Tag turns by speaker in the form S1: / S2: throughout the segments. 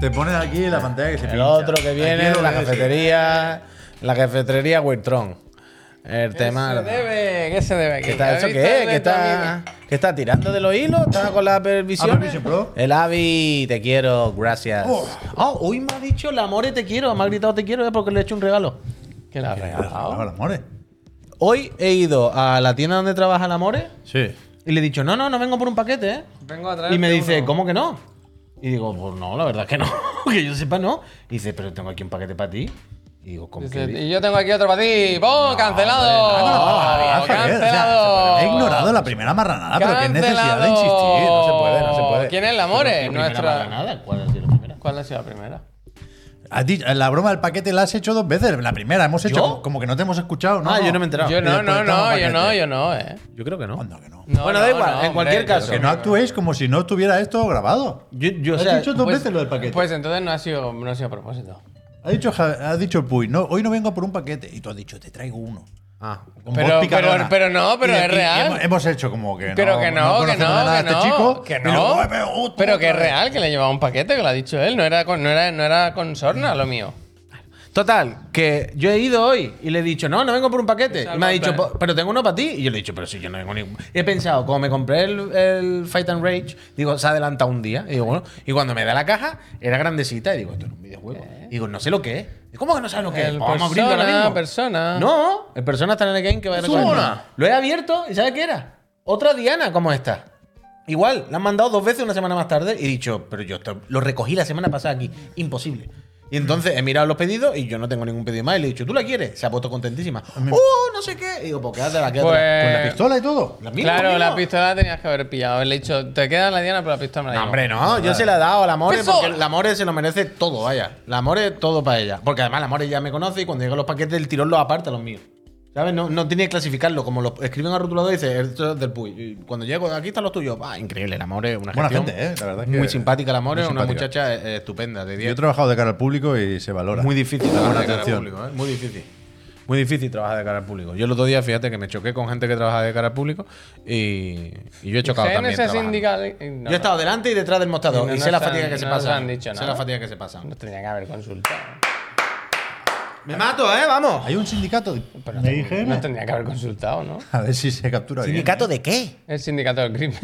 S1: Te pones aquí en la pantalla que se
S2: El
S1: pincha.
S2: otro que viene,
S1: Aquí lo
S2: la
S1: ves.
S2: cafetería. La cafetería Witron. El tema.
S3: ¿Qué se debe? ¿Qué se debe aquí?
S2: ¿Qué está eso
S3: ¿Has
S2: qué?
S3: visto el
S2: ¿Qué
S3: de
S2: está, ¿Qué está tirando de los hilos? ¿Está con la pervisión?
S1: Apple Vision Pro.
S2: El Avi, te quiero, gracias.
S1: Oh.
S2: Ah, Oh. hoy me ha dicho el amore te quiero, me ha gritado te quiero eh, porque le he hecho un regalo.
S3: tu amigo? ¿Qué le has regalado?
S1: Ah, los amores.
S2: Hoy he ido a la tienda donde trabaja el amore
S1: Sí.
S2: y le he dicho, no, no, no vengo por un paquete, ¿eh?
S3: Vengo a traerte
S2: Y me dice,
S3: uno.
S2: ¿cómo que no? Y digo, pues no, la verdad es que no. que yo sepa, no. Y dice, pero tengo aquí un paquete para ti. Y digo, ¿cómo
S3: Dice,
S2: que?
S3: y yo tengo aquí otro para ti. ¡Pum! ¡Cancelado!
S1: Ah, ¿qué? O sea,
S3: ¡Cancelado!
S1: he ignorado la primera marranada, pero qué necesidad de insistir. No se puede, no se puede.
S3: ¿Quién es el amore?
S2: ¿Qué primera
S3: Eh, Nuestra...
S2: bananada? ¿Cuál ha sido la primera?
S3: ¿Cuál ha sido la primera?
S1: Has dicho- la broma del paquete la has hecho dos veces. La primera hemos hecho
S2: ¿Yo?
S1: como- como que no te hemos escuchado, ¿no?
S2: Ah, yo no me he enterado.
S3: Yo
S1: Y
S3: no,
S1: después
S3: no,
S1: toma
S3: no, yo
S1: paquete.
S3: no, yo no, eh.
S2: Yo creo que no.
S1: Anda que no.
S3: No,
S2: Bueno,
S3: no,
S2: da igual,
S3: no,
S2: en
S3: hombre,
S2: cualquier
S3: pero
S2: caso.
S1: Que no actuéis como si no tuviera esto grabado.
S2: Yo, yo, o
S1: Has
S2: sea,
S1: dicho dos veces lo del paquete.
S3: Pues entonces no ha sido, no ha sido a propósito.
S1: Ha dicho, Ja- ha dicho Puy, no, hoy no vengo por un paquete. Y tú has dicho, te traigo uno.
S2: Ah.
S1: Con
S3: Pero-
S1: voz picarona.
S3: pero- pero no, pero
S1: Y de-
S3: es
S1: y- y
S3: real.
S1: hemos, hemos hecho como que
S3: Pero
S1: no,
S3: que no, que
S1: conocemos nada
S3: no,
S1: a
S3: que
S1: este
S3: no.
S1: chico.
S3: que
S1: Y luego, "Ay,
S3: no.
S1: pero, oh, tú
S3: Pero que es
S1: otra vez".
S3: real, que le llevaba un paquete, que lo ha dicho él. No era con, no era, no era con sorna lo mío.
S2: Total, que yo he ido hoy y le he dicho, no, no vengo por un paquete.
S3: Salva
S2: Y me ha
S3: un
S2: dicho,
S3: plan.
S2: "Po- pero tengo uno para ti. Y yo le he dicho, pero si yo no vengo ningún. He pensado, como me compré el, el Fight and Rage, digo, se ha adelantado un día. Y digo, bueno, y cuando me da la caja, era grandecita. Y digo, esto es un videojuego. Y digo, no sé lo que es. Y, ¿Cómo que no sabes lo que es?
S3: El
S2: Pues vamos a abrirlo ahora
S3: Persona,
S2: mismo.
S3: Persona.
S2: No, el persona está en el game que va a recoger.
S1: Persona.
S2: Lo he abierto y ¿sabes qué era? Otra Diana como esta. Igual, la han mandado dos veces una semana más tarde y he dicho, pero yo esto lo recogí la semana pasada aquí, imposible. Y entonces he mirado los pedidos y yo no tengo ningún pedido más. Y le he dicho, ¿tú la quieres? Se ha puesto contentísima. ¡Uh! No sé qué. Y digo, pues quédatela, quédatela.
S3: Pues-
S1: Con la pistola y todo.
S2: La misma,
S3: Claro,
S2: misma.
S3: la pistola la tenías que haber pillado. Haberle dicho, te queda la diana, pero la pistola me la
S2: No,
S3: llevo.
S2: hombre, no. Yo se la he dado a la More
S3: Eso.
S2: porque la More se lo merece todo, vaya. La More todo para ella. Porque además la More ya me conoce y cuando llegan los paquetes el tirón los aparta los míos. ¿Sabes? No, no tiene que clasificarlo. Como lo escriben a rotulador y dice, esto es del Puy. Y cuando llego, aquí están los tuyos. Ah, increíble. La More, una
S1: Buena
S2: gestión
S1: gente, ¿eh? La verdad es que-
S2: Muy simpática la More,
S1: muy
S2: una
S1: simpática.
S2: muchacha eh, estupenda. De
S1: Yo he
S2: 10.
S1: trabajado de cara al público y se valora.
S2: Muy difícil trabajar
S1: Buena
S2: de cara al
S1: atención.
S2: público, ¿eh? Muy difícil. Muy difícil trabajar de cara al público. Yo el otro día, fíjate que me choqué con gente que trabaja de cara al público y, y yo he chocado también.
S3: CNS
S2: trabajando.
S3: sindical. no,
S2: Yo he
S3: no.
S2: estado delante y detrás del mostrador.
S3: Y
S2: Y,
S3: no
S2: sé la
S3: nos han-
S2: fatiga que se
S3: no nos
S2: pasa.
S3: han dicho
S2: sé
S3: nada.
S2: la fatiga que se pasa.
S3: Nos tendría que haber consultado. Pues
S2: Me mato, ¿eh? Vamos.
S1: Hay un sindicato. de-
S3: Pero
S1: de
S3: no-
S1: higiene.
S3: Nos tendría que haber consultado, ¿no?
S1: A ver si se captura bien.
S2: de qué?
S3: El sindicato del crimen.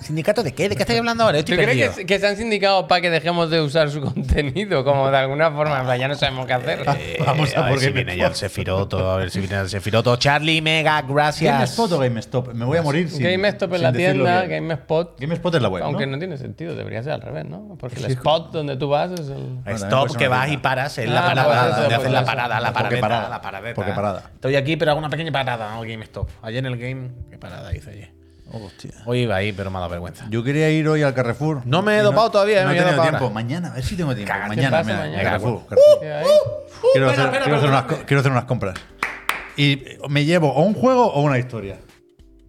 S2: ¿Sindicato de qué? ¿De qué estáis hablando ahora?
S3: ¿Tú
S2: Estoy
S3: crees que,
S2: perdido.
S3: se- que se han sindicado para que dejemos de usar su contenido? Como de alguna forma, en plan, ya no sabemos qué hacer.
S2: Ah,
S1: Eh, Vamos a,
S2: ver
S1: porque
S2: si
S1: me
S2: viene ya el Sefiroto, a ver si viene el Sefiroto. Charlie Mega, gracias.
S1: GameSpot o GameStop. Me voy a morir. sin-
S3: GameStop en
S1: sin
S3: la
S1: decirlo
S3: tienda,
S1: bien.
S3: GameSpot.
S1: GameSpot es la web.
S3: Aunque
S1: ¿no?
S3: no tiene sentido, debería ser al revés, ¿no? Porque el spot donde tú vas es el.
S1: Bueno, también puede
S2: Stop,
S1: ser
S2: que
S1: una
S2: vas
S1: tienda.
S2: y paras en
S3: Ah,
S2: la
S3: pues
S2: parada,
S3: eso,
S2: donde
S3: pues
S2: hacen la
S3: eso.
S2: parada, la
S1: Porque
S2: paradeta,
S1: parada,
S2: la paradeta.
S1: porque parada.
S2: Estoy aquí, pero hago una pequeña parada, ¿no? GameStop. Ayer en el game, qué parada hice ayer.
S1: Hostia.
S2: Hoy iba ahí, pero me ha dado vergüenza.
S1: Yo quería ir hoy al Carrefour.
S2: No me he
S1: Y
S2: dopado todavía, eh,
S1: No
S2: me
S1: he
S2: he
S1: tenido
S2: dopado
S1: tiempo.
S2: ahora.
S1: Mañana, a ver si tengo tiempo.
S2: Cállate,
S1: mañana,
S3: pasa
S1: mira,
S3: mañana. Uh,
S1: al Carrefour.
S3: ¿Qué
S1: Carrefour.
S3: hay?
S2: ¡Uh!
S1: Quiero hacer-
S2: espera,
S1: quiero hacer
S2: espera,
S1: unas co- quiero hacer unas compras. Y eh, me llevo o un juego o una historia.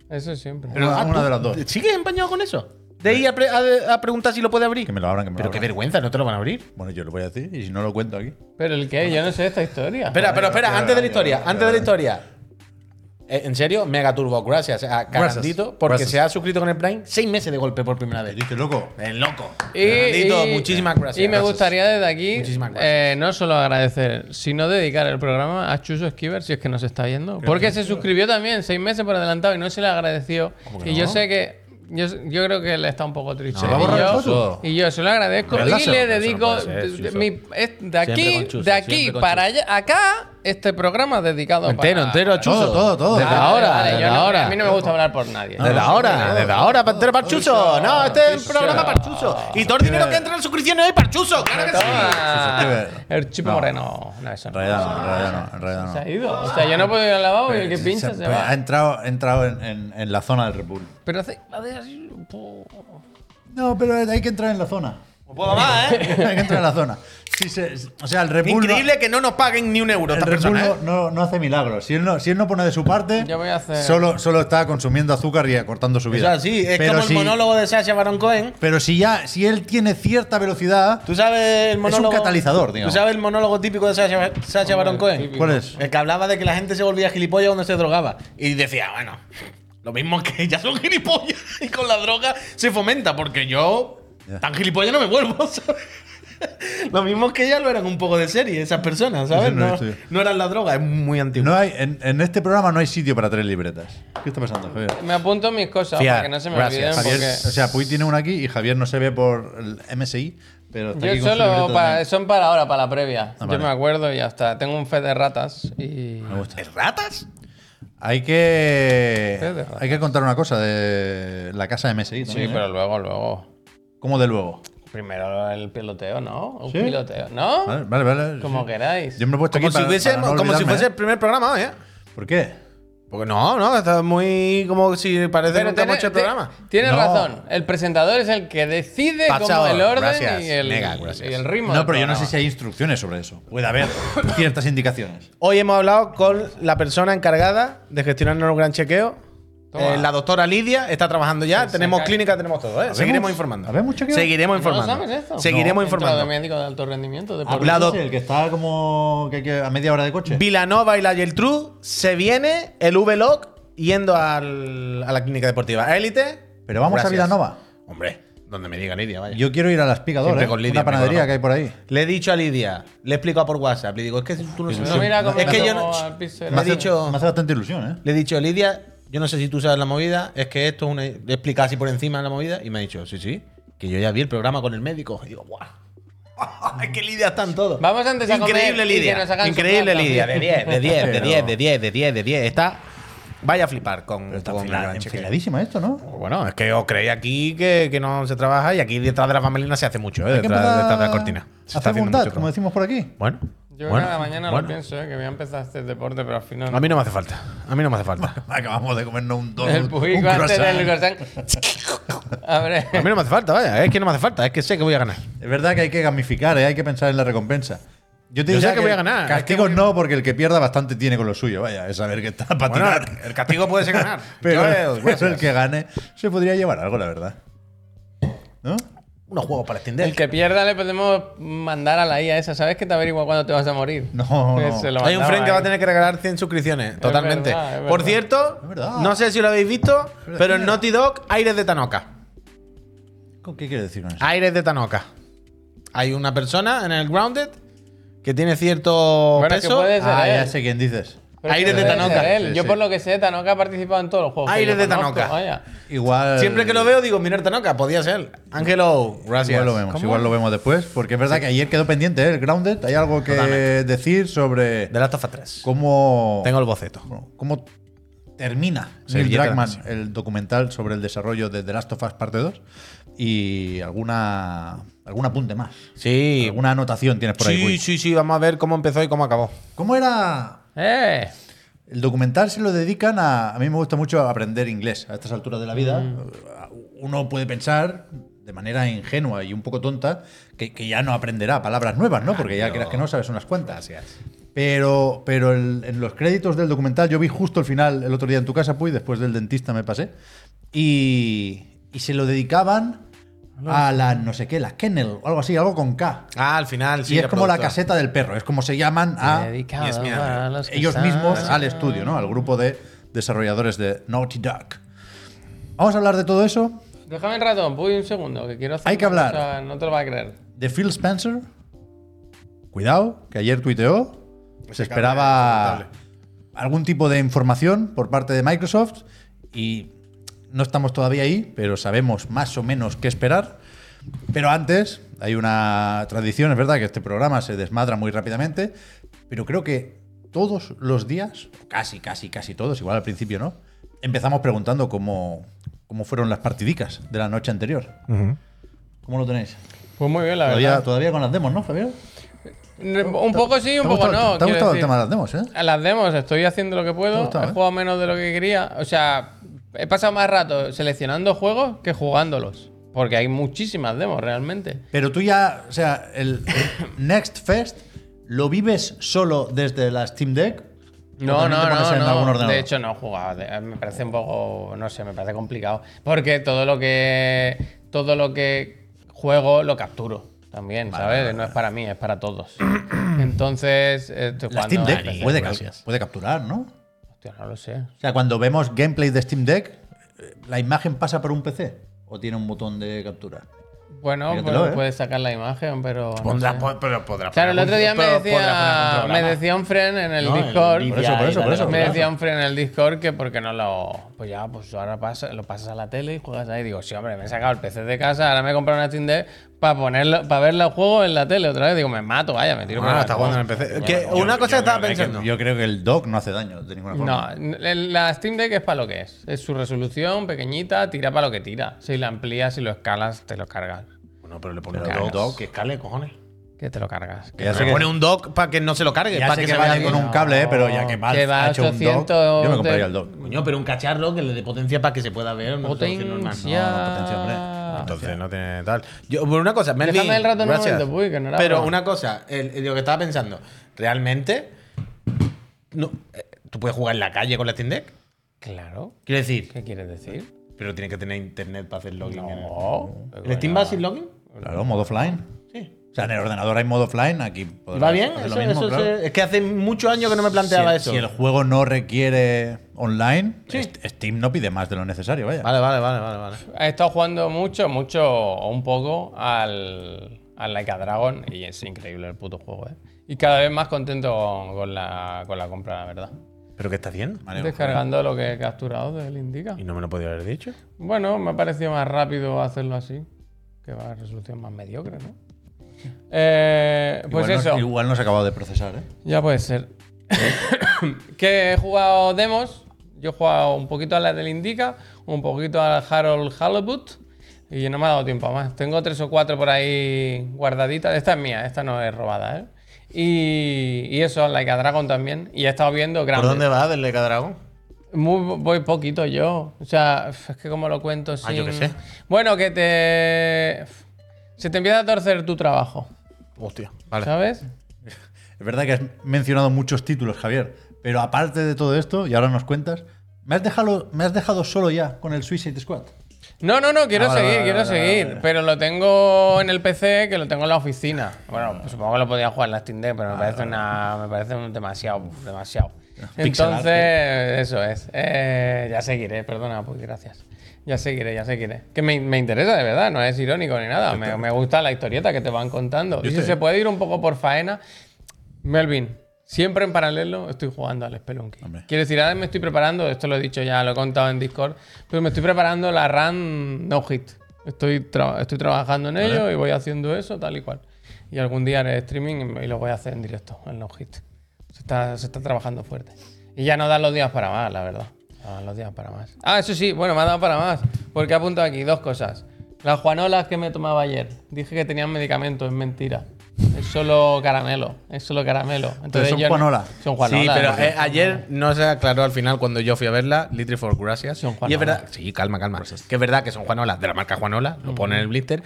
S3: Eso siempre.
S1: Pero- Una-
S2: ah,
S1: una
S2: ¿tú
S1: de las dos.
S2: ¿Sigues empañado con eso? De ir a, pre- a- a preguntar si lo puede abrir.
S1: Que me lo abran, que me lo
S2: Pero qué
S1: abran.
S2: vergüenza, no te lo van a abrir.
S1: Bueno, yo lo voy a decir y si no lo cuento aquí.
S3: Pero el qué, yo no sé esta historia.
S2: Espera, pero espera,
S1: Vale,
S2: antes de la
S1: vale,
S2: historia,
S1: vale,
S2: antes de la
S1: vale.
S2: historia. Eh, En serio, Mega Turbo, gracias a Carandito, porque
S1: Gracias.
S2: se ha suscrito con el Prime seis meses de golpe por primera vez.
S1: Eh, Dice, loco.
S2: Es loco.
S3: Y-
S2: Carandito,
S3: Eh, y-
S2: muchísimas gracias.
S3: Y me
S2: Gracias.
S3: gustaría desde aquí
S2: Muchísimas gracias.
S3: eh, no solo agradecer, sino dedicar el programa a Chuso Esquiver, si es que nos está viendo. Porque se suscribió también seis meses por adelantado y no se le agradeció. Y yo sé que. Yo, yo creo que él está un poco triste.
S2: No, va a
S3: y,
S2: borrar
S3: yo,
S2: la foto.
S3: y yo se lo agradezco
S2: ¿Verdad?
S3: y
S2: Eso no-
S3: le
S2: eso no
S3: dedico
S2: puede ser,
S3: de, de-
S2: Chuso.
S3: mi- es- de
S2: Siempre
S3: aquí,
S2: con Chuso,
S3: de aquí
S2: siempre con
S3: para
S2: Chuso.
S3: allá, acá, este programa dedicado
S2: Entero,
S3: para-
S2: entero, Chuso.
S1: Todo, todo, todo.
S2: Desde
S3: Vale,
S2: ahora,
S3: vale, yo
S2: desde
S3: no-
S2: ahora.
S3: A mí no me gusta hablar por nadie.
S2: Desde ahora, desde ahora, pa- entero Parchuso. No, este es el programa Parchuso. Y todo el dinero que entra en suscripciones hoy, Parchuso. Claro que sí.
S3: Toma.
S1: Chuso Esquiver.
S3: El chip moreno. No, eso
S1: En
S3: no.
S1: realidad no, en realidad no, en realidad no.
S3: Se ha ido. O sea, yo no puedo ir al lavabo y el que pincha se
S1: Ah. Pero Ha
S3: va.
S1: entrado, ha entrado en, en- en la zona del Red Bull.
S3: Pero hace, hace así. po.
S1: No, pero hay que entrar en la zona.
S2: No puedo más, ¿eh?
S1: hay que entrar en la zona. Si se- o sea, el Red Bull. no-
S2: Increíble que no nos paguen ni un euro
S1: el
S2: esta
S1: Red Bull
S2: persona. ¿eh?
S1: no, no- no hace milagros. Si él no, si él no pone de su parte,
S3: Yo voy a hacer-
S1: solo, solo está consumiendo azúcar y acortando su
S2: O
S1: vida.
S2: sea, sí, es
S1: pero
S2: como
S1: si,
S2: el monólogo de Sasha Baron Cohen.
S1: Pero si ya, si él tiene cierta velocidad,
S2: ¿Tú sabes el monólogo?
S1: catalizador, digamos.
S2: ¿Tú sabes el monólogo típico de Sasha, Sasha Baron Cohen?
S3: típico.
S1: ¿cuál es?
S2: El que hablaba de que la gente se volvía gilipollas cuando se drogaba. Y decía, bueno, lo mismo que ya son gilipollas y con la droga se fomenta, porque yo tan gilipollas no me vuelvo, ¿sabes? Lo mismo que ya lo eran un poco de serie, esas personas, ¿sabes?
S1: Eso no
S2: No,
S1: es, sí.
S2: no eran la droga, es muy antiguo.
S1: No hay, en, en este programa no hay sitio para tres libretas. ¿Qué está pasando, Javier?
S3: Me apunto mis cosas
S1: Fiar,
S3: para que no se me
S1: gracias.
S3: olviden.
S1: Javier, O sea, Puy tiene una aquí y Javier no se ve por el MSI, pero está
S3: Porque
S1: aquí
S3: yo
S1: con su
S3: solo
S1: libreta
S3: para-
S1: también.
S3: son para ahora, para la previa.
S1: Ah,
S3: Yo
S1: vale.
S3: me acuerdo y ya está. Tengo un fe de ratas y.
S1: Me gusta.
S2: ¿Ratas?
S1: Hay que,
S3: verdad.
S1: hay que contar una cosa de la casa de MSI.
S3: Sí,
S1: también, ¿eh?
S3: pero luego, luego.
S1: ¿Cómo de luego?
S3: Primero el piloteo, ¿no? Un
S1: ¿Sí?
S3: piloteo, ¿no?
S1: Vale, vale, vale.
S3: Como
S1: sí.
S3: queráis.
S1: Yo me lo he puesto
S2: Como
S1: aquí
S2: si,
S1: para-
S2: fuese,
S1: para no
S2: como si
S1: olvidarme,
S2: fuese
S1: ¿eh?
S2: el primer programa hoy, ¿eh?
S1: ¿Por qué?
S2: Porque no, no, está muy como si parece que
S3: Pero
S2: nunca hemos
S3: tiene-
S2: hecho el
S3: ti-
S2: programa.
S3: Tienes
S1: No.
S3: razón. El presentador es el que decide
S2: Pasado,
S3: como el orden
S2: gracias.
S3: y, el,
S2: Venga, gracias.
S3: y el ritmo.
S1: No,
S3: del
S1: pero yo no
S3: programa.
S1: sé si hay instrucciones sobre eso. Puede haber ciertas indicaciones.
S2: Hoy hemos hablado con la persona encargada de gestionarnos el gran chequeo.
S3: Toma.
S2: Eh, la doctora Lidia está trabajando ya.
S3: se
S2: tenemos
S3: cae.
S2: clínica, tenemos todo. ¿eh? Seguiremos informando.
S1: ¿Habemos chequeo?
S2: Seguiremos
S3: ¿No lo
S2: informando.
S3: sabes esto?
S2: Seguiremos
S3: No. Centro de
S2: informando.
S3: médico de alto rendimiento. De
S1: Ah,
S3: por-
S2: Habla-
S1: ¿ese es el que está como que hay que- a media hora de coche.
S2: Vilanova y la Geltrú se viene el VLOG yendo al- a la clínica deportiva. Élite.
S1: Pero vamos
S2: Gracias.
S1: a Vilanova.
S2: Hombre, donde me diga Lidia, vaya.
S1: Yo quiero ir a las picadoras,
S2: Siempre
S1: ¿eh?
S2: con Lidia,
S1: una panadería
S2: me
S1: que hay por ahí.
S2: Le he dicho a Lidia, le he explicado por WhatsApp, le digo, es que tú no sabes.
S3: No mira cómo
S2: es que yo
S3: como
S2: no-
S3: al piso de
S2: me
S3: la-
S2: ha dicho,
S1: Me hace bastante ilusión, ¿eh?
S2: le he dicho, Lidia, yo no sé si tú sabes la movida, es que esto es una. Le he explicado así por encima la movida y me ha dicho, sí, sí, que yo ya vi el programa con el médico. Y digo, guau. es que Lidia está en todo.
S3: Vamos antes a comer
S2: Increíble
S3: y que
S2: Lidia.
S3: nos hagan su
S2: Increíble
S3: plato.
S2: Lidia. De 10, de 10, de
S1: Pero-
S2: 10, de 10, de 10, de 10. Está. Vaya a flipar con,
S1: Pero está
S2: con el
S1: enfila-
S2: gran chequeo.
S1: enfiladísima esto, ¿no?
S2: Bueno, es que os creéis aquí que, que no se trabaja y aquí detrás de la familia se hace mucho, ¿eh?
S1: Hay que
S2: detrás,
S1: empezar
S2: detrás de la cortina. Se
S1: a
S2: está
S1: Hacer
S2: haciendo
S1: voluntad,
S2: mucho
S1: como
S2: trabajo.
S1: decimos por aquí.
S2: Bueno.
S3: Yo
S2: bueno,
S3: cada mañana
S2: bueno.
S3: lo pienso, eh, que voy a empezar a hacer deporte, pero al final.
S2: A mí no me hace falta. A mí no me hace falta.
S1: Acabamos de comernos un donut,
S3: El
S1: un
S3: público antes
S1: croissant.
S3: del croissant. Abre.
S2: A mí no me hace falta, vaya. Es que no me hace falta. Es que sé que voy a ganar.
S1: Es verdad que hay que gamificar, ¿eh? hay que pensar en la recompensa. Yo te
S2: Yo
S1: diría
S2: sé que voy a ganar, es que
S1: Castigos
S2: voy-
S1: no, porque el que pierda bastante tiene con lo suyo. Vaya, es saber que está para
S2: Bueno,
S1: tirar.
S2: el castigo puede ser ganar.
S1: Pero,
S2: Yo,
S1: pero
S2: gracias.
S1: el que gane se podría llevar algo, la verdad. ¿No?
S2: Unos juegos para extender.
S3: El que pierda le podemos mandar a la IA esa. ¿Sabes que te averigua cuándo te vas a morir?
S1: No,
S3: Que
S1: no.
S3: se lo
S2: Hay un
S3: mandaba ¿eh?
S2: friend que va a
S3: ahí.
S2: tener que regalar 100 suscripciones. Totalmente.
S3: verdad, es verdad.
S2: Por cierto,
S1: Es verdad.
S2: no sé si lo habéis visto,
S1: verdad.
S2: pero en Naughty Dog, Aires de Tanoka.
S1: ¿Qué quiere decir con eso?
S2: Aires de Tanoka. Hay una persona en el Grounded que tiene cierto
S3: Bueno, es que
S2: peso.
S3: puede ser
S1: Ah,
S3: él.
S1: ya
S2: eh.
S1: sé quién dices.
S3: Pero
S2: Aires
S3: que
S2: de
S3: debe
S2: Tanoka.
S3: ser él.
S1: Sí,
S3: yo
S1: sí.
S3: por lo que sé, Tanoka ha participado en todos los juegos. que
S2: Aires
S3: yo
S2: de
S3: conozco,
S2: Tanoka.
S3: Vaya.
S1: Igual.
S2: Siempre que lo veo, digo, mira Tanoka, podía ser. Ángelo, gracias.
S1: Igual lo vemos, igual lo vemos después. Porque es verdad que ayer quedó pendiente ¿eh? el Grounded. Hay algo que
S2: Totalmente.
S1: decir sobre
S2: De Last of Us 3.
S1: cómo.
S2: Tengo el boceto.
S1: Bueno, ¿Cómo termina Neil
S2: Servilleta
S1: Druckmann
S2: de
S1: el documental sobre el desarrollo de The Last of Us Parte 2? Y alguna algún apunte más.
S2: Sí,
S1: Alguna anotación tienes por ahí.
S2: sí,
S1: Gui.
S2: sí, sí, vamos a ver cómo empezó y cómo acabó.
S1: ¿Cómo era?
S3: ¡Eh!
S1: El documental se lo dedican a. A mí me gusta mucho aprender inglés a estas alturas de la vida.
S2: Mm.
S1: Uno puede pensar de manera ingenua y un poco tonta que, que ya no aprenderá palabras nuevas, ¿no? Porque ya
S2: Claro.
S1: creas que no sabes unas cuantas.
S2: Gracias.
S1: Pero, pero el- en los créditos del documental, yo vi justo el final el otro día en tu casa, Puy, después del dentista me pasé. Y, y se lo dedicaban a la no sé qué, la Kennel o algo así, algo con K.
S2: Ah, al final, sí.
S1: y es como la
S2: productora.
S1: caseta del perro, es como se llaman
S2: Ah,
S1: a
S3: Dedicado
S2: yes, mira,
S3: para los que
S1: ellos
S3: saben.
S1: mismos al estudio, ¿no? Al grupo de desarrolladores de Naughty Dog. Vamos a hablar de todo eso,
S3: Déjame el ratón, voy un segundo, que quiero hacer.
S1: Hay que
S3: una
S1: hablar.
S3: cosa, no te lo va a creer.
S1: de Phil Spencer. Cuidado, que ayer tuiteó. Se esperaba algún tipo de información por parte de Microsoft y no estamos todavía ahí, pero sabemos más o menos qué esperar. Pero antes, hay una tradición, es verdad que este programa se desmadra muy rápidamente, pero creo que todos los días, casi, casi, casi todos, igual al principio no, empezamos preguntando cómo, cómo fueron las partidicas de la noche anterior. ¿Cómo lo tenéis?
S3: Pues muy bien, la
S1: Todavía,
S3: verdad.
S1: todavía con las demos, ¿no, Javier?
S3: Un poco sí,
S1: ¿Te ha
S3: un poco
S1: gustado,
S3: no.
S1: te ha
S3: quiero
S1: gustado el
S3: decir.
S1: tema de las demos, eh?
S3: A las demos, estoy haciendo lo que
S1: Te
S3: puedo.
S1: ha gustado,
S3: he
S1: ¿eh?
S3: jugado menos de lo que quería. O sea, he pasado más rato seleccionando juegos que jugándolos. Porque hay muchísimas demos realmente.
S1: Pero tú ya, o sea, el Next Fest lo vives solo desde la Steam Deck. ¿O
S3: No,
S1: también
S3: no,
S1: te pones
S3: no,
S1: en algún
S3: no.
S1: ordenador?
S3: De hecho, no he jugado. De- Me parece un poco, no sé, me parece complicado. Porque todo lo que, todo lo que juego lo capturo también, ¿sabes? No es para mí, es para todos. Entonces, eh, estoy
S1: la Steam
S3: jugando a
S1: Deck
S3: PC.
S1: puede, cap- puede capturar, ¿no?
S3: Hostia, no lo sé.
S1: O sea, cuando vemos gameplay de Steam Deck, eh, la imagen pasa por un PC o tiene un botón de captura.
S3: Bueno,
S1: Míratelo,
S3: pues,
S1: ¿eh?
S3: puedes sacar la imagen, pero. no
S2: Pondrás,
S3: sé.
S2: po- pero podrás
S3: Claro, el
S2: poner
S3: otro
S2: un-
S3: día me
S2: pero podrás poner
S3: decía,
S2: un
S3: me
S2: programa.
S3: decía un friend en el
S2: No, el
S3: Discord.
S2: vídeo
S1: Por eso,
S2: ahí,
S1: por eso, por
S2: dale,
S1: eso.
S3: Me
S2: dale.
S3: decía un friend en el Discord que porque no lo. Pues ya, pues ahora pasa, lo pasas a la tele y juegas ahí. Digo, sí, hombre, me he sacado el PC de casa, ahora me he comprado una Steam Deck para ponerlo, para ver los juegos en la tele otra vez. Digo, me mato, vaya, me tiro por
S2: Ah,
S3: la
S2: está jugando en el
S3: cola.
S2: PC. Que Eh, una cosa que estaba pensando.
S1: Yo creo que el dock no hace daño de ninguna
S3: No,
S1: forma.
S3: el- la Steam Deck es para lo que es. Es su resolución pequeñita, tira para lo que tira. Si la amplías, si lo escalas, te lo cargas.
S2: Bueno, pero le pones
S3: Pero
S2: un
S3: cagas.
S2: dock que escale, cojones.
S3: Que te lo cargas.
S1: Que ya sé
S2: Le
S1: que-
S2: pone un dock para que no se lo cargue,
S1: ya
S2: para
S1: sé
S2: que,
S1: que
S2: se
S1: vaya
S2: vea
S1: con
S2: bien.
S1: un cable, eh, pero ya que Valve
S3: Que va
S1: ha hecho un dock,
S3: 800
S1: yo me
S3: de-
S1: compraría el dock.
S2: Coño, pero un cacharro que le dé potencia para que se pueda ver. una resolución normal.
S3: Potencia.
S1: No, no, potencia, hombre.
S2: Entonces no tiene tal. Yo, por una cosa, Merlin,
S3: Déjame el rato en un
S2: gracias.
S3: momento, uy, que no era
S2: Pero
S3: broma.
S2: una cosa, el- el- lo que estaba pensando, realmente, no, eh, tú puedes jugar en la calle con la Steam Deck.
S3: Claro.
S2: Quiero decir,
S3: ¿Qué quieres decir?
S2: pero tienes que tener internet para hacer login. en el-
S3: No.
S2: ¿El Steam va sin login?
S1: Claro, modo offline.
S2: Sí.
S1: O sea, en el ordenador hay modo offline, aquí
S2: ¿Y
S1: podrás
S2: va bien?
S1: hacer
S2: Eso,
S1: lo mismo,
S2: eso
S1: claro.
S2: se- es que hace muchos años que no me planteaba
S1: si,
S2: eso.
S1: si el juego no requiere online,
S2: Sí.
S1: Est- Steam no pide más de lo necesario, vaya.
S2: Vale, vale, vale, vale, vale.
S3: He estado jugando mucho, mucho o un poco al, al Like a Dragon y es increíble el puto juego, ¿eh? Y cada vez más contento con, con la, con la compra, la verdad.
S2: ¿Pero qué está haciendo?
S1: Vale, ¿eh?
S3: Descargando lo que he capturado del Indica.
S2: Y no me lo podía haber dicho.
S3: Bueno, me ha parecido más rápido hacerlo así, que va a resolución más mediocre, ¿no? Eh, pues
S1: igual,
S3: eso.
S1: No, igual no se ha acabado de procesar, ¿eh?
S3: Ya puede ser. que he jugado demos. Yo he jugado un poquito a la del Indica, un poquito al Harold Halibut. Y no me ha dado tiempo a más. Tengo tres o cuatro por ahí guardaditas. Esta es mía, esta no es robada, ¿eh? Y, y eso, Like a Dragon también. Y he estado viendo
S2: ¿Por
S3: grandes.
S2: dónde va del Leca Dragon?
S3: Muy, voy poquito yo. O sea, f- es que como lo cuento sin...
S2: Ah, yo qué sé.
S3: Bueno, que te... f- Se te empieza a torcer tu trabajo,
S2: Hostia. Vale.
S3: ¿sabes?
S1: Es verdad que has mencionado muchos títulos, Javier, pero aparte de todo esto, y ahora nos cuentas, me has dejado, me has dejado solo ya con el Suicide Squad.
S3: No, no, no, quiero
S1: Ah, vale,
S3: seguir,
S1: vale,
S3: quiero
S1: vale, vale,
S3: seguir.
S1: vale.
S3: Pero lo tengo en el PC, que lo tengo en la oficina. Bueno, pues supongo que lo podía jugar en la Steam Deck, pero me parece, una, me parece un demasiado, uf, demasiado.
S1: Pixel art,
S3: Entonces, Pues, eso es. Eh, ya seguiré, perdona, pues gracias. Ya seguiré, ya seguiré. Que me, me interesa de verdad, no es irónico ni nada. Me, me gusta la historieta que te van contando. Y si
S1: estoy-
S3: se puede ir un poco por faena, Melvin, siempre en paralelo estoy jugando al Spelunky.
S1: Hombre.
S3: Quiero decir, ahora me estoy preparando, esto lo he dicho ya, lo he contado en Discord, pero me estoy preparando la run no hit. Estoy, tra- estoy trabajando en ello y voy haciendo eso tal y cual. Y algún día haré streaming y lo voy a hacer en directo, en no hit. Se está, se está trabajando fuerte. Y ya no dan los días para más, la verdad. No dan los días para más. Ah, eso sí, bueno, me ha dado para más. Porque he apuntado aquí dos cosas. Las juanolas que me tomaba ayer. Dije que tenían medicamento, es mentira. Es solo caramelo, es solo caramelo. Entonces
S1: son
S3: yo no-
S1: juanolas.
S3: Son juanolas.
S2: sí, pero
S3: ¿no?
S2: eh, ayer no se aclaró al final cuando yo fui a verla, Little for Gracias.
S3: Son
S2: y es
S3: Juanolas.
S2: verdad, sí, calma, calma. Que es verdad que son Juanolas, de la marca Juanola, lo pone en el blister,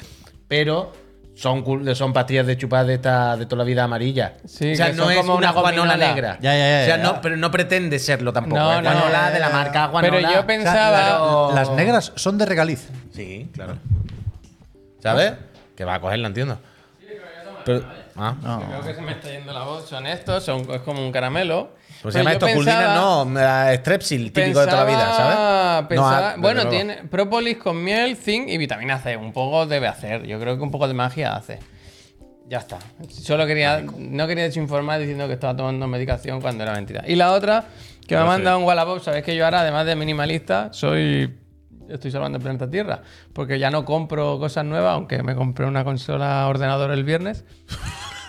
S2: pero son, cul- son pastillas de chupada de, esta- de toda la vida amarilla.
S3: Sí,
S2: o sea,
S3: que
S2: no
S3: son
S2: es
S3: como
S2: una
S3: una
S2: Juanola
S3: gominola.
S2: negra.
S1: Ya, ya, ya,
S2: o
S1: ya.
S2: sea, No, pero no pretende serlo tampoco.
S3: No,
S2: es
S3: no,
S2: Juanola
S3: ya, ya,
S2: de la
S3: ya.
S2: marca Juanola.
S3: Pero yo pensaba-
S2: claro.
S1: Las negras son de regaliz.
S2: Sí, claro. ¿Sabes? Que va a cogerla, entiendo. Pero, ah,
S3: Creo que se me está yendo la voz. Son estos, son, es como un caramelo.
S2: Pues se llama esto Culdinas, no, la Strepsil, típico de toda la vida, ¿sabes? No, ah,
S3: Pensaba,
S2: desde
S3: bueno,
S2: luego.
S3: tiene própolis con miel, zinc y vitamina C. Un poco debe hacer. Yo creo que un poco de magia hace. Ya está. Solo quería, no quería desinformar diciendo que estaba tomando medicación cuando era mentira. Y la otra, que me ha mandado un Wallapop, sabéis que yo ahora, además de minimalista, soy. Estoy salvando el planeta Tierra. Porque ya no compro cosas nuevas, aunque me compré una consola ordenador el viernes.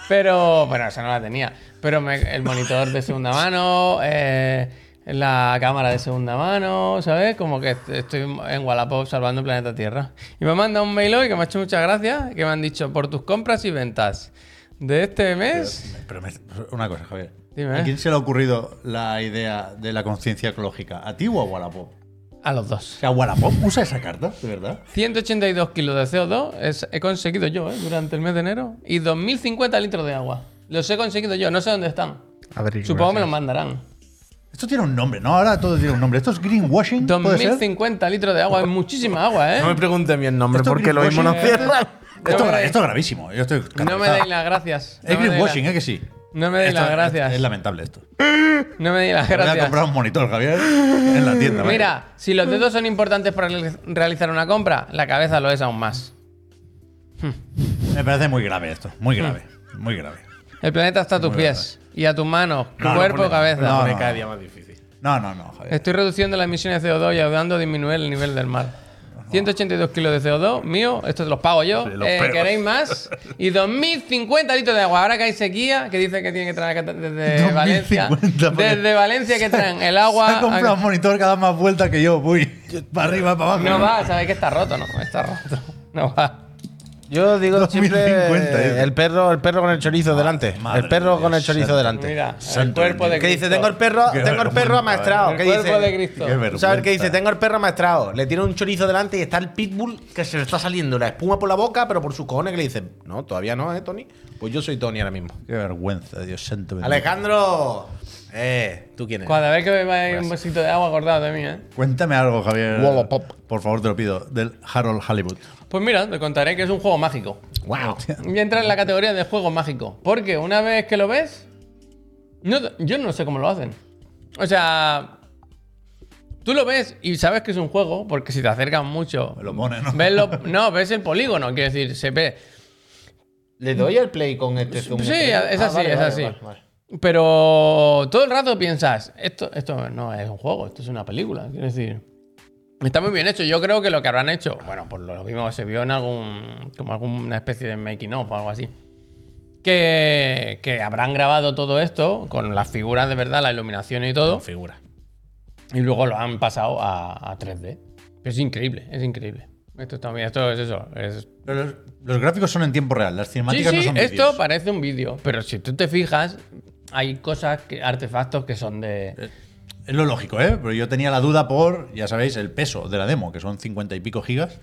S3: Pero, bueno, esa no la tenía. Pero me- el monitor de segunda mano, eh, la cámara de segunda mano, ¿sabes? Como que est- estoy en Wallapop salvando el planeta Tierra. Y me manda un mail hoy que me ha hecho muchas gracias, que me han dicho por tus compras y ventas de este mes.
S1: Pero me- una cosa, Javier.
S3: Dime.
S2: ¿eh?
S1: ¿A quién se le ha ocurrido la idea de la conciencia ecológica? ¿A ti o a Wallapop?
S3: A los
S1: O
S3: dos.
S1: sea, Wallapop usa esa carta, de verdad.
S3: 182 kilos de CO2 es- he conseguido yo ¿eh? durante el mes de enero y 2050 litros de agua. Los he conseguido yo, no sé dónde están.
S2: A ver,
S3: Supongo que me los mandarán.
S1: Esto tiene un nombre, ¿no? Ahora todo tiene un nombre. ¿Esto es greenwashing? ¿Puede ser?
S3: 2050 litros de agua, es muchísima agua, ¿eh?
S2: No me pregunten mi nombre
S1: Esto es
S2: porque lo mismo
S1: greenwashing,
S2: nos cierran.
S1: Esto, esto es gra- esto es gravísimo. Yo estoy
S3: No me
S1: escandalizado.
S3: deis las gracias. No
S1: Es
S3: me deis
S1: greenwashing,
S3: la-
S1: ¿eh? Que sí.
S3: No me deis
S1: Esto
S3: las
S1: es-
S3: gracias.
S1: Es lamentable esto.
S3: No me deis las
S1: Me voy a
S3: gracias.
S1: comprar un monitor, Javier, en la tienda. vaya.
S3: Mira, si los dedos son importantes para reali- realizar una compra, la cabeza lo es aún más.
S1: Me parece muy grave esto.
S3: Mm.
S1: Muy grave. Muy grave.
S3: El planeta está a tus pies y a tus manos, cuerpo, cabeza.
S1: No,
S4: Me
S1: no,
S4: cada
S1: no.
S4: día más difícil.
S1: No, no, no, Javier.
S3: Estoy reduciendo las emisiones de CO2 y ayudando a disminuir el nivel del mar. 182 kilos de CO2 mío, esto te los pago yo.
S4: Sí, los
S3: Eh,
S4: perros.
S3: ¿Queréis más? Y 2050 litros de agua. Ahora que hay sequía, que dice que tienen que traer acá desde
S1: 2050,
S3: Valencia.
S1: porque-
S3: Desde Valencia que traen el
S1: Se
S3: agua.
S1: ha comprado un monitor que da más vueltas que yo. Voy para arriba, para abajo.
S3: No va, sabéis que está roto, ¿no? Está roto. No va.
S2: Yo digo
S1: 2050, dice.
S2: siempre el perro, el perro con el chorizo delante.
S1: madre
S2: El perro
S1: mía,
S2: con el chorizo
S1: santo.
S2: delante.
S3: Mira, el
S1: Santo
S3: cuerpo de
S2: ¿Qué eh.
S3: Cristo.
S2: dice? Tengo el perro,
S1: Qué
S2: tengo el perro
S1: vergüenza,
S2: amaestrado.
S3: El
S2: ¿Qué
S3: cuerpo
S2: dice?
S3: de Cristo.
S1: Qué vergüenza.
S2: ¿Sabes qué dice? Tengo el perro maestrado. Le tira un chorizo delante y está el pitbull que se le está saliendo la espuma por la boca, pero por sus cojones que le dicen, no, todavía no, ¿eh, Tony? Pues yo soy Tony ahora mismo.
S1: Qué vergüenza, Dios santo. bendito.
S2: Alejandro, eh, ¿tú quién eres?
S3: Cuando a ver que bebáis un vasito de agua, acordado de mí, ¿eh?
S1: Cuéntame algo, Javier.
S2: Wallapop.
S1: Por favor, te lo pido. Del Harold Hollywood.
S3: Pues mira, te contaré que es un juego mágico.
S2: Wow.
S3: Voy a entrar en la categoría de juego mágico. Porque una vez que lo ves, no te- yo no sé cómo lo hacen. O sea, tú lo ves y sabes que es un juego, porque si te acercas mucho,
S1: Me lo pone, ¿no?
S3: ves lo- no, ves el polígono, quiero decir, se ve.
S2: ¿Le doy al play con este zoom?
S3: Sí,
S2: ¿Este?
S3: es
S2: Ah,
S3: así,
S2: vale,
S3: es
S2: vale,
S3: así.
S2: vale, vale.
S3: Pero todo el rato piensas, esto, esto no es un juego, esto es una película. Quiero decir, está muy bien hecho. Yo creo que lo que habrán hecho, bueno, por lo mismo se vio en algún, como alguna especie de making of o algo así. Que, que habrán grabado todo esto con las figuras de verdad, la iluminación y todo.
S2: Figura.
S3: Y luego lo han pasado a, a 3D. Es increíble, es increíble. Esto está muy bien, esto es eso. es-
S1: Pero los, los gráficos son en tiempo real. Las
S3: Sí,
S1: cinemáticas
S3: sí,
S1: no son
S3: esto
S1: vídeos.
S3: parece un vídeo. Pero si tú te fijas, hay cosas, que, artefactos que son de.
S2: Eh.
S1: Es lo lógico, ¿eh? Pero yo tenía la duda por, ya sabéis, el peso de la demo, que son 50 y pico gigas.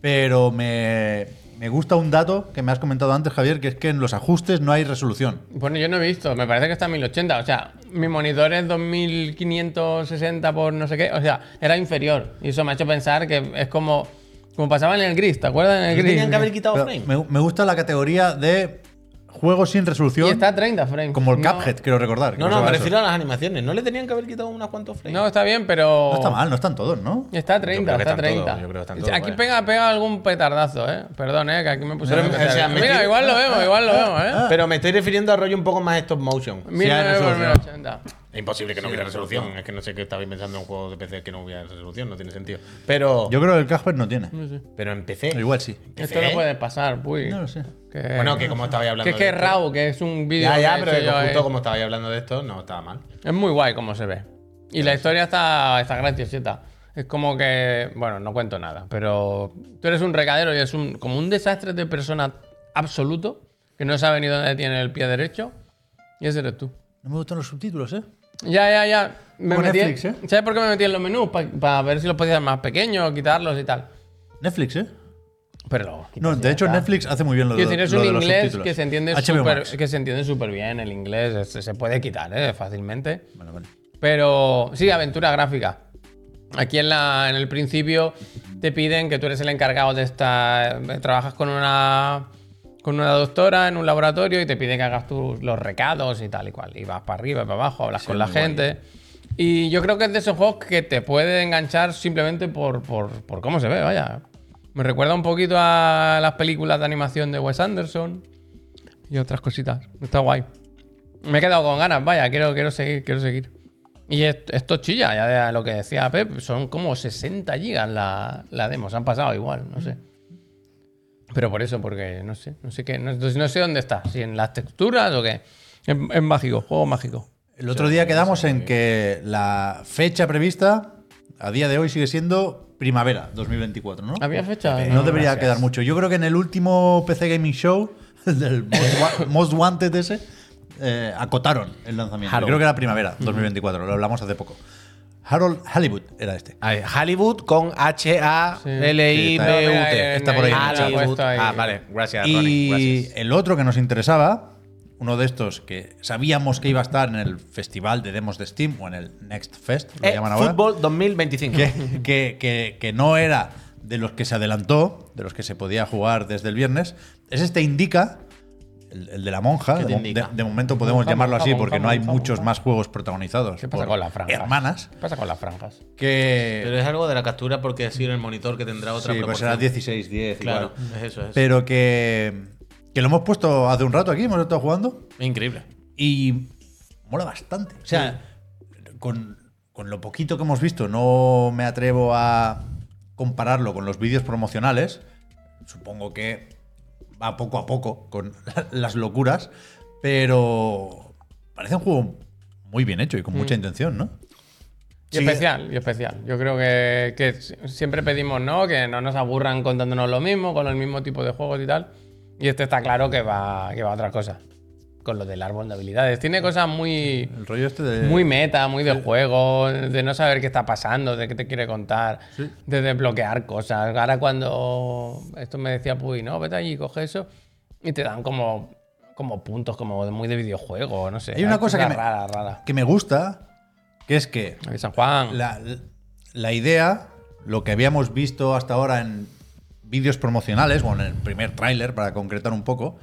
S1: Pero me, me gusta un dato que me has comentado antes, Javier, que es que en los ajustes no hay resolución.
S3: Bueno, yo no he visto, me parece que está en 1080, o sea, mi monitor es 2560 por no sé qué, o sea, era inferior. Y eso me ha hecho pensar que es como, como pasaba en el gris, ¿te acuerdas? En el gris.
S2: Tenían que haber quitado
S1: Pero
S2: frame.
S1: me, me gusta la categoría de juegos sin
S3: y
S1: resolución,
S3: está a 30 frames.
S1: como el
S3: No-
S1: Cuphead, quiero recordar. que
S2: No, no,
S1: pasaba
S2: me
S1: eso.
S2: refiero a las animaciones. ¿No le tenían que haber quitado unos cuantos frames?
S3: No, está bien, pero...
S1: No está mal, no están todos, ¿no?
S3: Está a
S2: Yo
S3: 30,
S2: creo que
S3: está
S2: están
S3: a 30.
S2: todos, yo creo que están todos,
S3: aquí
S2: vaya.
S3: pega, pega algún petardazo, ¿eh? Perdón, ¿eh? Que aquí me pusieron...
S2: Pero, o
S3: petardazo.
S2: sea, me Ah.
S3: mira,
S2: estoy-
S3: igual lo vemos, igual lo vemos, ¿eh?
S2: Pero me estoy refiriendo a rollo un poco más stop motion.
S1: hay
S3: 1900 por
S1: resolución.
S3: 1080.
S2: Es imposible que no hubiera resolución. Es que no sé qué estaba pensando en un juego de PC que no hubiera resolución. No tiene sentido. Pero,
S1: Yo creo que el Cuphead no tiene.
S2: pero empecé.
S1: Igual sí.
S3: Esto
S2: ¿eh?
S3: no puede pasar, uy.
S1: No lo sé.
S3: Que,
S2: Bueno, que como estabais hablando.
S3: que es que
S2: de
S3: es
S2: esto-
S3: RAW, que es un vídeo...
S2: Ya, ya,
S3: que he
S2: pero que
S3: hecho yo,
S2: justo
S3: eh.
S2: como estabais hablando de esto, no estaba mal.
S3: Es muy guay como se ve. Y la historia está, está graciosita. Es como que, bueno, no cuento nada, pero tú eres un recadero y es un, como un desastre de persona absoluto que no sabe ni dónde tiene el pie derecho. Y ese eres tú.
S1: No me gustan los subtítulos, ¿eh?
S3: Ya, ya, ya. Me
S1: Como
S3: metí-
S1: Netflix, ¿eh?
S3: ¿Sabes por qué me metí en los menús? Para ver si los podía hacer más pequeños, quitarlos y tal.
S1: Netflix, ¿eh?
S3: Pero lo
S1: No, de hecho Netflix hace muy bien lo, de-
S3: Quiero decir, es
S1: lo
S3: un
S1: de los
S3: inglés
S1: subtítulos.
S3: que se entiende
S1: HBO
S3: súper-
S1: Max.
S3: que se entiende súper bien el inglés. este, se puede quitar, ¿eh? Fácilmente.
S1: Vale, vale.
S3: Pero sí, aventura gráfica. Aquí en, la, en el principio te piden que tú eres el encargado de esta. Trabajas con una, con una doctora en un laboratorio y te piden que hagas tú los recados y tal y cual. Y vas para arriba, y para abajo, hablas con la
S1: muy guay.
S3: gente. Y yo creo que es de esos juegos que te puede enganchar simplemente por, por, por cómo se ve, vaya. Me recuerda un poquito a las películas de animación de Wes Anderson y otras cositas. Está guay. Me he quedado con ganas, vaya, quiero, quiero seguir, quiero seguir. Y est- esto chilla, ya de lo que decía Pep, son como 60 gigas la, la demo, se han pasado igual, no sé. Pero por eso, porque no sé, no sé qué, no, no sé dónde está, si en las texturas o qué. Es, es mágico, juego mágico.
S1: El otro día quedamos en que la fecha prevista a día de hoy sigue siendo primavera 2024, ¿no? Eh,
S3: ¿Había fecha?
S1: No debería quedar mucho. Yo creo que en el último PC Gaming Show, el del Most, Wa- Most Wanted ese, eh, acotaron el lanzamiento.
S2: Harold.
S1: Creo que era primavera 2024, lo hablamos hace poco. Harold Hollywood era este.
S2: A ver, Hollywood con
S3: Sí, está-
S2: H-A-L-I-B-U-T.
S1: está por ahí en el
S3: chat.
S2: E Hollywood. Ah,
S3: Ahí.
S2: vale. Gracias, Ronnie.
S1: Y
S2: Gracias.
S1: el otro que nos interesaba, uno de estos que sabíamos que iba a estar en el festival de demos de Steam o en el Next Fest, lo
S2: Eh,
S1: llaman ahora.
S2: Fútbol 2025.
S1: que, que- que- que no era de los que se adelantó, de los que se podía jugar desde el viernes, es este Indica, El, el de la monja,
S2: ¿Qué te
S1: de, mo-
S2: indica?
S1: de- de momento podemos
S3: Monja,
S1: llamarlo así
S3: monja,
S1: porque
S3: monja,
S1: no hay
S3: monja,
S1: muchos
S3: monja.
S1: más juegos protagonizados
S3: ¿Qué pasa
S1: por
S3: con las franjas?
S1: hermanas.
S3: ¿Qué pasa con las franjas?
S1: Que
S2: Pero es algo de la captura porque así en el monitor que tendrá otra
S1: Eh, Sí, pues
S2: proporción.
S1: será 16, 10,
S2: Claro,
S1: igual.
S2: es eso, es eso.
S1: Pero que, que lo hemos puesto hace un rato aquí, hemos estado jugando
S2: Increíble.
S1: y mola bastante. O sea, con, con lo poquito que hemos visto, no me atrevo a compararlo con los vídeos promocionales. Supongo que va poco a poco con las locuras, pero parece un juego muy bien hecho y con mucha intención, ¿no?
S3: Y
S2: Sí.
S3: especial, Mm. y especial. Yo creo que, que si- siempre pedimos, ¿no? Que no nos aburran contándonos lo mismo, con el mismo tipo de juegos y tal. Y este está claro que va, que va a otra cosa. Con lo del árbol de habilidades. Tiene cosas muy,
S1: El rollo este de...
S3: muy meta, muy de juego, de no saber qué está pasando, de qué te quiere contar, de desbloquear cosas. Ahora cuando esto me decía Puy, no, vete allí, coge eso. Y te dan como, como puntos, como de- muy de videojuego, no sé.
S1: Hay una cosa que me-
S3: rara, rara.
S1: que me gusta, que es que
S3: Aquí San Juan.
S1: la, la idea, lo que habíamos visto hasta ahora en vídeos promocionales, bueno, en el primer tráiler, para concretar un poco,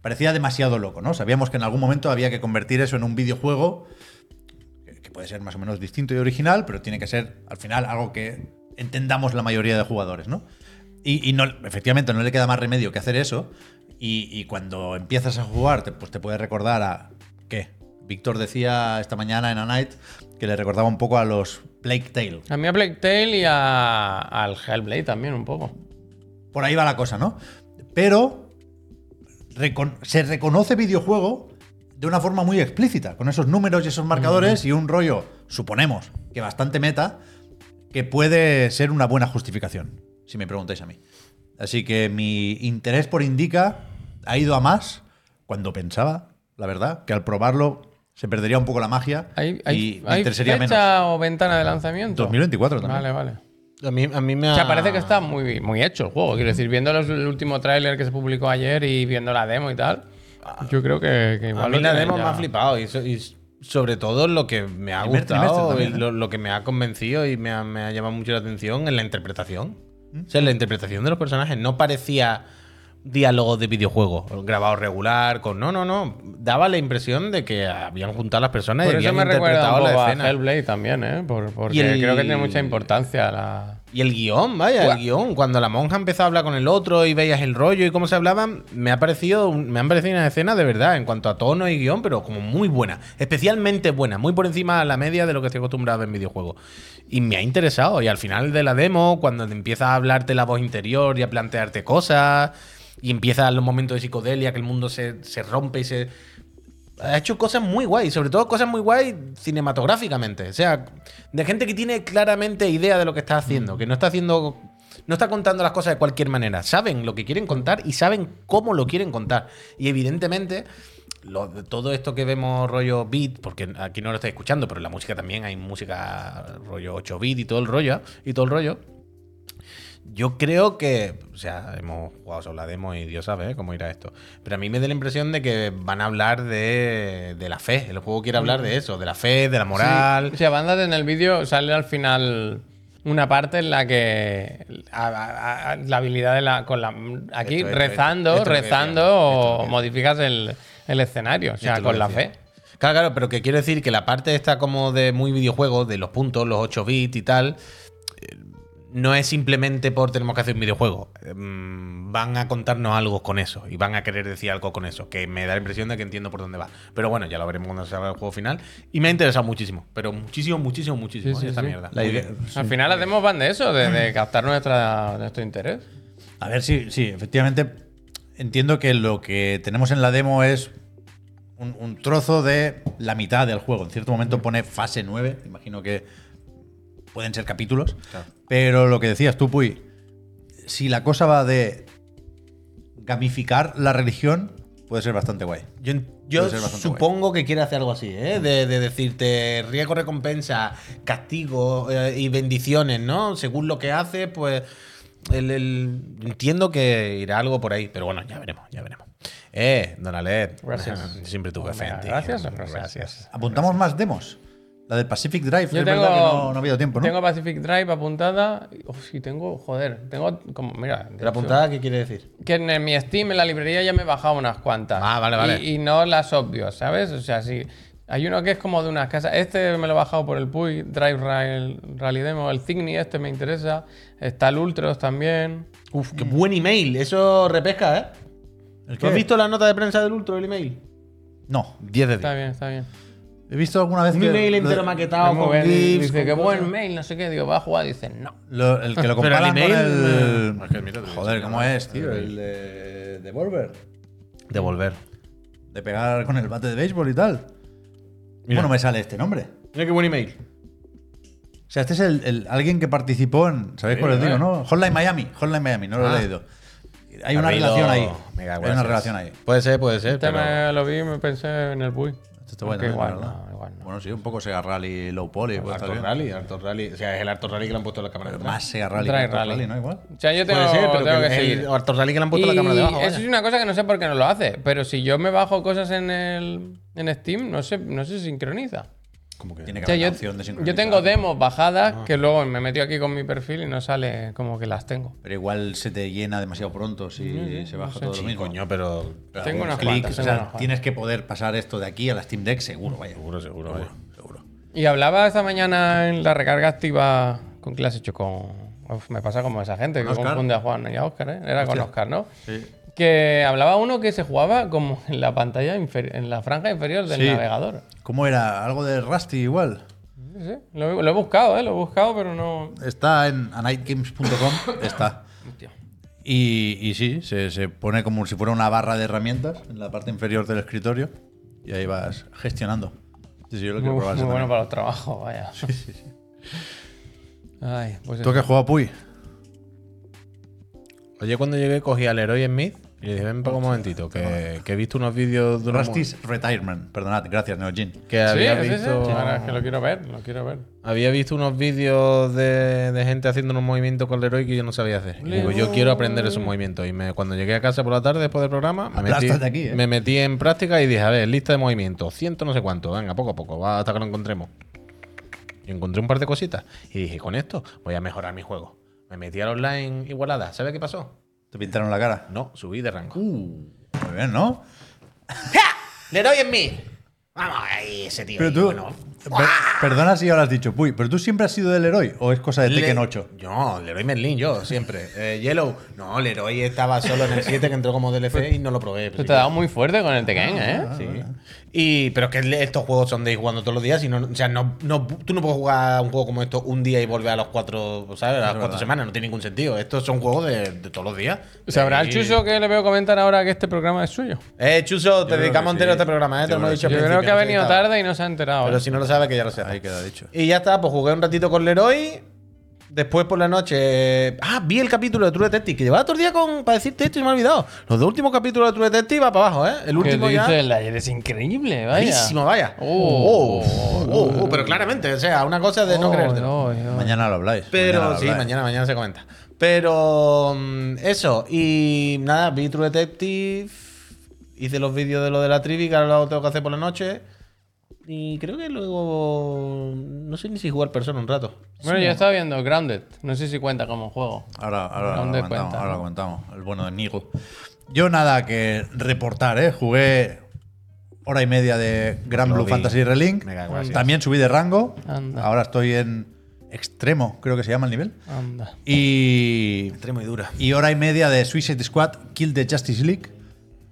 S1: parecía demasiado loco, ¿no? Sabíamos que en algún momento había que convertir eso en un videojuego, que- que puede ser más o menos distinto y original, pero tiene que ser, al final, algo que entendamos la mayoría de jugadores, ¿no? Y, y no, efectivamente no le queda más remedio que hacer eso. Y, y cuando empiezas a jugar, te, pues te puede recordar a. ¿Qué? Víctor decía esta mañana en A Night que le recordaba un poco a los Plague Tale.
S3: A mí a Plague Tale y a- al Hellblade también un poco.
S1: Por ahí va la cosa, ¿no? Pero recon- se reconoce videojuego de una forma muy explícita, con esos números y esos marcadores y un rollo, suponemos, que bastante meta, que puede ser una buena justificación, si me preguntáis a mí. Así que mi interés por Indica ha ido a más cuando pensaba, la verdad, que al probarlo se perdería un poco la magia
S3: ¿Hay,
S1: y
S3: hay,
S1: me
S3: hay
S1: interesaría
S3: fecha
S1: menos.
S3: o ventana de lanzamiento?
S1: 2024 también.
S3: Vale, vale.
S2: A mí, a mí me ha...
S3: O sea, parece que está muy, muy hecho el juego. Quiero decir, viendo los- el último tráiler que se publicó ayer y viendo la demo y tal, yo creo que, que igual
S2: A mí
S3: lo
S2: la
S3: tienen
S2: demo
S3: ya.
S2: me ha flipado y, so- y s- sobre todo lo que me ha
S1: Primer
S2: gustado
S1: trimestre también,
S2: y
S1: ¿eh?
S2: lo, lo que me ha convencido y me ha, me ha llamado mucho la atención es la interpretación. O sea, la interpretación de los personajes no parecía diálogos de videojuego grabado regular con no no no daba la impresión de que habían juntado a las personas
S3: Por
S2: y
S3: eso
S2: habían
S3: me recuerda
S2: interpretado
S3: un
S2: la
S3: poco a
S2: escena
S3: Hellblade también, ¿eh? Por- porque
S2: Y el-
S3: creo que tiene mucha importancia la...
S2: Y el guión, vaya, el guión. Cuando la monja empezó a hablar con el otro y veías el rollo y cómo se hablaban, me ha parecido, un- me han parecido una escena de verdad en cuanto a tono y guión, pero como muy buena. Especialmente buena, muy por encima de la media de lo que estoy acostumbrado a ver en videojuegos. Y me ha interesado. Y al final de la demo, cuando te empieza a hablarte la voz interior y a plantearte cosas, y empiezan los momentos de psicodelia, que el mundo se, se rompe y se ha hecho cosas muy guay, sobre todo cosas muy guay cinematográficamente. O sea, de gente que tiene claramente idea de lo que está haciendo, que no está haciendo. No está contando las cosas de cualquier manera. Saben lo que quieren contar y saben cómo lo quieren contar. Y evidentemente, lo- todo esto que vemos rollo beat, porque aquí no lo estáis escuchando, pero en la música también hay música rollo 8 bit y todo el rollo. Y todo el rollo. Yo creo que, o sea, hemos jugado sobre la demo y Dios sabe ¿eh? cómo irá esto. Pero a mí me da la impresión de que van a hablar de, de la fe. El juego quiere hablar de eso, de la fe, de la moral.
S3: Sí, o sea, Bandad en el vídeo sale al final una parte en la que a- a- a- la habilidad de la con la aquí
S2: Esto, esto,
S3: rezando,
S2: esto, esto es lo que
S3: rezando
S2: decía, esto es lo
S3: o
S2: que-
S3: modificas el, el escenario, o sea,
S2: Esto lo
S3: con la
S2: decía.
S3: fe.
S2: Claro, claro, pero que quiero decir que la parte esta como de muy videojuego, de los puntos, los 8 bits y tal, eh, no es simplemente por tenemos que hacer un videojuego. Eh, mm, Van a contarnos algo con eso y van a querer decir algo con eso, que me da la impresión de que entiendo por dónde va. Pero bueno, ya lo veremos cuando salga el juego final. Y me ha interesado muchísimo, pero muchísimo, muchísimo, muchísimo
S3: Sí, sí,
S2: esta
S3: sí.
S2: mierda.
S1: La
S2: Muy
S1: idea-
S2: bien.
S3: Al final las demos van de eso, de, de captar nuestra, nuestro interés.
S1: A ver, sí, sí, efectivamente. Entiendo que lo que tenemos en la demo es un, un trozo de la mitad del juego. En cierto momento pone fase 9, imagino que pueden ser capítulos. Pero lo que decías tú, Puy, si la cosa va de gamificar la religión, puede ser bastante guay.
S2: Yo, yo
S1: Puede ser bastante
S2: supongo que quiere hacer algo así, ¿eh? De, de decirte riesgo, recompensa, castigo eh, y bendiciones, ¿no? Según lo que hace, pues. el- el- entiendo que irá algo por ahí, pero bueno, ya veremos, ya veremos. Eh, Don Aled,
S3: Gracias.
S2: siempre tuve fe en ti.
S1: Pues
S3: Gracias, gracias.
S2: gracias.
S1: ¿Apuntamos más demos? La del Pacific Drive.
S3: Yo
S1: es
S3: tengo,
S1: verdad que no, no ha habido tiempo, ¿no?
S3: tengo Pacific Drive apuntada. Uf, y oh, tengo, joder, tengo como, mira. de
S2: ¿La
S3: hecho,
S2: puntada qué quiere decir?
S3: Que en mi Steam, en la librería, ya me he bajado unas cuantas.
S2: Ah, vale, vale.
S3: Y, y no las obvio, ¿sabes? O sea, sí. Hay uno que es como de unas casas. Este me lo he bajado por el Puy, Drive Rail, Rally Demo. El Cigni, este me interesa. Está el Ultros también.
S2: Uf,
S3: Mm.
S2: qué buen email. Eso repesca, ¿eh?
S1: ¿El
S2: ¿Tú has
S1: qué?
S2: visto la nota de prensa del Ultra, el email?
S1: No.
S2: 10 de
S3: Está bien, está bien.
S1: He visto alguna vez
S2: Un
S1: que.
S2: email
S1: lo-
S2: entero
S1: Ah,
S2: maquetado
S3: Muy
S2: con
S3: bien.
S2: GIFs.
S3: Dice
S2: con
S3: que
S2: cosas.
S3: buen mail, no sé qué. Digo, va a jugar. Dice, no.
S1: lo- el que lo
S2: Pero el
S1: comparan
S2: email,
S1: con
S2: eh,
S1: el.
S4: es que mira, te voy a
S1: Joder,
S4: enseñar
S1: ¿cómo
S4: ahora.
S1: es, tío? El de. de Volver.
S2: Devolver.
S1: De pegar con el bate de béisbol y tal.
S2: Mira.
S1: Bueno, me sale este nombre.
S2: Mira qué buen email.
S1: O sea, este es el, el- alguien que participó en. ¿Sabéis
S4: Sí,
S1: cuál os digo,
S4: eh.
S1: no? Hotline Miami. Hotline Miami, no lo
S2: Ah.
S1: he leído. Hay una relación ahí. Hay una relación ahí.
S2: Puede ser, puede ser.
S3: Este me lo vi y me pensé en el Puy.
S1: Esto está bueno,
S3: Aunque
S1: ¿eh?
S3: igual
S1: La verdad.
S3: no, igual no.
S1: Bueno, sí, un poco Sega Rally Low Poly. puede estar
S2: Arto
S1: bien.
S2: Rally, Arto Rally. O sea, es el Arto Rally que le han puesto en la cámara de
S1: Pero
S2: atrás.
S1: Más Sega Rally.
S3: Dry
S1: que Arto
S3: Rally.
S1: ¿no? Igual.
S3: O sea, yo tengo,
S2: Puede ser, pero
S3: tengo que,
S2: que el-
S3: seguir.
S2: el Arto Rally que le han puesto en la cámara de abajo.
S3: eso
S2: vaya.
S3: es una cosa que no sé por qué no lo hace. Pero si yo me bajo cosas en el en Steam, no sé, no se sincroniza.
S4: Como que
S1: Tiene que
S3: O sea,
S1: haber
S3: yo,
S1: una opción de
S3: yo
S1: sincronizar.
S3: tengo demos bajadas
S2: Ah.
S3: que luego me metí aquí con mi perfil y no sale como que las tengo.
S1: Pero igual se te llena demasiado pronto si se baja todo lo
S2: Sí,
S1: mismo.
S4: coño, pero.
S1: Pero
S3: Tengo
S1: algún
S3: unas
S1: clic,
S3: cuantas,
S1: o
S3: tengo
S1: sea,
S3: unas cuantas.
S1: tienes que poder pasar esto de aquí a la Steam Deck seguro, vaya.
S4: Seguro, seguro, vaya. seguro.
S3: Y hablaba esta mañana en la recarga activa con que la has hecho con. Uf, me pasa como esa gente que
S1: Oscar.
S3: confunde a Juan y a Oscar, ¿eh? Era con Oscar, ¿no? Que hablaba uno que se jugaba como en la pantalla inferi- en la franja inferior del
S1: Sí.
S3: navegador.
S1: ¿Cómo era? Algo de Rusty igual.
S3: No sé, lo, lo he buscado, ¿eh? Lo he buscado, pero no.
S1: Está en anightgames.com, está. Y, y sí, se, se pone como si fuera una barra de herramientas en la parte inferior del escritorio y ahí vas gestionando. Sí, sí, yo lo
S3: Muy,
S1: quiero probar.
S3: muy
S1: ese también.
S3: bueno para los trabajos, vaya. Ay, pues
S1: ¿Tú que has jugado Puy?
S4: Oye, cuando llegué cogí al Leroy Smith y le dije, ven para un momentito, que, que he visto unos vídeos de unos
S1: Rusty's Retirement. Perdonad, gracias, Neojin.
S4: que
S3: Sí,
S4: había
S3: sí, sí,
S4: visto.
S3: sí, la verdad es que lo quiero ver, lo quiero ver.
S4: Había visto unos vídeos de, de gente haciendo unos movimientos con Leroy que yo no sabía hacer. Y digo, yo quiero aprender esos movimientos. Y me, cuando llegué a casa por la tarde después del programa, me metí,
S1: Aplástate aquí, eh.
S4: me metí en práctica y dije, a ver, lista de movimientos, ciento no sé cuánto, venga, poco a poco, va hasta que lo encontremos. Y encontré un par de cositas. Y dije, con esto voy a mejorar mi juego. Me metí al online igualada. ¿Sabes qué pasó?
S1: Te pintaron la cara.
S4: No, subí de rango.
S1: Muy bien, ¿no?
S4: Leroy Smith. Vamos ahí, ese tío.
S1: Pero
S4: ahí,
S1: tú.
S4: bueno. ¡Ah!
S1: per- perdona si ya lo has dicho, Puy, pero tú siempre has sido del héroe o es cosa de
S4: Le-
S1: Tekken 8.
S4: Yo, Leroy Merlin, yo, siempre. Eh, Yellow. No, Leroy estaba
S2: Solo en el 7 que entró como DLC y no lo probé.
S3: Tú te has dado muy fuerte con el Tekken, ¿eh?
S4: Sí.
S2: Y, pero es que le- estos juegos son de ir jugando todos los días. Y no, o sea, no, no- tú no puedes jugar un juego como esto un día y volver a los cuatro, ¿sabes? A las cuatro
S1: verdad.
S2: semanas. No tiene ningún sentido. Estos son juegos de, de todos los días.
S3: ¿Sabrá el
S2: Y-
S3: chuso que le veo comentar ahora que este programa es suyo?
S2: Eh, Chuso, te
S1: creo que
S2: dedicamos entero a
S1: sí.
S2: este programa, ¿eh? Te
S1: Yo
S2: lo
S1: creo
S2: hemos dicho
S3: Yo
S2: al
S3: creo
S2: principio,
S3: que ha
S2: no sé
S3: venido
S2: qué tal.
S3: tarde y no se ha enterado.
S2: Pero
S3: ¿eh?
S2: si no lo sabe, que ya lo sepa.
S1: Ahí queda dicho.
S2: Y ya está, pues jugué un ratito con Leroy. Después por la noche. Ah, vi el capítulo de True Detective. Que llevaba todo el día con, para decirte esto y me he olvidado. Los dos últimos capítulos de True Detective va para abajo, ¿eh? El
S3: Que
S2: último
S3: dice
S2: ya.
S3: el ayer es increíble, vaya.
S2: Buenísimo, vaya.
S3: Oh.
S2: Oh, oh, oh, pero claramente, o sea, una cosa de no
S3: Oh,
S2: creerte.
S3: no, no.
S1: Ah. Mañana lo habláis.
S2: Pero
S1: mañana lo
S2: sí,
S1: habláis.
S2: mañana, mañana se comenta. Pero mm, eso, y nada, vi True Detective, hice los vídeos de lo de la trivi, que ahora lo tengo que hacer por la noche. Y creo que luego. No sé ni si jugar persona un rato.
S3: Bueno, yo estaba viendo Grounded. No sé si cuenta como juego.
S1: Ahora, ahora,
S3: No
S1: lo
S3: te
S1: comentamos,
S3: cuenta,
S1: ahora
S3: ¿no?
S1: lo comentamos. El bueno de Nigo. Yo nada que reportar, ¿eh? Jugué hora y media de Grand
S4: Lo
S1: Blue
S4: vi.
S1: Fantasy Relink.
S4: Me cago en Dios.
S1: También subí de rango.
S3: Anda.
S1: Ahora estoy en extremo, creo que se llama el nivel.
S3: Anda.
S1: Y
S2: Extremo y dura.
S1: y hora y media de Suicide Squad Kill the Justice League,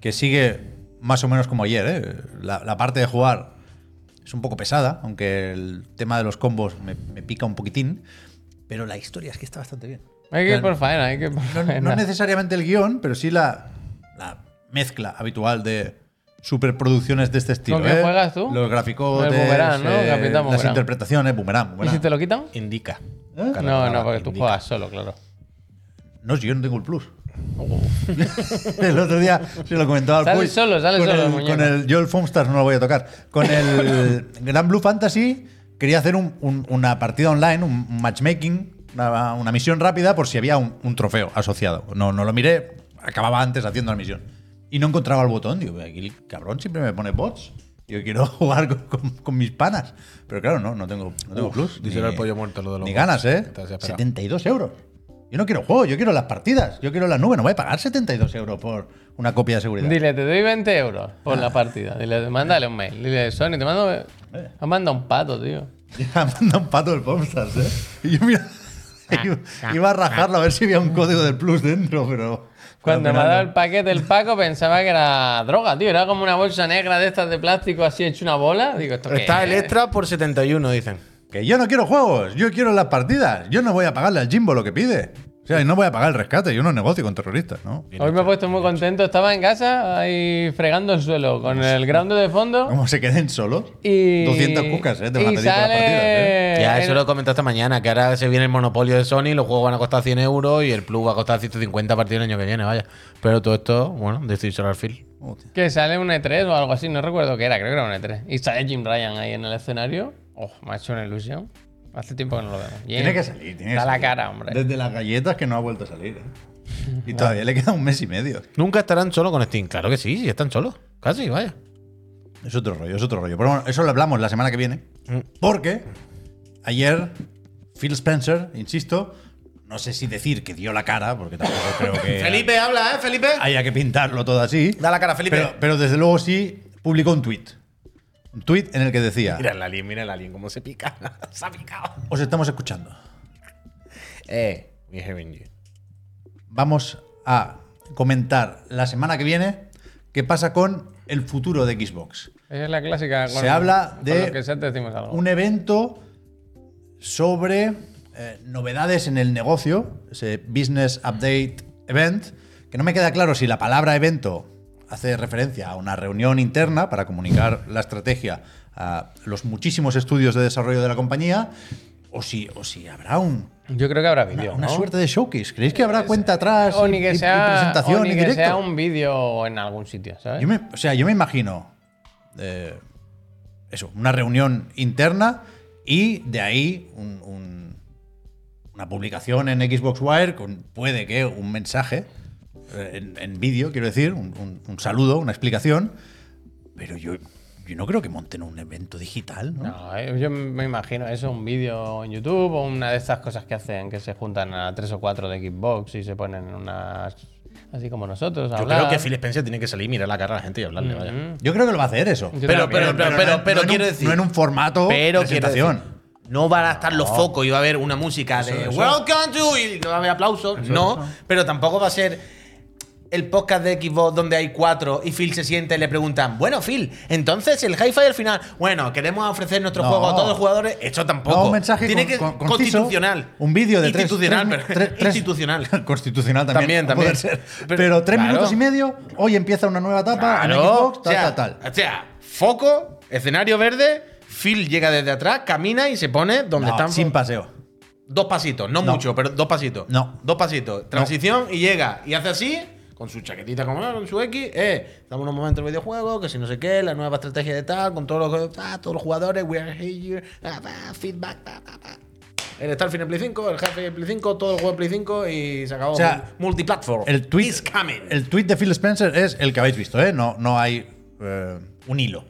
S1: que sigue más o menos como ayer. ¿eh? La, la parte de jugar es un poco pesada, aunque el tema de los combos me, me pica un poquitín, pero la historia es que está bastante bien.
S3: Hay que ir
S1: Claro.
S3: por faena, hay que ir por
S1: No,
S3: faena.
S1: no necesariamente el guión, pero sí la, la mezcla habitual de superproducciones de este estilo.
S3: qué
S1: ¿eh?
S3: juegas tú?
S1: Los gráficos,
S3: El Boomerang, ¿no? Capitán
S1: las
S3: Boomerang.
S1: interpretaciones, boomerang,
S3: ¿Y
S1: boomerang.
S3: si te lo quitan?
S4: Indica.
S3: No, no, porque tú juegas solo, claro.
S1: No, si yo no tengo el plus. el otro día se lo comentaba al
S3: Sale
S1: Puy.
S3: solo, sale
S1: con
S3: solo el
S1: El,
S3: muñeco.
S1: con el, yo el Foamstars no lo voy a tocar. Con el Gran Blue Fantasy quería hacer un- un- una partida online, un un matchmaking, una, una misión rápida por si había un, un trofeo asociado. No, no lo miré, acababa antes haciendo la misión. Y no encontraba el botón. Digo, aquí el cabrón siempre me pone bots. Yo quiero jugar con, con- con mis panas. Pero claro, no, no tengo, no tengo plus.
S4: díselo
S1: ni-
S4: al pollo muerto lo de los
S1: Ni
S4: bots.
S1: ganas, ¿eh?
S4: Entonces, espera.
S1: 72 euros. Yo no quiero juego, yo quiero las partidas, yo quiero la nube. No voy a pagar 72 euros por una copia de seguridad.
S3: Dile, te doy 20 euros por
S1: Ah.
S3: la partida. Dile, mándale un mail. Dile, Sony, te mando.
S1: Eh.
S3: Me manda un pato, tío.
S1: Ya manda un pato del Popstars, ¿eh? Y yo, mira, iba- iba a rajarlo a ver si había un código del Plus dentro, pero.
S3: Cuando
S1: pero al
S3: me ha
S1: final
S3: dado
S1: no.
S3: el paquete el Paco pensaba que era droga, tío. Era como una bolsa negra de estas de plástico así hecho una bola. Digo, esto qué
S2: Está
S3: es?
S2: el extra por 71, dicen.
S1: Que yo no quiero juegos, yo quiero las partidas. Yo no voy a pagarle al Jimbo lo que pide. O sea, y no voy a pagar el rescate, yo no negocio con terroristas, ¿no?
S3: Hoy me he puesto muy contento. Estaba en casa ahí fregando el suelo con el ground de fondo.
S1: ¿Cómo se queden solos?
S3: Y,
S1: 200 cucas, ¿eh? Te van a
S3: y
S1: pedir por las
S3: sale-
S1: partidas, ¿eh?
S3: en-
S2: Ya, eso lo comentaste mañana, que ahora se viene el monopolio de Sony, los juegos van a costar 100 euros y el Plus va a costar 150 a partir del año que viene, vaya. Pero todo esto, bueno, decidirlo al fil.
S1: Hostia.
S3: Que sale un E3 o algo así, no recuerdo qué era, creo que era un E3. Y sale Jim Ryan ahí en el escenario. Oh, me ha hecho una ilusión. Hace tiempo que no lo veo.
S1: Tiene que salir, tiene que
S3: Da la
S1: salir.
S3: cara, hombre.
S1: Desde las galletas que no ha vuelto a salir, ¿eh? Y todavía le queda un mes y medio.
S2: Nunca estarán solos con Steam. Claro que sí, sí, están solos. Casi, vaya.
S1: Es otro rollo, es otro rollo. Pero bueno, eso lo hablamos la semana que viene.
S3: Mm.
S1: Porque ayer Phil Spencer, insisto, no sé si decir que dio la cara, porque tampoco creo que
S2: habla, ¿eh, Felipe?
S1: haya que pintarlo todo así.
S2: Da la cara, Felipe.
S1: Pero, pero desde luego sí publicó un tweet. Un tweet en el que decía,
S4: el alien, mira el alien, cómo se pica. se ha picado.
S1: os estamos escuchando.
S4: Eh, we hearing you.
S1: Vamos a comentar la semana que viene qué pasa con el futuro de Xbox.
S3: Esa es la clásica.
S1: Se habla de
S3: Con lo que sea te decimos algo.
S1: un evento sobre eh, novedades en el negocio, ese Business Update Event, que no me queda claro si la palabra evento hace referencia a una reunión interna para comunicar la estrategia a los muchísimos estudios de desarrollo de la compañía, o si, o si habrá un-
S3: Yo creo que habrá vídeo.
S1: una
S3: ¿no? Eh,
S1: suerte de showcase. ¿Creéis que habrá cuenta atrás
S3: O
S1: y-
S3: ni
S1: y-
S3: que
S1: y
S3: sea,
S1: presentación
S3: o ni
S1: en
S3: que
S1: directo?
S3: sea un vídeo en algún sitio, ¿sabes?
S1: Yo me, o sea, yo me imagino eh, eso, una reunión interna y de ahí un- un- una publicación en Xbox Wire con puede que un mensaje eh, en, en vídeo, quiero decir, un, un- un saludo, una explicación. Pero yo, yo no creo que monten un evento digital, ¿no?
S3: No, eh, yo me imagino eso, un vídeo en YouTube o una de estas cosas que hacen, que se juntan a tres o cuatro de Xbox y se ponen unas... Así como nosotros, a
S4: Yo
S3: hablar. Mm.
S4: creo que Phil Spencer tiene que salir, mirar la cara a la gente y hablarle, vaya.
S1: Yo creo que lo va a hacer eso.
S3: Mm-hmm. Yo Pero- también. pero-
S1: no en-
S2: pero-
S1: no
S2: pero
S1: en un-
S2: quiero decir-
S1: No en un formato
S2: Pero quiero
S1: presentación.
S2: decir, no van a estar los focos y va a haber una música de Welcome to y no va a haber aplausos. no, pero tampoco va a ser el podcast de Xbox donde hay cuatro y Phil se siente y le preguntan, bueno, Phil, entonces el hi-fi al final, bueno, queremos ofrecer nuestro
S1: No.
S2: juego a todos los jugadores. Esto tampoco.
S1: No, un mensaje
S2: Tiene
S1: con-
S2: que
S1: con- conciso,
S2: constitucional.
S1: Un vídeo de tres-
S2: institucional,
S1: tres-
S2: pero-
S1: tres- tres-
S2: institucional.
S1: Constitucional
S4: También,
S1: también. no
S4: también.
S1: puede ser. Pero,
S4: Pero-
S1: tres
S4: claro.
S1: minutos y medio, hoy empieza una nueva etapa en
S4: Claro,
S1: Xbox, tal,
S4: o sea,
S1: tal, tal.
S2: O sea, foco, escenario verde, Phil llega desde atrás, camina y se pone donde
S1: No,
S2: están
S1: sin paseo.
S2: Dos pasitos, no,
S1: No.
S2: mucho, pero dos pasitos.
S1: No.
S2: Dos pasitos. Transición y llega y hace así, con su chaquetita como ah, con su X, eh, dame unos momentos de videojuego, que si no sé qué, la nueva estrategia de tal, con todos los, ah, todos los jugadores, we are here, ah, bah, feedback, bah, bah, bah. El Starfield en Play 5, el jefe en Play 5, todo el juego en Play 5 y se acabó.
S1: O sea,
S2: multiplatform.
S1: El tweet,
S2: is coming.
S1: el tweet de Phil Spencer es el que habéis visto, ¿eh? No, no hay eh, un hilo.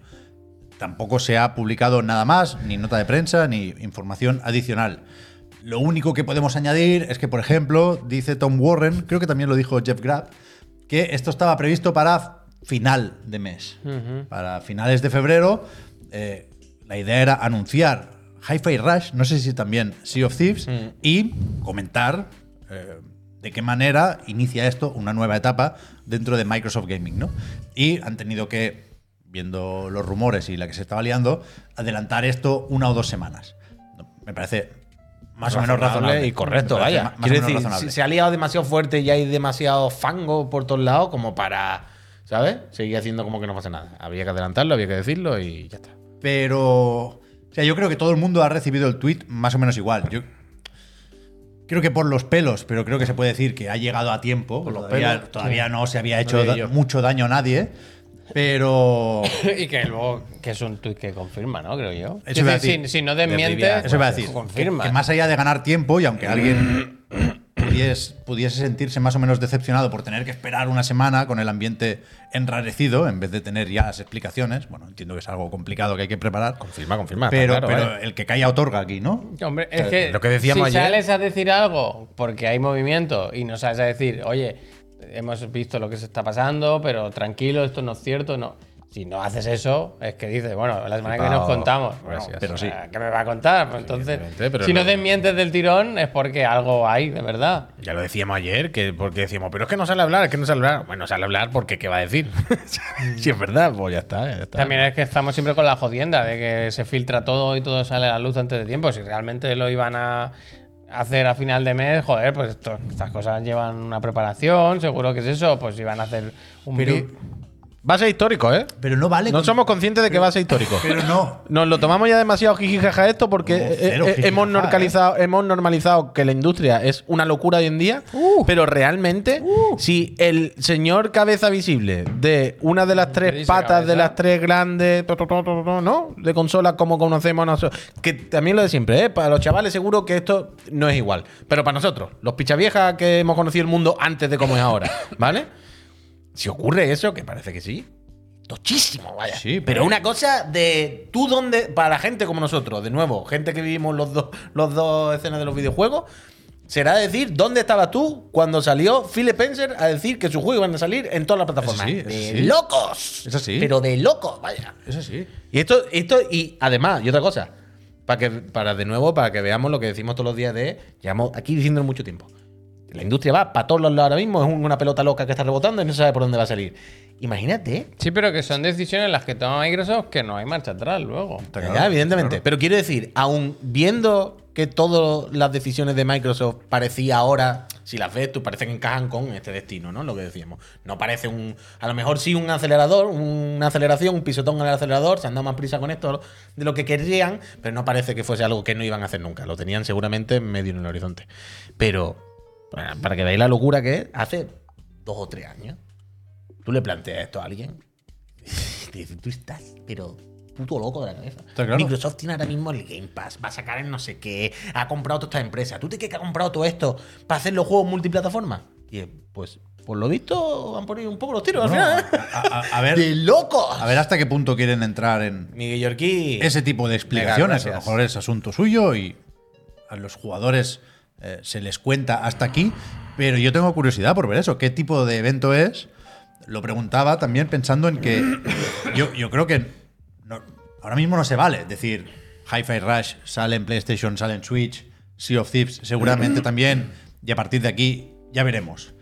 S1: Tampoco se ha publicado nada más, ni nota de prensa, ni información adicional. Lo único que podemos añadir es que, por ejemplo, dice Tom Warren, creo que también lo dijo Jeff Grapp, que esto estaba previsto para final de mes. Para finales de febrero, eh, la idea era anunciar Hi-Fi Rush, no sé si también Sea of Thieves, y comentar eh, de qué manera inicia esto una nueva etapa dentro de Microsoft Gaming, ¿no? Y han tenido que, viendo los rumores y la que se estaba liando, adelantar esto una o dos semanas. No, Me parece más o menos razonable.
S4: y correcto,
S1: Me parece
S4: vaya.
S1: ma- Más, o
S2: Quiero
S1: menos
S2: decir,
S1: razonable.
S2: si se ha liado demasiado fuerte y hay demasiado fango por todos lados como para, ¿sabes? Seguir haciendo como que no pasa nada. Había que adelantarlo, había que decirlo y ya está.
S1: Pero. O sea, yo creo que todo el mundo ha recibido el tweet más o menos igual. Yo creo que por los pelos, pero creo que se puede decir que ha llegado a tiempo. todavía
S4: pelos,
S1: todavía no se había hecho
S4: diría
S1: da-
S4: yo.
S1: mucho daño a nadie. Pero.
S3: y que luego, que es un tuit que confirma, ¿no? Creo yo.
S1: Eso iba a
S3: si,
S1: decir.
S3: si no desmiente,
S1: Eso iba a decir. Que,
S3: confirma.
S1: que más allá de ganar tiempo, y aunque alguien pudies- pudiese sentirse más o menos decepcionado por tener que esperar una semana con el ambiente enrarecido en vez de tener ya las explicaciones. Bueno, entiendo que es algo complicado que hay que preparar.
S2: Confirma, confirma. está
S1: Pero,
S2: claro,
S1: pero
S2: vale.
S1: el que calla otorga aquí, ¿no?
S3: Hombre,
S1: Eh,
S3: es que,
S2: lo que decíamos
S3: si
S2: ayer-
S3: sales a decir algo porque hay movimiento y no sales a decir, oye, hemos visto lo que se está pasando, pero tranquilo, esto no es cierto, no. Si no haces eso, es que dices, bueno, la semana que viene nos
S2: Flipao.
S3: contamos.
S2: Gracias.
S3: Bueno, pues,
S2: Pero
S3: o
S1: Pues sí.
S3: sea, ¿Qué me va a contar? Pues entonces,
S2: evidentemente, pero
S3: si no
S2: no-
S3: desmientes del tirón es porque algo hay, de verdad.
S2: Ya lo decíamos ayer, que porque decíamos, pero es que no sale a hablar, es que no sale a hablar. Bueno, sale a hablar porque ¿qué va a decir? si es verdad, pues ya está. ya está.
S3: También es que estamos siempre con la jodienda de que se filtra todo y todo sale a la luz antes de tiempo. Si realmente lo iban a hacer a final de mes, joder, pues esto- estas cosas llevan una preparación, seguro que es eso, pues iban a hacer un
S1: Pero-
S3: vi-
S2: Va a ser histórico, ¿eh?
S1: Pero no vale.
S2: No
S1: con-
S2: somos conscientes de que va a ser histórico.
S1: Pero no.
S2: Nos lo tomamos ya demasiado jijijaja esto porque
S1: No,
S2: eh,
S1: cero
S2: eh,
S1: jijijaja,
S2: hemos,
S1: ¿eh?
S2: normalizado, hemos normalizado que la industria es una locura hoy en día,
S1: Uh.
S2: pero realmente si el señor cabeza visible de una de las
S3: ¿Qué
S2: tres
S3: dice
S2: patas
S3: cabeza?
S2: de las tres grandes, to, to, to, to, to, ¿no? De consolas como conocemos nosotros, que también lo de siempre, ¿eh? para los chavales seguro que esto no es igual, pero para nosotros, los pichaviejas que hemos conocido el mundo antes de cómo es ahora, ¿vale? Si ocurre eso, que parece que sí, tochísimo, vaya.
S1: Sí,
S2: pero
S1: pero-
S2: una cosa de tú donde para la gente como nosotros, de nuevo, gente que vivimos los dos los dos escenas de los videojuegos, será decir dónde estabas tú cuando salió Phil Spencer a decir que sus juegos iban a salir en todas las plataformas.
S1: Eso sí, eso
S2: de
S1: sí.
S2: locos.
S1: Eso sí.
S2: Pero de locos, vaya.
S1: Eso sí.
S2: Y esto, esto, y además, y otra cosa, para que, para de nuevo, para que veamos lo que decimos todos los días de, llevamos aquí diciéndolo mucho tiempo. La industria va para todos los lados ahora mismo, es un- una pelota loca que está rebotando y no se sabe por dónde va a salir. Imagínate,
S3: Sí, pero que son decisiones las que toma Microsoft que no hay marcha atrás luego.
S1: Está
S2: Ya,
S1: claro,
S2: evidentemente.
S1: claro.
S2: Pero quiero decir, aun viendo que todas las decisiones de Microsoft parecía ahora, si las ves, tú parece que encajan con este destino, ¿no? Lo que decíamos. No parece un. A lo mejor sí un acelerador, una aceleración, un pisotón al acelerador, se han dado más prisa con esto de lo que querrían, pero no parece que fuese algo que no iban a hacer nunca. Lo tenían seguramente medio en el horizonte. Pero, para- para que veáis la locura que es, hace dos o tres años, tú le planteas esto a alguien te dice, tú estás, pero puto loco de la cabeza.
S1: Está claro.
S2: Microsoft tiene ahora mismo el Game Pass, va a sacar el no sé qué, ha comprado toda esta empresa. ¿Tú te crees que ha comprado todo esto para hacer los juegos multiplataforma? Y eh, pues, por lo visto, van por ahí un poco los tiros
S1: No,
S2: al
S1: a,
S2: final. ¿eh?
S1: a- a- a ver,
S2: ¡De locos!
S1: a ver hasta qué punto quieren entrar en
S2: Miguel Yorquí.
S1: ese tipo de explicaciones. a lo
S2: gracias.
S1: mejor es asunto suyo y a los jugadores eh, se les cuenta hasta aquí. Pero yo tengo curiosidad por ver eso. ¿Qué tipo de evento es? Lo preguntaba también pensando en que yo, yo creo que no- ahora mismo no se vale decir Hi-Fi Rush sale en PlayStation, sale en Switch, Sea of Thieves seguramente también. Y a partir de aquí ya veremos.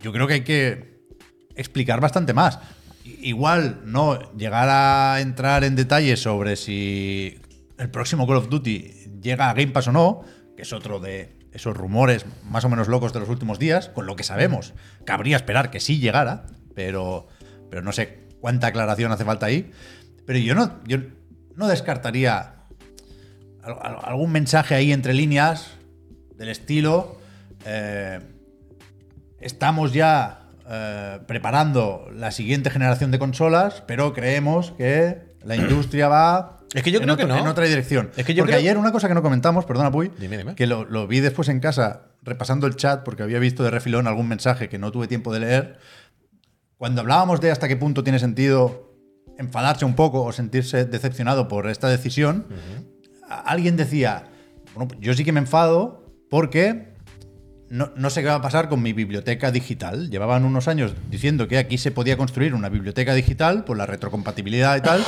S1: Yo creo que hay que explicar bastante más. I- Igual, no llegar a entrar en detalle sobre si el próximo Call of Duty llega a Game Pass o no, que es otro de esos rumores más o menos locos de los últimos días, con lo que sabemos. Cabría esperar que sí llegara, pero, pero no sé cuánta aclaración hace falta ahí. Pero yo no, yo no descartaría al- al- algún mensaje ahí entre líneas del estilo. eh, estamos ya eh, preparando la siguiente generación de consolas, pero creemos que la industria va
S2: Es que yo
S1: en,
S2: creo que
S1: otro-
S2: no.
S1: en otra dirección.
S2: Es que yo
S1: porque
S2: creo-
S1: ayer una cosa que no comentamos, perdona Puy,
S2: Dime, dime.
S1: que lo, lo vi después en casa repasando el chat porque había visto de refilón algún mensaje que no tuve tiempo de leer. Cuando hablábamos de hasta qué punto tiene sentido enfadarse un poco o sentirse decepcionado por esta decisión, a- alguien decía, bueno, pues yo sí que me enfado porque no, no sé qué va a pasar con mi biblioteca digital. Llevaban unos años diciendo que aquí se podía construir una biblioteca digital por la retrocompatibilidad y tal,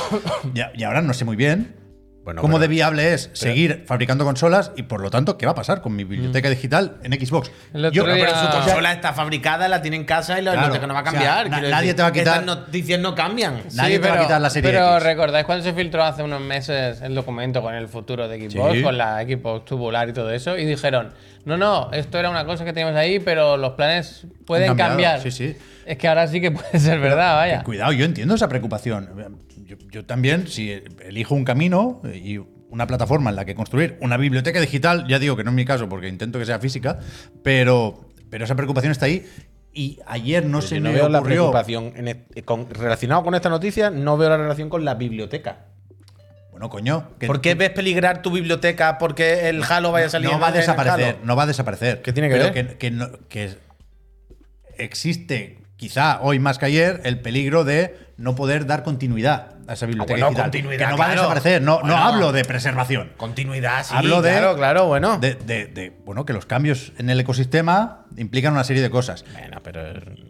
S1: y, a- y ahora no sé muy bien
S2: Bueno,
S1: cómo
S2: pero-
S1: de viable es seguir fabricando consolas y por lo tanto qué va a pasar con mi biblioteca
S2: Mm.
S1: digital en Xbox.
S3: El otro día-
S2: Pero su
S3: Ah.
S2: consola está fabricada, la tiene en casa y la
S1: Claro.
S2: biblioteca no va a
S1: O sea,
S2: cambiar.
S1: na-
S2: Quiero
S1: nadie
S2: decir,
S1: te va a quitar-
S2: Estas noticias no cambian.
S1: Nadie te va a quitar la serie
S3: pero
S1: X.
S3: recordáis cuando se filtró hace unos meses el documento con el futuro de Xbox,
S1: Sí.
S3: con la Xbox tubular y todo eso, y dijeron, no, no, esto era una cosa que teníamos ahí, pero los planes pueden
S1: Han cambiado,
S3: cambiar.
S1: sí, sí.
S3: Es que ahora sí que puede ser verdad, vaya.
S1: Cuidado, yo entiendo esa preocupación. Yo, yo también, si elijo un camino y una plataforma en la que construir una biblioteca digital, ya digo que no es mi caso porque intento que sea física, pero, pero esa preocupación está ahí. Y ayer no
S2: Yo
S1: se
S2: no
S1: me
S2: veo la
S1: ocurrió.
S2: preocupación en est- con- relacionado con esta noticia, no veo la relación con la biblioteca.
S1: Bueno, coño. que-
S5: ¿Por qué ves peligrar tu biblioteca porque el Halo vaya a salir?
S1: no
S5: en-
S1: va a
S5: en el
S1: desaparecer,
S5: Halo?
S1: no va a desaparecer.
S2: ¿Qué tiene que
S1: Pero
S2: ver?
S1: Que, que no- que existe, quizá hoy más que ayer, el peligro de no poder dar continuidad a esa biblioteca.
S5: Ah, bueno,
S1: digital.
S5: continuidad,
S1: que no va a
S5: claro.
S1: desaparecer, no,
S5: Bueno.
S1: no hablo de preservación.
S5: Continuidad, sí.
S1: Hablo de-
S5: Claro, claro, bueno.
S1: De, de- de, bueno, que los cambios en el ecosistema implican una serie de cosas.
S2: Bueno, pero.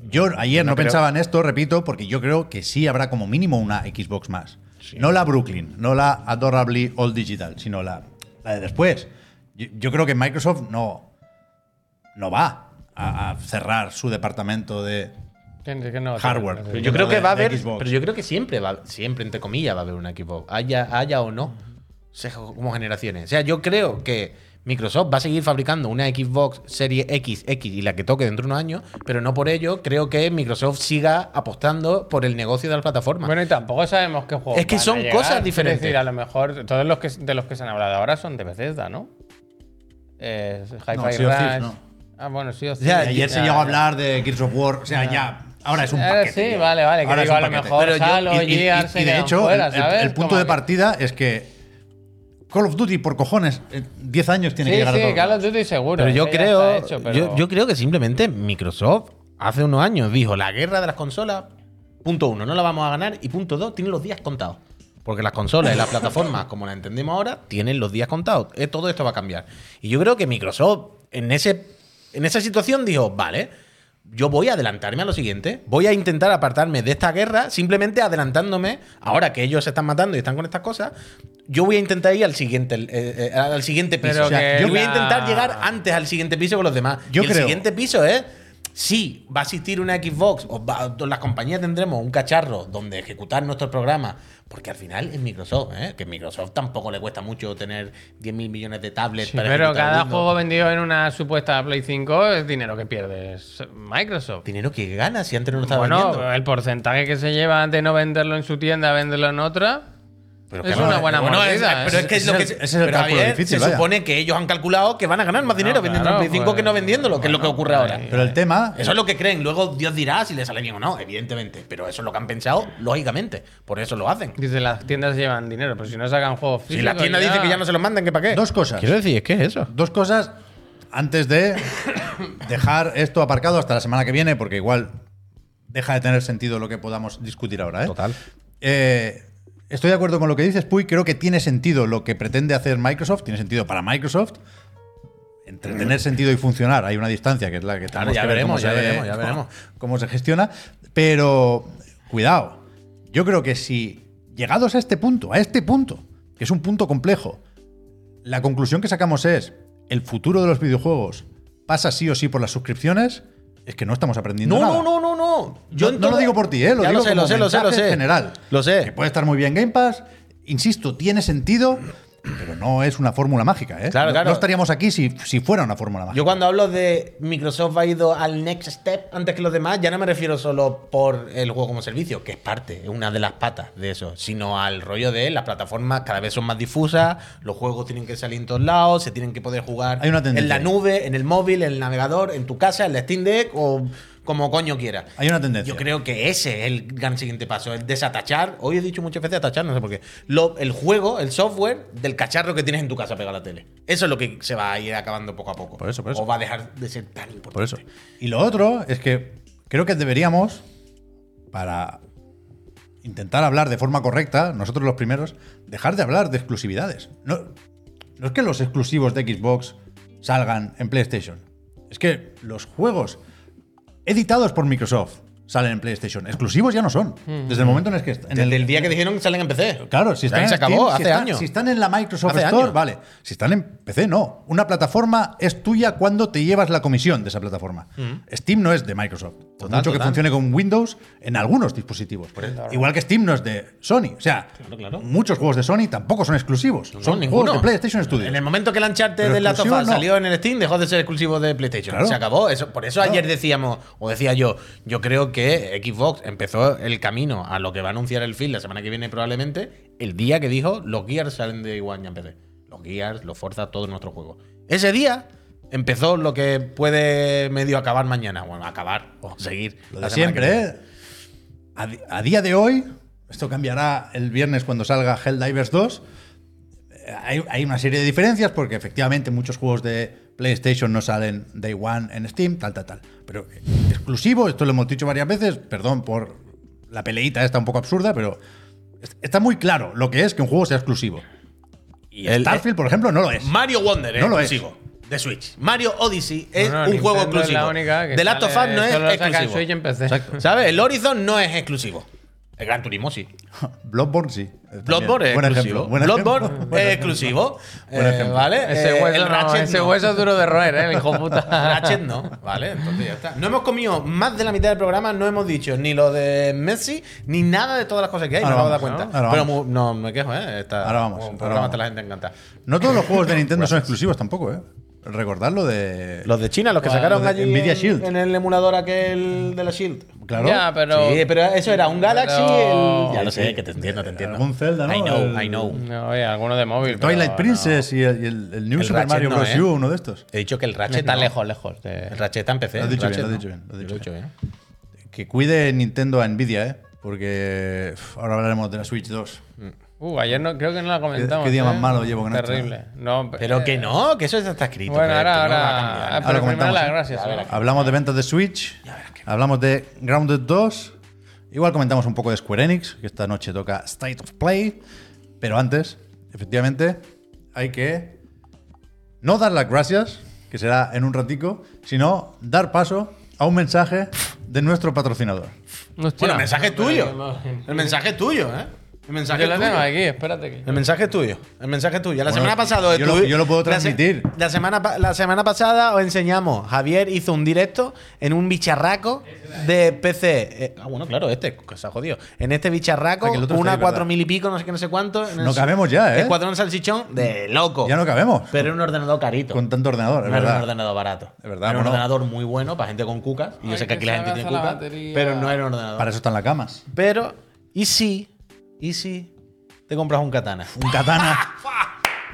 S1: Yo ayer no,
S2: creo-
S1: pensaba en esto, repito, porque yo creo que sí habrá como mínimo una Xbox más. No la Brooklyn, no la Adorably All Digital, sino la, la de después. Yo, yo creo que Microsoft no, no va a, a cerrar su departamento de...
S3: Que- que no-
S1: Hardware.
S3: que-
S2: Pero
S3: que-
S2: yo creo
S1: de-
S2: que va a
S1: de
S2: haber.
S1: Xbox.
S2: Pero yo creo que siempre va a- siempre, entre comillas, va a haber una Xbox. Haya, haya o no. se- Como generaciones. O sea, yo creo que Microsoft va a seguir fabricando una Xbox Serie X, X y la que toque dentro de unos años, pero no por ello creo que Microsoft siga apostando por el negocio de la plataforma.
S3: Bueno, y tampoco sabemos qué juegos
S2: Es que
S3: van a
S2: son
S3: llegar.
S2: cosas
S3: Es
S2: diferentes.
S3: decir, a lo mejor todos los que, de los que se han hablado ahora son de Bethesda, ¿no? Eh, Hi-Fi
S1: No, Sea of Thieves,
S3: Rush.
S1: no.
S3: Ah, bueno, sí,
S1: O sea, ayer se llegó a hablar de Gears of War, o sea, ya... Ahora es un
S3: Ahora
S1: paquete.
S3: Eh, sí,
S1: tío.
S3: vale, vale, que
S1: Ahora es un
S3: digo, a lo
S1: paquete.
S3: mejor
S1: Pero yo-
S3: Halo,
S1: y- y-
S3: Gears
S1: y-
S3: se
S1: y de
S3: quedan
S1: hecho,
S3: fuera,
S1: el- el-
S3: ¿sabes?
S1: el punto
S3: Como
S1: de
S3: que-
S1: partida es que... Call of Duty, por cojones, eh, 10 años tiene que
S3: Sí,
S1: llegar a
S3: sí,
S1: todos
S3: Call of
S1: lados.
S3: Duty seguro.
S2: Pero yo
S3: ese ya
S2: creo,
S3: está hecho, pero-
S2: yo, yo creo que simplemente Microsoft hace unos años dijo la guerra de las consolas, punto uno, no la vamos a ganar y punto dos, tiene los días contados. Porque las consolas y las plataformas, como las entendemos ahora, tienen los días contados. Eh, Todo esto va a cambiar. Y yo creo que Microsoft en, ese, en esa situación dijo, vale, yo voy a adelantarme a lo siguiente, voy a intentar apartarme de esta guerra simplemente adelantándome, ahora que ellos se están matando y están con estas cosas, yo voy a intentar ir al siguiente, eh, eh, al siguiente piso.
S3: Pero
S2: O sea,
S3: que
S2: yo voy a
S3: la-
S2: intentar llegar antes al siguiente piso con los demás.
S1: Yo
S2: y el
S1: creo-
S2: siguiente piso es. Sí, va a existir una Xbox, o va- o las compañías tendremos un cacharro donde ejecutar nuestro programa, porque al final es Microsoft, ¿eh? que Microsoft tampoco le cuesta mucho tener 10 mil millones de tablets
S3: Sí,
S2: para
S3: pero
S2: ejecutar
S3: cada
S2: Windows.
S3: juego vendido en una supuesta Play 5 es dinero que pierdes Microsoft.
S2: Dinero que gana si antes no lo estaba vendiendo.
S3: Bueno, eh, el porcentaje que se lleva de no venderlo en su tienda, venderlo en otra,
S2: Pero
S3: es
S2: claro,
S3: una buena
S2: bueno, es-
S3: mordida.
S2: pero es que es lo que
S1: Ese es el- ese es el
S2: pero,
S1: cálculo
S2: Javier,
S1: difícil,
S2: se
S1: vaya.
S2: supone que ellos han calculado que van a ganar más dinero
S3: No,
S2: vendiendo
S3: claro,
S2: el Play 5 que
S3: pues,
S2: no vendiéndolo, que es lo que
S3: bueno,
S2: ocurre ahora.
S3: pues,
S1: Pero el tema...
S2: Eso es lo que creen. Luego Dios dirá si le sale bien o no, evidentemente. Pero eso es lo que han pensado, lógicamente. Por eso lo hacen.
S3: dice las tiendas llevan dinero, pero si no sacan juegos
S2: Si la
S3: físicos.
S2: tienda dice que ya no se los mandan, ¿qué para qué?
S1: Dos cosas.
S2: decir, es que es eso.
S1: Dos cosas antes de dejar esto aparcado hasta la semana que viene, porque igual deja de tener sentido lo que podamos discutir ahora. ¿eh?
S2: Total.
S1: Eh, estoy de acuerdo con lo que dices, Puy. Creo que tiene sentido lo que pretende hacer Microsoft, tiene sentido para Microsoft. Entre tener sentido y funcionar hay una distancia que es la que tenemos
S2: Mm. ya
S1: que ver
S2: veremos,
S1: cómo
S2: ya
S1: se-
S2: veremos, ya veremos.
S1: cómo se gestiona. Pero cuidado, yo creo que si llegados a este punto, a este punto, que es un punto complejo, la conclusión que sacamos es el futuro de los videojuegos pasa sí o sí por las suscripciones, es que no estamos aprendiendo
S2: No,
S1: nada.
S2: no, no, no, no.
S1: Yo no, lo digo por ti, ¿eh? Lo
S2: Ya
S1: digo
S2: lo sé,
S1: como
S2: lo sé, lo sé, lo
S1: mensaje
S2: sé.
S1: general.
S2: Lo
S1: Que
S2: sé.
S1: puede estar muy bien Game Pass, insisto, tiene sentido, pero no es una fórmula mágica, ¿eh?
S2: Claro,
S1: no,
S2: claro.
S1: no estaríamos aquí si, si fuera una fórmula mágica.
S2: Yo cuando hablo de Microsoft ha ido al next step antes que los demás, ya no me refiero solo por el juego como servicio, que es parte, es una de las patas de eso, sino al rollo de las plataformas cada vez son más difusas, los juegos tienen que salir en todos lados, se tienen que poder jugar
S1: Hay una
S2: en
S1: tendencia.
S2: la nube, en el móvil, en el navegador, en tu casa, en la Steam Deck o como coño quiera.
S1: Hay una tendencia.
S2: Yo creo que ese es el gran siguiente paso, es desatachar. Hoy he dicho muchas veces atachar, no sé por qué. Lo- el juego, el software del cacharro que tienes en tu casa pegado a la tele. Eso es lo que se va a ir acabando poco a poco.
S1: Por eso, por eso.
S2: O va a dejar de ser tan importante.
S1: Por eso. Y lo otro es que creo que deberíamos, para intentar hablar de forma correcta, nosotros los primeros, dejar de hablar de exclusividades. No, no es que los exclusivos de Xbox salgan en PlayStation. Es que los juegos editados por Microsoft salen en PlayStation. Exclusivos ya no son. Desde el momento en el que... En
S2: Desde el, día que dijeron que salen en PC.
S1: Claro, si están
S2: Ahí se
S1: en Steam,
S2: acabó,
S1: si
S2: hace
S1: están-
S2: años.
S1: si están en la Microsoft
S2: Hace
S1: Store,
S2: años.
S1: vale. Si están en PC, no. Una plataforma es tuya cuando te llevas la comisión de esa plataforma. Steam no es de Microsoft. Por
S2: Mm. Total,
S1: mucho que
S2: total.
S1: funcione con Windows en algunos dispositivos. Igual que Steam no es de Sony. O sea, muchos juegos de Sony tampoco son exclusivos.
S2: No
S1: son juegos de PlayStation Studios.
S2: En el momento que el Uncharted
S1: Pero
S2: de la
S1: exclusivo
S2: Tofa
S1: no.
S2: salió en el Steam, dejó de ser exclusivo de PlayStation.
S1: Claro.
S2: Se acabó. Eso, por eso
S1: Claro.
S2: ayer decíamos, o decía yo, yo creo que Xbox empezó el camino a lo que va a anunciar el Phil la semana que viene probablemente, el día que dijo los Gears salen de One ya en PC. Los Gears, los Forza, todo nuestro juego. Ese día empezó lo que puede medio acabar mañana. Bueno, acabar o seguir.
S1: Lo
S2: la
S1: de ¿eh?
S2: semana que
S1: siempre,
S2: viene.
S1: ¿eh? A, di- a día de hoy, Esto cambiará el viernes cuando salga Helldivers 2. Eh, Hay, hay una serie de diferencias porque efectivamente muchos juegos de PlayStation no salen Day One en Steam, tal, tal, tal. Pero eh, exclusivo, esto lo hemos dicho varias veces, perdón por la peleita esta un poco absurda, pero es- está muy claro lo que es que un juego sea exclusivo. Y
S2: El- eh,
S1: Starfield, por ejemplo, no lo es.
S2: Mario Wonder es
S1: No lo es.
S2: exclusivo de Switch. Mario Odyssey es
S3: Bueno,
S2: un
S3: Nintendo
S2: juego
S3: es la
S2: exclusivo.
S3: única que
S2: The Last of Us
S3: sale-
S2: no es
S3: solo saca en
S2: exclusivo.
S3: Switch y en PC.
S1: Exacto.
S2: ¿Sabes? El Horizon no es exclusivo. El Gran Turismo sí.
S1: Bloodborne sí. eh, también.
S2: Bloodborne es
S1: Buen
S2: exclusivo.
S1: ejemplo, buen
S2: Bloodborne
S1: ejemplo.
S2: es exclusivo.
S1: Buen
S2: eh,
S1: ejemplo.
S2: ¿Vale?
S3: Ese
S2: Eh,
S3: hueso,
S2: el
S3: no,
S2: Ratchet
S3: ese
S2: no.
S3: hueso es duro de roer, ¿eh? el hijo puta.
S2: Ratchet no, ¿vale? Entonces ya está. No hemos comido más de la mitad del programa, no hemos dicho ni lo de Messi, ni nada de todas las cosas que hay,
S1: Ahora
S2: no me he dado
S1: vamos,
S2: cuenta.
S1: ¿no? Ahora
S2: Pero
S1: vamos.
S2: mu- no me quejo, ¿eh? Está,
S1: Ahora vamos,
S2: un
S1: ahora
S2: programa
S1: vamos.
S2: hasta la gente encanta.
S1: No todos los juegos de Nintendo son exclusivos tampoco, ¿eh? Recordad lo de.
S2: Los de China, los que
S1: Bueno,
S2: sacaron
S1: los de
S2: allí
S1: Nvidia
S2: en,
S1: Shield.
S2: en el emulador aquel de la Shield.
S1: Claro.
S3: Ya, pero.
S2: Sí, pero eso era un Galaxy.
S3: Pero-
S2: el- Ya lo sé, que te entiendo, te entiendo.
S1: Algún Zelda, ¿no?
S2: I know,
S1: El-
S2: I know.
S3: No, oye, alguno de móvil. pero
S1: Twilight
S3: no.
S1: Princess y el, y el- el New
S2: El
S1: Super
S2: Ratchet
S1: Mario
S2: no,
S1: Bros.
S2: ¿eh?
S1: U, uno de estos.
S2: He dicho que el Ratchet
S3: Está
S2: está lejos.
S3: lejos, lejos. de-
S2: El Ratchet está en PC.
S1: Lo has dicho
S2: el
S1: bien, lo
S2: Ratchet
S1: has
S2: no.
S1: dicho bien, lo has dicho
S2: Yo lo he dicho bien.
S1: Que cuide Nintendo a Nvidia, ¿eh? Porque uf, ahora hablaremos de la Switch 2.
S3: Uh, ayer no, creo que no la comentamos.
S1: qué día más
S3: ¿eh?
S1: malo llevo con esto,
S3: Terrible. No,
S2: Pero
S3: eh,
S2: que no, que eso ya está escrito.
S3: Bueno,
S2: que
S3: ahora,
S2: esto no va a
S3: ahora.
S2: cambiar.
S3: ah, pero
S1: Ahora
S3: primero
S1: comentamos,
S3: las
S1: ¿eh?
S3: gracias. ¿no?
S1: Hablamos de ventas de Switch. Hablamos de Grounded 2. Igual comentamos un poco de Square Enix, que esta noche toca State of Play. Pero antes, efectivamente, hay que no dar las gracias, que será en un ratico, sino dar paso a un mensaje de nuestro patrocinador.
S3: Hostia.
S2: Bueno, el mensaje es
S3: Pero
S2: tuyo.
S3: que no-
S2: El mensaje es tuyo, ¿eh? El mensaje
S3: Yo
S2: es
S3: lo
S2: tuyo.
S3: tengo aquí, espérate. que-
S2: El mensaje es tuyo. El mensaje es tuyo. La
S1: Bueno,
S2: semana pasada.
S1: yo lo-
S2: estuvi-
S1: yo lo puedo
S2: la se-
S1: transmitir.
S2: La, semana, pa- la semana pasada os enseñamos. Javier hizo un directo en un bicharraco de PC. Eh, ah, bueno, claro, este, que se ha jodido. En este bicharraco,
S1: Ah, que el otro está
S2: una
S1: ahí,
S2: cuatro
S1: ¿verdad?
S2: mil y pico, no sé qué, no sé cuánto. en
S1: No
S2: el-
S1: cabemos ya, ¿eh?
S2: Escuadrón salchichón de loco.
S1: Ya no cabemos
S2: Pero era un ordenador carito.
S1: con tanto ordenador, es
S2: No era un
S1: verdad.
S2: ordenador barato.
S1: Es verdad,
S2: era un
S1: bueno.
S2: ordenador muy bueno para gente con cucas. Y yo
S3: Ay,
S2: sé que
S3: que
S2: aquí la
S3: se
S2: gente tiene
S3: gasta la
S2: cucas.
S3: batería.
S2: Pero no era un ordenador.
S1: Para eso están las camas.
S2: Pero, ¿y si? ¿Y si te compras un katana?
S1: Un katana.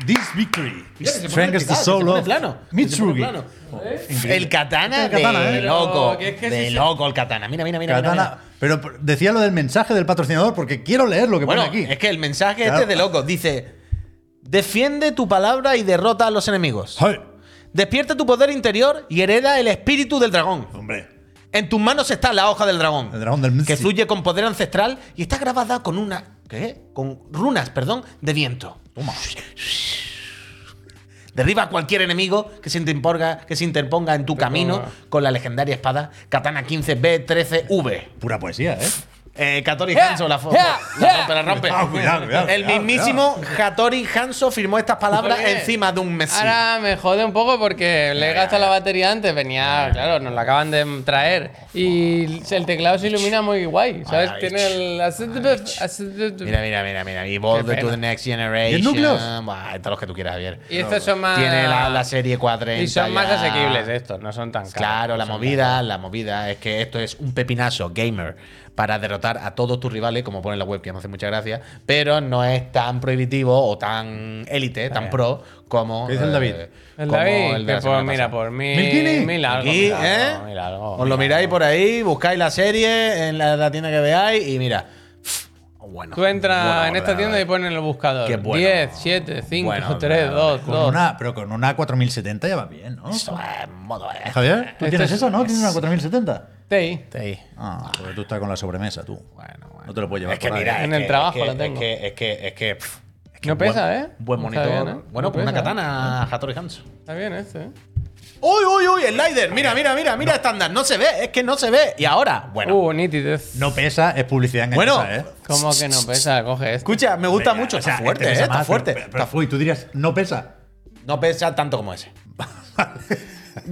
S1: This victory. Strength is the soul of Mitsurugi. Increíble.
S2: El katana,
S1: El katana,
S2: de
S1: ¿eh?
S2: loco.
S3: Pero, que es que
S2: de
S3: si se-
S2: loco el katana. Mira, mira, mira. mira,
S1: Katana.
S2: mira.
S1: Pero por- decía lo del mensaje del patrocinador porque quiero leer lo que
S2: Bueno,
S1: pone aquí.
S2: es que el mensaje
S1: Claro.
S2: este es de loco. Dice: Defiende tu palabra y derrota a los enemigos.
S1: ¡Ay!
S2: Despierta tu poder interior y hereda el espíritu del dragón.
S1: Hombre.
S2: En tus manos está la hoja del dragón.
S1: El dragón del Mitsu.
S2: Que fluye con poder ancestral y está grabada con una. ¿Qué? Con runas, perdón, de viento. Derriba a cualquier enemigo que se interponga, que se interponga en tu camino con la legendaria espada Katana 15B13V.
S1: Pura poesía, ¿eh?
S2: Eh, Hattori Hanzo, la, fo- la rompe, la rompe.
S1: Cuidado, cuidado, cuidado,
S2: Ah, El
S1: cuidado,
S2: mismísimo Hattori Hanzo firmó estas palabras
S3: Oye,
S2: encima de un Messi.
S3: Ahora me jode un poco porque le he gastado la batería antes. Venía, claro, nos la acaban de traer. Y el teclado se ilumina muy guay, ¿sabes?
S2: Ay,
S3: Tiene el.
S2: Mira, mira, mira, mira. Evolve
S3: Qué
S2: to
S3: pena.
S2: the next generation.
S1: ¿Y el núcleos?
S2: Buah, todos los que tú quieras, Javier.
S3: Y estos son más.
S2: Tiene la, la serie 4
S3: y son más asequibles estos, no son tan caros.
S2: Claro, la
S3: Son tan
S2: movida, la movida es que esto es un pepinazo gamer para derrotar a todos tus rivales, como pone la web, que no hace mucha gracia, pero no es tan prohibitivo o tan élite, tan
S3: bien.
S2: pro como
S1: ¿Qué dice el
S2: eh,
S1: David?
S3: El
S2: como
S3: David,
S2: el de
S3: que
S2: la
S3: por,
S2: semana
S3: mira,
S2: pasada.
S3: por mí.
S1: Milkini.
S3: Mil algo.
S2: Aquí,
S3: mil algo,
S2: ¿eh?
S3: mil algo,
S2: Os
S3: mil
S2: lo miráis
S3: algo.
S2: por ahí, buscáis la serie en la, la tienda que veáis y mira. pff, Bueno.
S3: Tú entras
S2: bueno,
S3: en esta
S2: ordenador.
S3: tienda y pones en el buscador.
S2: Qué bueno.
S3: 10, 7, 5,
S2: Bueno,
S3: 3,
S2: ordenador.
S3: 2,
S1: Con
S3: 2.
S1: una, pero con una 4070 ya va bien, ¿no?
S2: Eso es modo, eh.
S1: Javier, ¿tú
S3: Esto
S1: tienes
S3: es-
S1: eso, no? ¿Tienes una 4070?
S3: Tei.
S2: Sí.
S1: Ah, porque tú estás con la sobremesa, tú.
S2: Bueno, bueno.
S1: No te lo puedes llevar
S2: Es que
S1: por ahí. ¿eh?
S2: mira,
S3: En
S2: es
S3: el
S2: que-
S3: trabajo
S2: es que,
S3: la
S2: Es
S3: tengo.
S2: que, es que, es que, pff, es que
S3: No
S2: un buen-
S3: pesa, ¿eh?
S2: Buen
S3: Está
S2: monitor.
S3: bien, ¿eh?
S2: Bueno,
S3: No
S2: con una
S3: pesa, ¿eh?
S2: katana Hattori Hanzo.
S3: Está bien este, ¿eh?
S2: Ah. ¡Uy, uy, uy! Slider. Mira, mira, mira, mira, estándar. No se ve, es que no se ve. Y ahora, bueno.
S3: Uh, nitidez.
S1: No pesa, es publicidad engañosa,
S2: eh. Bueno,
S1: ¿eh?
S3: ¿Cómo que no pesa? Coge esto.
S2: Escucha, me gusta
S1: Venga,
S2: mucho.
S1: o sea,
S2: Está fuerte,
S1: este
S2: ¿eh?
S1: pesa
S2: Está
S1: más, pero-
S2: fuerte.
S1: Pero, pero, uy, tú dirías, no pesa.
S2: No pesa tanto como ese.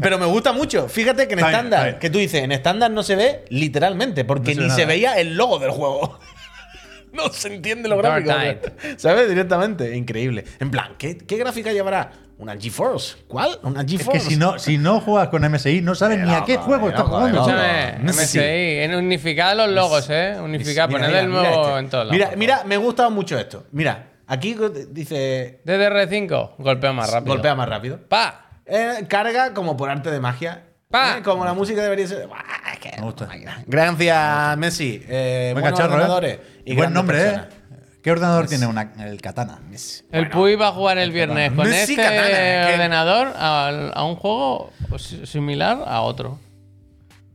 S2: Pero me gusta mucho. Fíjate que en
S1: Está bien,
S2: estándar,
S1: está bien.
S2: que tú dices, en estándar no se ve literalmente, porque
S1: No se
S2: ni
S1: ve
S2: se
S1: nada.
S2: veía el logo del juego. no se entiende lo
S3: Dark
S2: gráfico. ¿Sabes? Directamente. Increíble. En plan, ¿qué, qué gráfica llevará? ¿Una GeForce? ¿Cuál? ¿Una
S1: Es que
S2: GeForce?
S1: si no, si no juegas con MSI, no sabes ni a qué
S2: loco,
S1: juego
S2: de
S1: estás
S2: loco, de
S1: jugando.
S2: loco.
S1: chaval.
S3: Escúchame,
S2: no sé si-
S3: MSI, en unificar los logos, ¿eh? Unificar,
S2: Mira,
S3: poner
S2: mira,
S3: el
S2: mira
S3: nuevo
S2: este.
S3: en todos lados.
S2: Mira,
S3: por
S2: mira, me gusta mucho esto. Mira, aquí dice.
S3: favor. DDR5, golpea más rápido.
S2: Golpea más rápido.
S3: ¡Pa!
S2: Eh, carga como por arte de magia.
S3: Pa.
S2: Eh, como la música debería ser. Buah, es
S6: máquina.
S1: Me gusta.
S6: Gracias, Messi. Eh,
S1: Buen
S6: buenos
S1: cacharro,
S6: ordenadores
S1: ¿eh?
S6: y
S1: Buen
S6: grandes
S1: nombre,
S6: personas.
S1: ¿eh? ¿Qué ordenador tiene una, el Katana?
S3: El Puy va a jugar el viernes con
S6: Messi
S3: este
S6: Katana, que-
S3: ordenador al- a, un juego pues, similar a otro.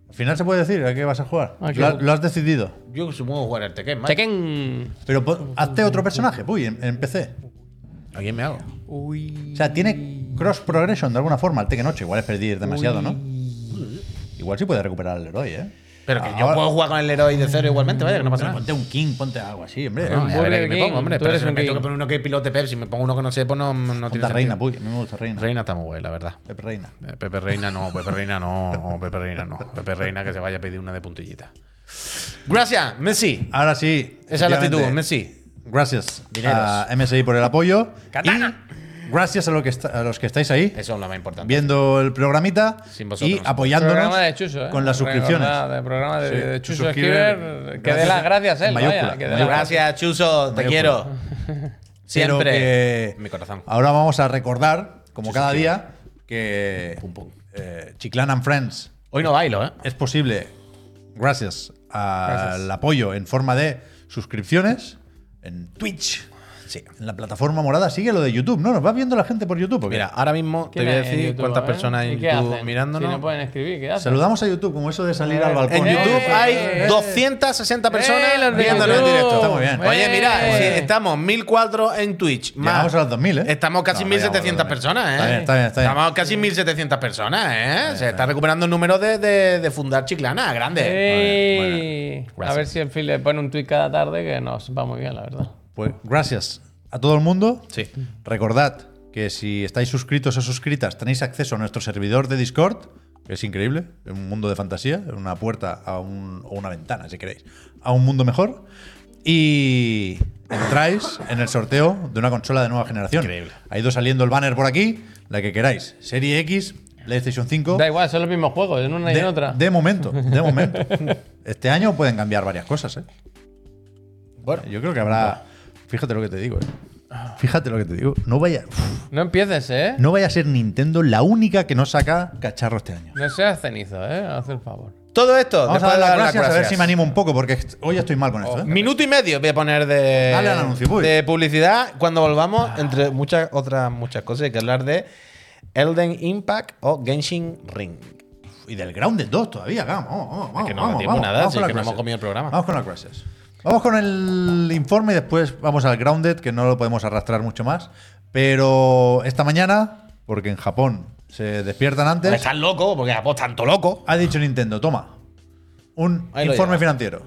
S1: Al final se puede decir a qué vas a jugar.
S3: Ah,
S1: Lo,
S3: qué-
S1: lo has decidido.
S2: Yo supongo jugar al Tekken, macho.
S3: Tekken.
S1: Pero pon- hazte otro personaje, uy, en, en PC.
S2: ¿A quién me hago?
S1: O sea, tiene cross progression de alguna forma el Tekken 8. Igual es pedir demasiado, ¿no? Igual sí puede recuperar al héroe, ¿eh?
S2: Pero que yo
S1: Ahora-
S2: puedo jugar con el héroe de cero igualmente, vaya, que no pasa
S1: Pero
S2: nada.
S1: ponte un King, ponte algo así, hombre.
S2: Ah, No,
S1: Ponte
S2: ya veré
S3: Burger
S2: que me
S3: King,
S2: pongo, hombre.
S3: tú
S2: Pero
S3: eres
S2: si me
S3: un
S2: tengo
S3: king.
S2: que poner uno que pilote Pepsi, me pongo uno que no sé, pues no, no tiene
S1: Reina,
S2: sentido.
S1: uy, a mí me gusta Reina.
S2: Reina está muy buena, la verdad.
S1: Pepe Reina.
S2: Eh, Pepe Reina no, Pepe Reina no, Pepe Reina no. Pepe Reina que se vaya a pedir una de puntillita. Gracias, Messi.
S1: Ahora sí.
S2: Esa es la actitud,
S1: efectivamente.
S2: Messi.
S1: Gracias
S2: Dineros.
S1: a MSI por el apoyo.
S2: Katana.
S1: Y gracias a, lo que está- a los que estáis ahí
S2: Eso es lo más importante.
S1: viendo el programita
S2: Sin vosotros.
S1: y apoyándonos
S3: Programa de Chuso, ¿eh?
S1: con las suscripciones.
S3: Recordad, el programa de,
S1: Sí.
S3: de Chuso
S1: Suscribe-
S3: Esquiver. Que
S1: gracias
S3: dé las gracias a
S1: en
S3: él.
S1: mayúscula,
S3: vaya, que dé las
S1: mayúscula.
S3: gracias.
S2: Gracias, Chuso. Te
S1: Mayúscula.
S2: quiero.
S1: pues. Pero
S2: Siempre.
S1: que-
S2: Mi corazón.
S1: Ahora vamos a recordar, como cada día, que eh, Chiclana and Friends
S2: Hoy no bailo, ¿eh?
S1: es posible gracias al apoyo en forma de suscripciones en Twitch.
S2: Sí.
S1: En la plataforma morada sigue lo de YouTube, ¿no? Nos va viendo la gente por YouTube. ¿o qué?
S2: Mira, ahora mismo te
S3: ¿Quién
S2: voy a
S3: es en
S2: decir
S3: YouTube,
S2: cuántas
S3: eh?
S2: personas
S3: ¿Y
S2: en
S3: qué
S2: YouTube
S3: hacen?
S2: mirándonos.
S3: Si no pueden escribir, ¿qué hacen?
S1: saludamos a YouTube como eso de salir al balcón.
S2: En
S3: Eh,
S2: YouTube
S3: eh,
S2: hay
S3: eh.
S2: 260 personas
S3: Eh, los de
S2: viéndonos en
S3: YouTube.
S2: directo.
S1: Está muy bien.
S2: Oye, mira,
S3: Eh.
S2: si estamos 1004 en Twitch.
S1: Llegamos
S2: más-
S1: a los 2000, ¿eh?
S2: Estamos casi
S1: No, no llegamos a los 2000.
S2: 1700 personas, ¿eh?
S1: Está bien, está bien, está bien.
S2: Estamos casi 1700 personas, ¿eh? Se está recuperando el número de, de- de fundar Chiclana,
S3: Eh.
S2: grande.
S3: Ey.
S1: Muy bien,
S3: A ver si el Phil le pone un tweet cada tarde que nos va muy bien, la verdad.
S1: Pues gracias a todo el mundo.
S2: Sí.
S1: Recordad que si estáis suscritos o suscritas tenéis acceso a nuestro servidor de Discord, que es increíble, es un mundo de fantasía, es una puerta a un- o una ventana, si queréis, a un mundo mejor. Y entráis en el sorteo de una consola de nueva generación.
S2: Increíble.
S1: Ha ido saliendo el banner por aquí, la que queráis. Serie X, PlayStation 5.
S3: Da igual, son los mismos juegos, en una y
S1: De,
S3: en otra.
S1: de momento, de momento. Este año pueden cambiar varias cosas, ¿eh?
S2: Bueno, Ah.
S1: Yo creo que habrá. Fíjate lo que te digo, eh. Fíjate lo que te digo. No vaya, uf,
S3: No empieces, ¿eh?
S1: no vaya a ser Nintendo la única que no saca cacharro este año.
S3: No seas cenizo, ¿eh? Haz el favor.
S2: todo esto.
S1: Vamos a
S2: después
S1: dar
S2: de
S1: las
S2: dar
S1: gracias, a ver si me animo un poco, porque est- hoy estoy mal con esto, ¿eh?
S2: Minuto y medio voy a poner de,
S1: Dale al anuncio, voy.
S2: de publicidad. Cuando volvamos, entre muchas otras muchas cosas, hay que hablar de Elden Impact o Genshin Ring.
S1: Y del Grounded 2 todavía, vamos, vamos, vamos.
S2: que no
S1: vamos,
S2: metimos
S1: vamos,
S2: nada,
S1: vamos
S2: si
S1: con
S2: es que no
S1: las
S2: hemos
S1: gracias.
S2: comido el programa.
S1: Vamos con las gracias. Vamos con el informe y después vamos al Grounded, que no lo podemos arrastrar mucho más. Pero esta mañana, porque en Japón se despiertan antes.
S2: Estás loco, porque vos tanto loco.
S1: Ha dicho Nintendo, toma. Un
S2: Ahí lo
S1: informe
S2: lleva.
S1: financiero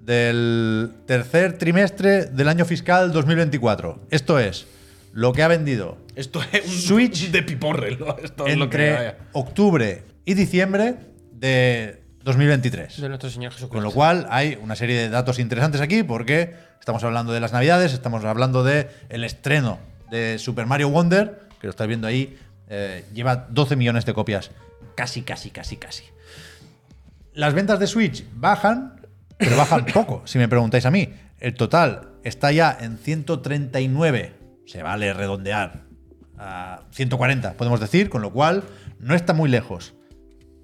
S1: del tercer trimestre del año fiscal 2024. Esto es lo que ha vendido
S2: Esto es un
S1: Switch
S2: de piporre. ¿no? Esto es lo que
S1: entre
S2: vaya.
S1: octubre y diciembre de 2023.
S3: De nuestro Señor Jesucristo.
S1: Con lo cual hay una serie de datos interesantes aquí porque estamos hablando de las navidades, estamos hablando de el estreno de Super Mario Wonder, que lo estáis viendo ahí, eh, lleva 12 millones de copias. Casi, casi, casi, casi. Las ventas de Switch bajan, pero bajan poco, si me preguntáis a mí. El total está ya en 139. Se vale redondear a 140, podemos decir, con lo cual no está muy lejos.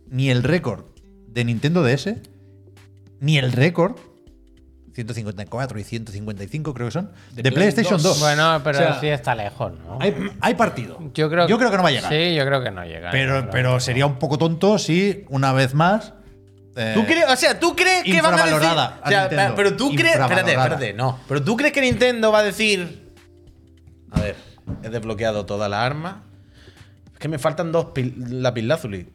S1: Ni el récord de Nintendo DS, ni el récord, 154 y 155 creo que son, de, PlayStation 2.
S3: Bueno, pero
S1: O sea,
S3: sí está lejos, ¿no?
S1: hay, hay partido.
S3: Yo creo,
S1: que no va a llegar.
S3: Sí, yo creo que no llega.
S1: pero,
S3: No,
S1: pero sería un poco tonto si, una vez más... eh,
S2: ¿Tú crees, o sea, ¿tú crees que van a decir?
S1: Infravalorada
S2: O sea,
S1: a Nintendo.
S2: pero tú crees, espérate,
S1: Infravalorada.
S2: espérate, no. Pero tú crees que Nintendo va a decir, a ver, he desbloqueado toda la arma. Es que me faltan dos pil- la pilazuli.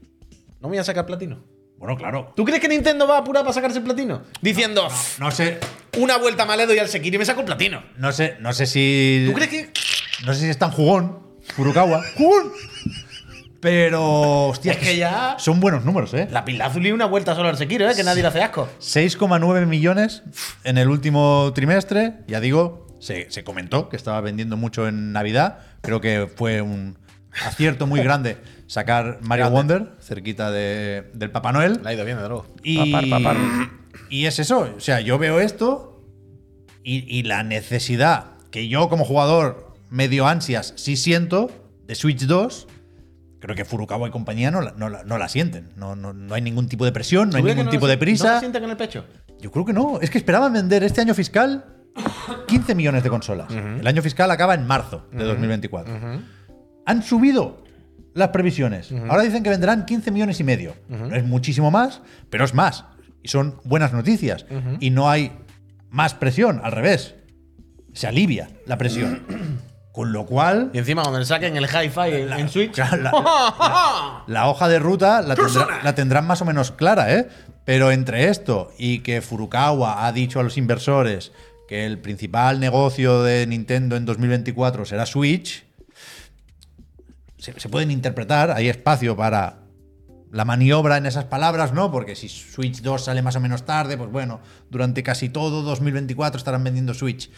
S2: No voy a sacar platino.
S1: Bueno, claro.
S2: ¿Tú crees que Nintendo va a apurar para sacarse el platino? Diciendo, "Pff,
S1: No sé,
S2: una vuelta más le doy al Sekiro y me saco el platino.
S1: no sé, no sé si.
S2: ¿Tú crees que
S1: No sé si es tan jugón, Furukawa. ¡Jugón! Pero, hostia,
S2: Es que ya-
S1: Son buenos números, ¿eh?
S2: la pilazuli una vuelta solo al Sekiro, eh? Que nadie le hace asco.
S1: 6,9 millones en el último trimestre. Ya digo, se, se comentó que estaba vendiendo mucho en Navidad. Creo que fue un acierto muy grande sacar Mario Wonder cerquita de- del Papá Noel.
S2: La ha ido bien, de luego.
S1: Y,
S3: Papar, papar.
S1: y es eso. O sea, yo veo esto y, y la necesidad que yo como jugador medio ansias sí siento de Switch 2. creo que Furukawa y compañía no la, no la- no la sienten. No, no- no hay ningún tipo de presión, no hay
S2: ¿Tú crees que
S1: ningún
S2: no
S1: tipo
S2: lo
S1: de
S2: sien- ¿No
S1: prisa.
S2: lo sienten en el pecho?
S1: Yo creo que no. Es que esperaban vender este año fiscal 15 millones de consolas. El año fiscal acaba en marzo de 2024. Han subido las previsiones. Ahora dicen que vendrán 15 millones y medio. No es muchísimo más, pero es más. Y son buenas noticias. Y no hay más presión, al revés. Se alivia la presión. Con lo cual,
S2: Y encima cuando le saquen el hi-fi en, en Switch.
S1: Claro, la, la- la hoja de ruta la, tendrá- la tendrán más o menos clara, ¿eh? Pero entre esto y que Furukawa ha dicho a los inversores que el principal negocio de Nintendo en 2024 será Switch, se, se pueden interpretar, hay espacio para la maniobra en esas palabras, ¿no? Porque si Switch 2 sale más o menos tarde, pues bueno, durante casi todo 2024 estarán vendiendo Switch.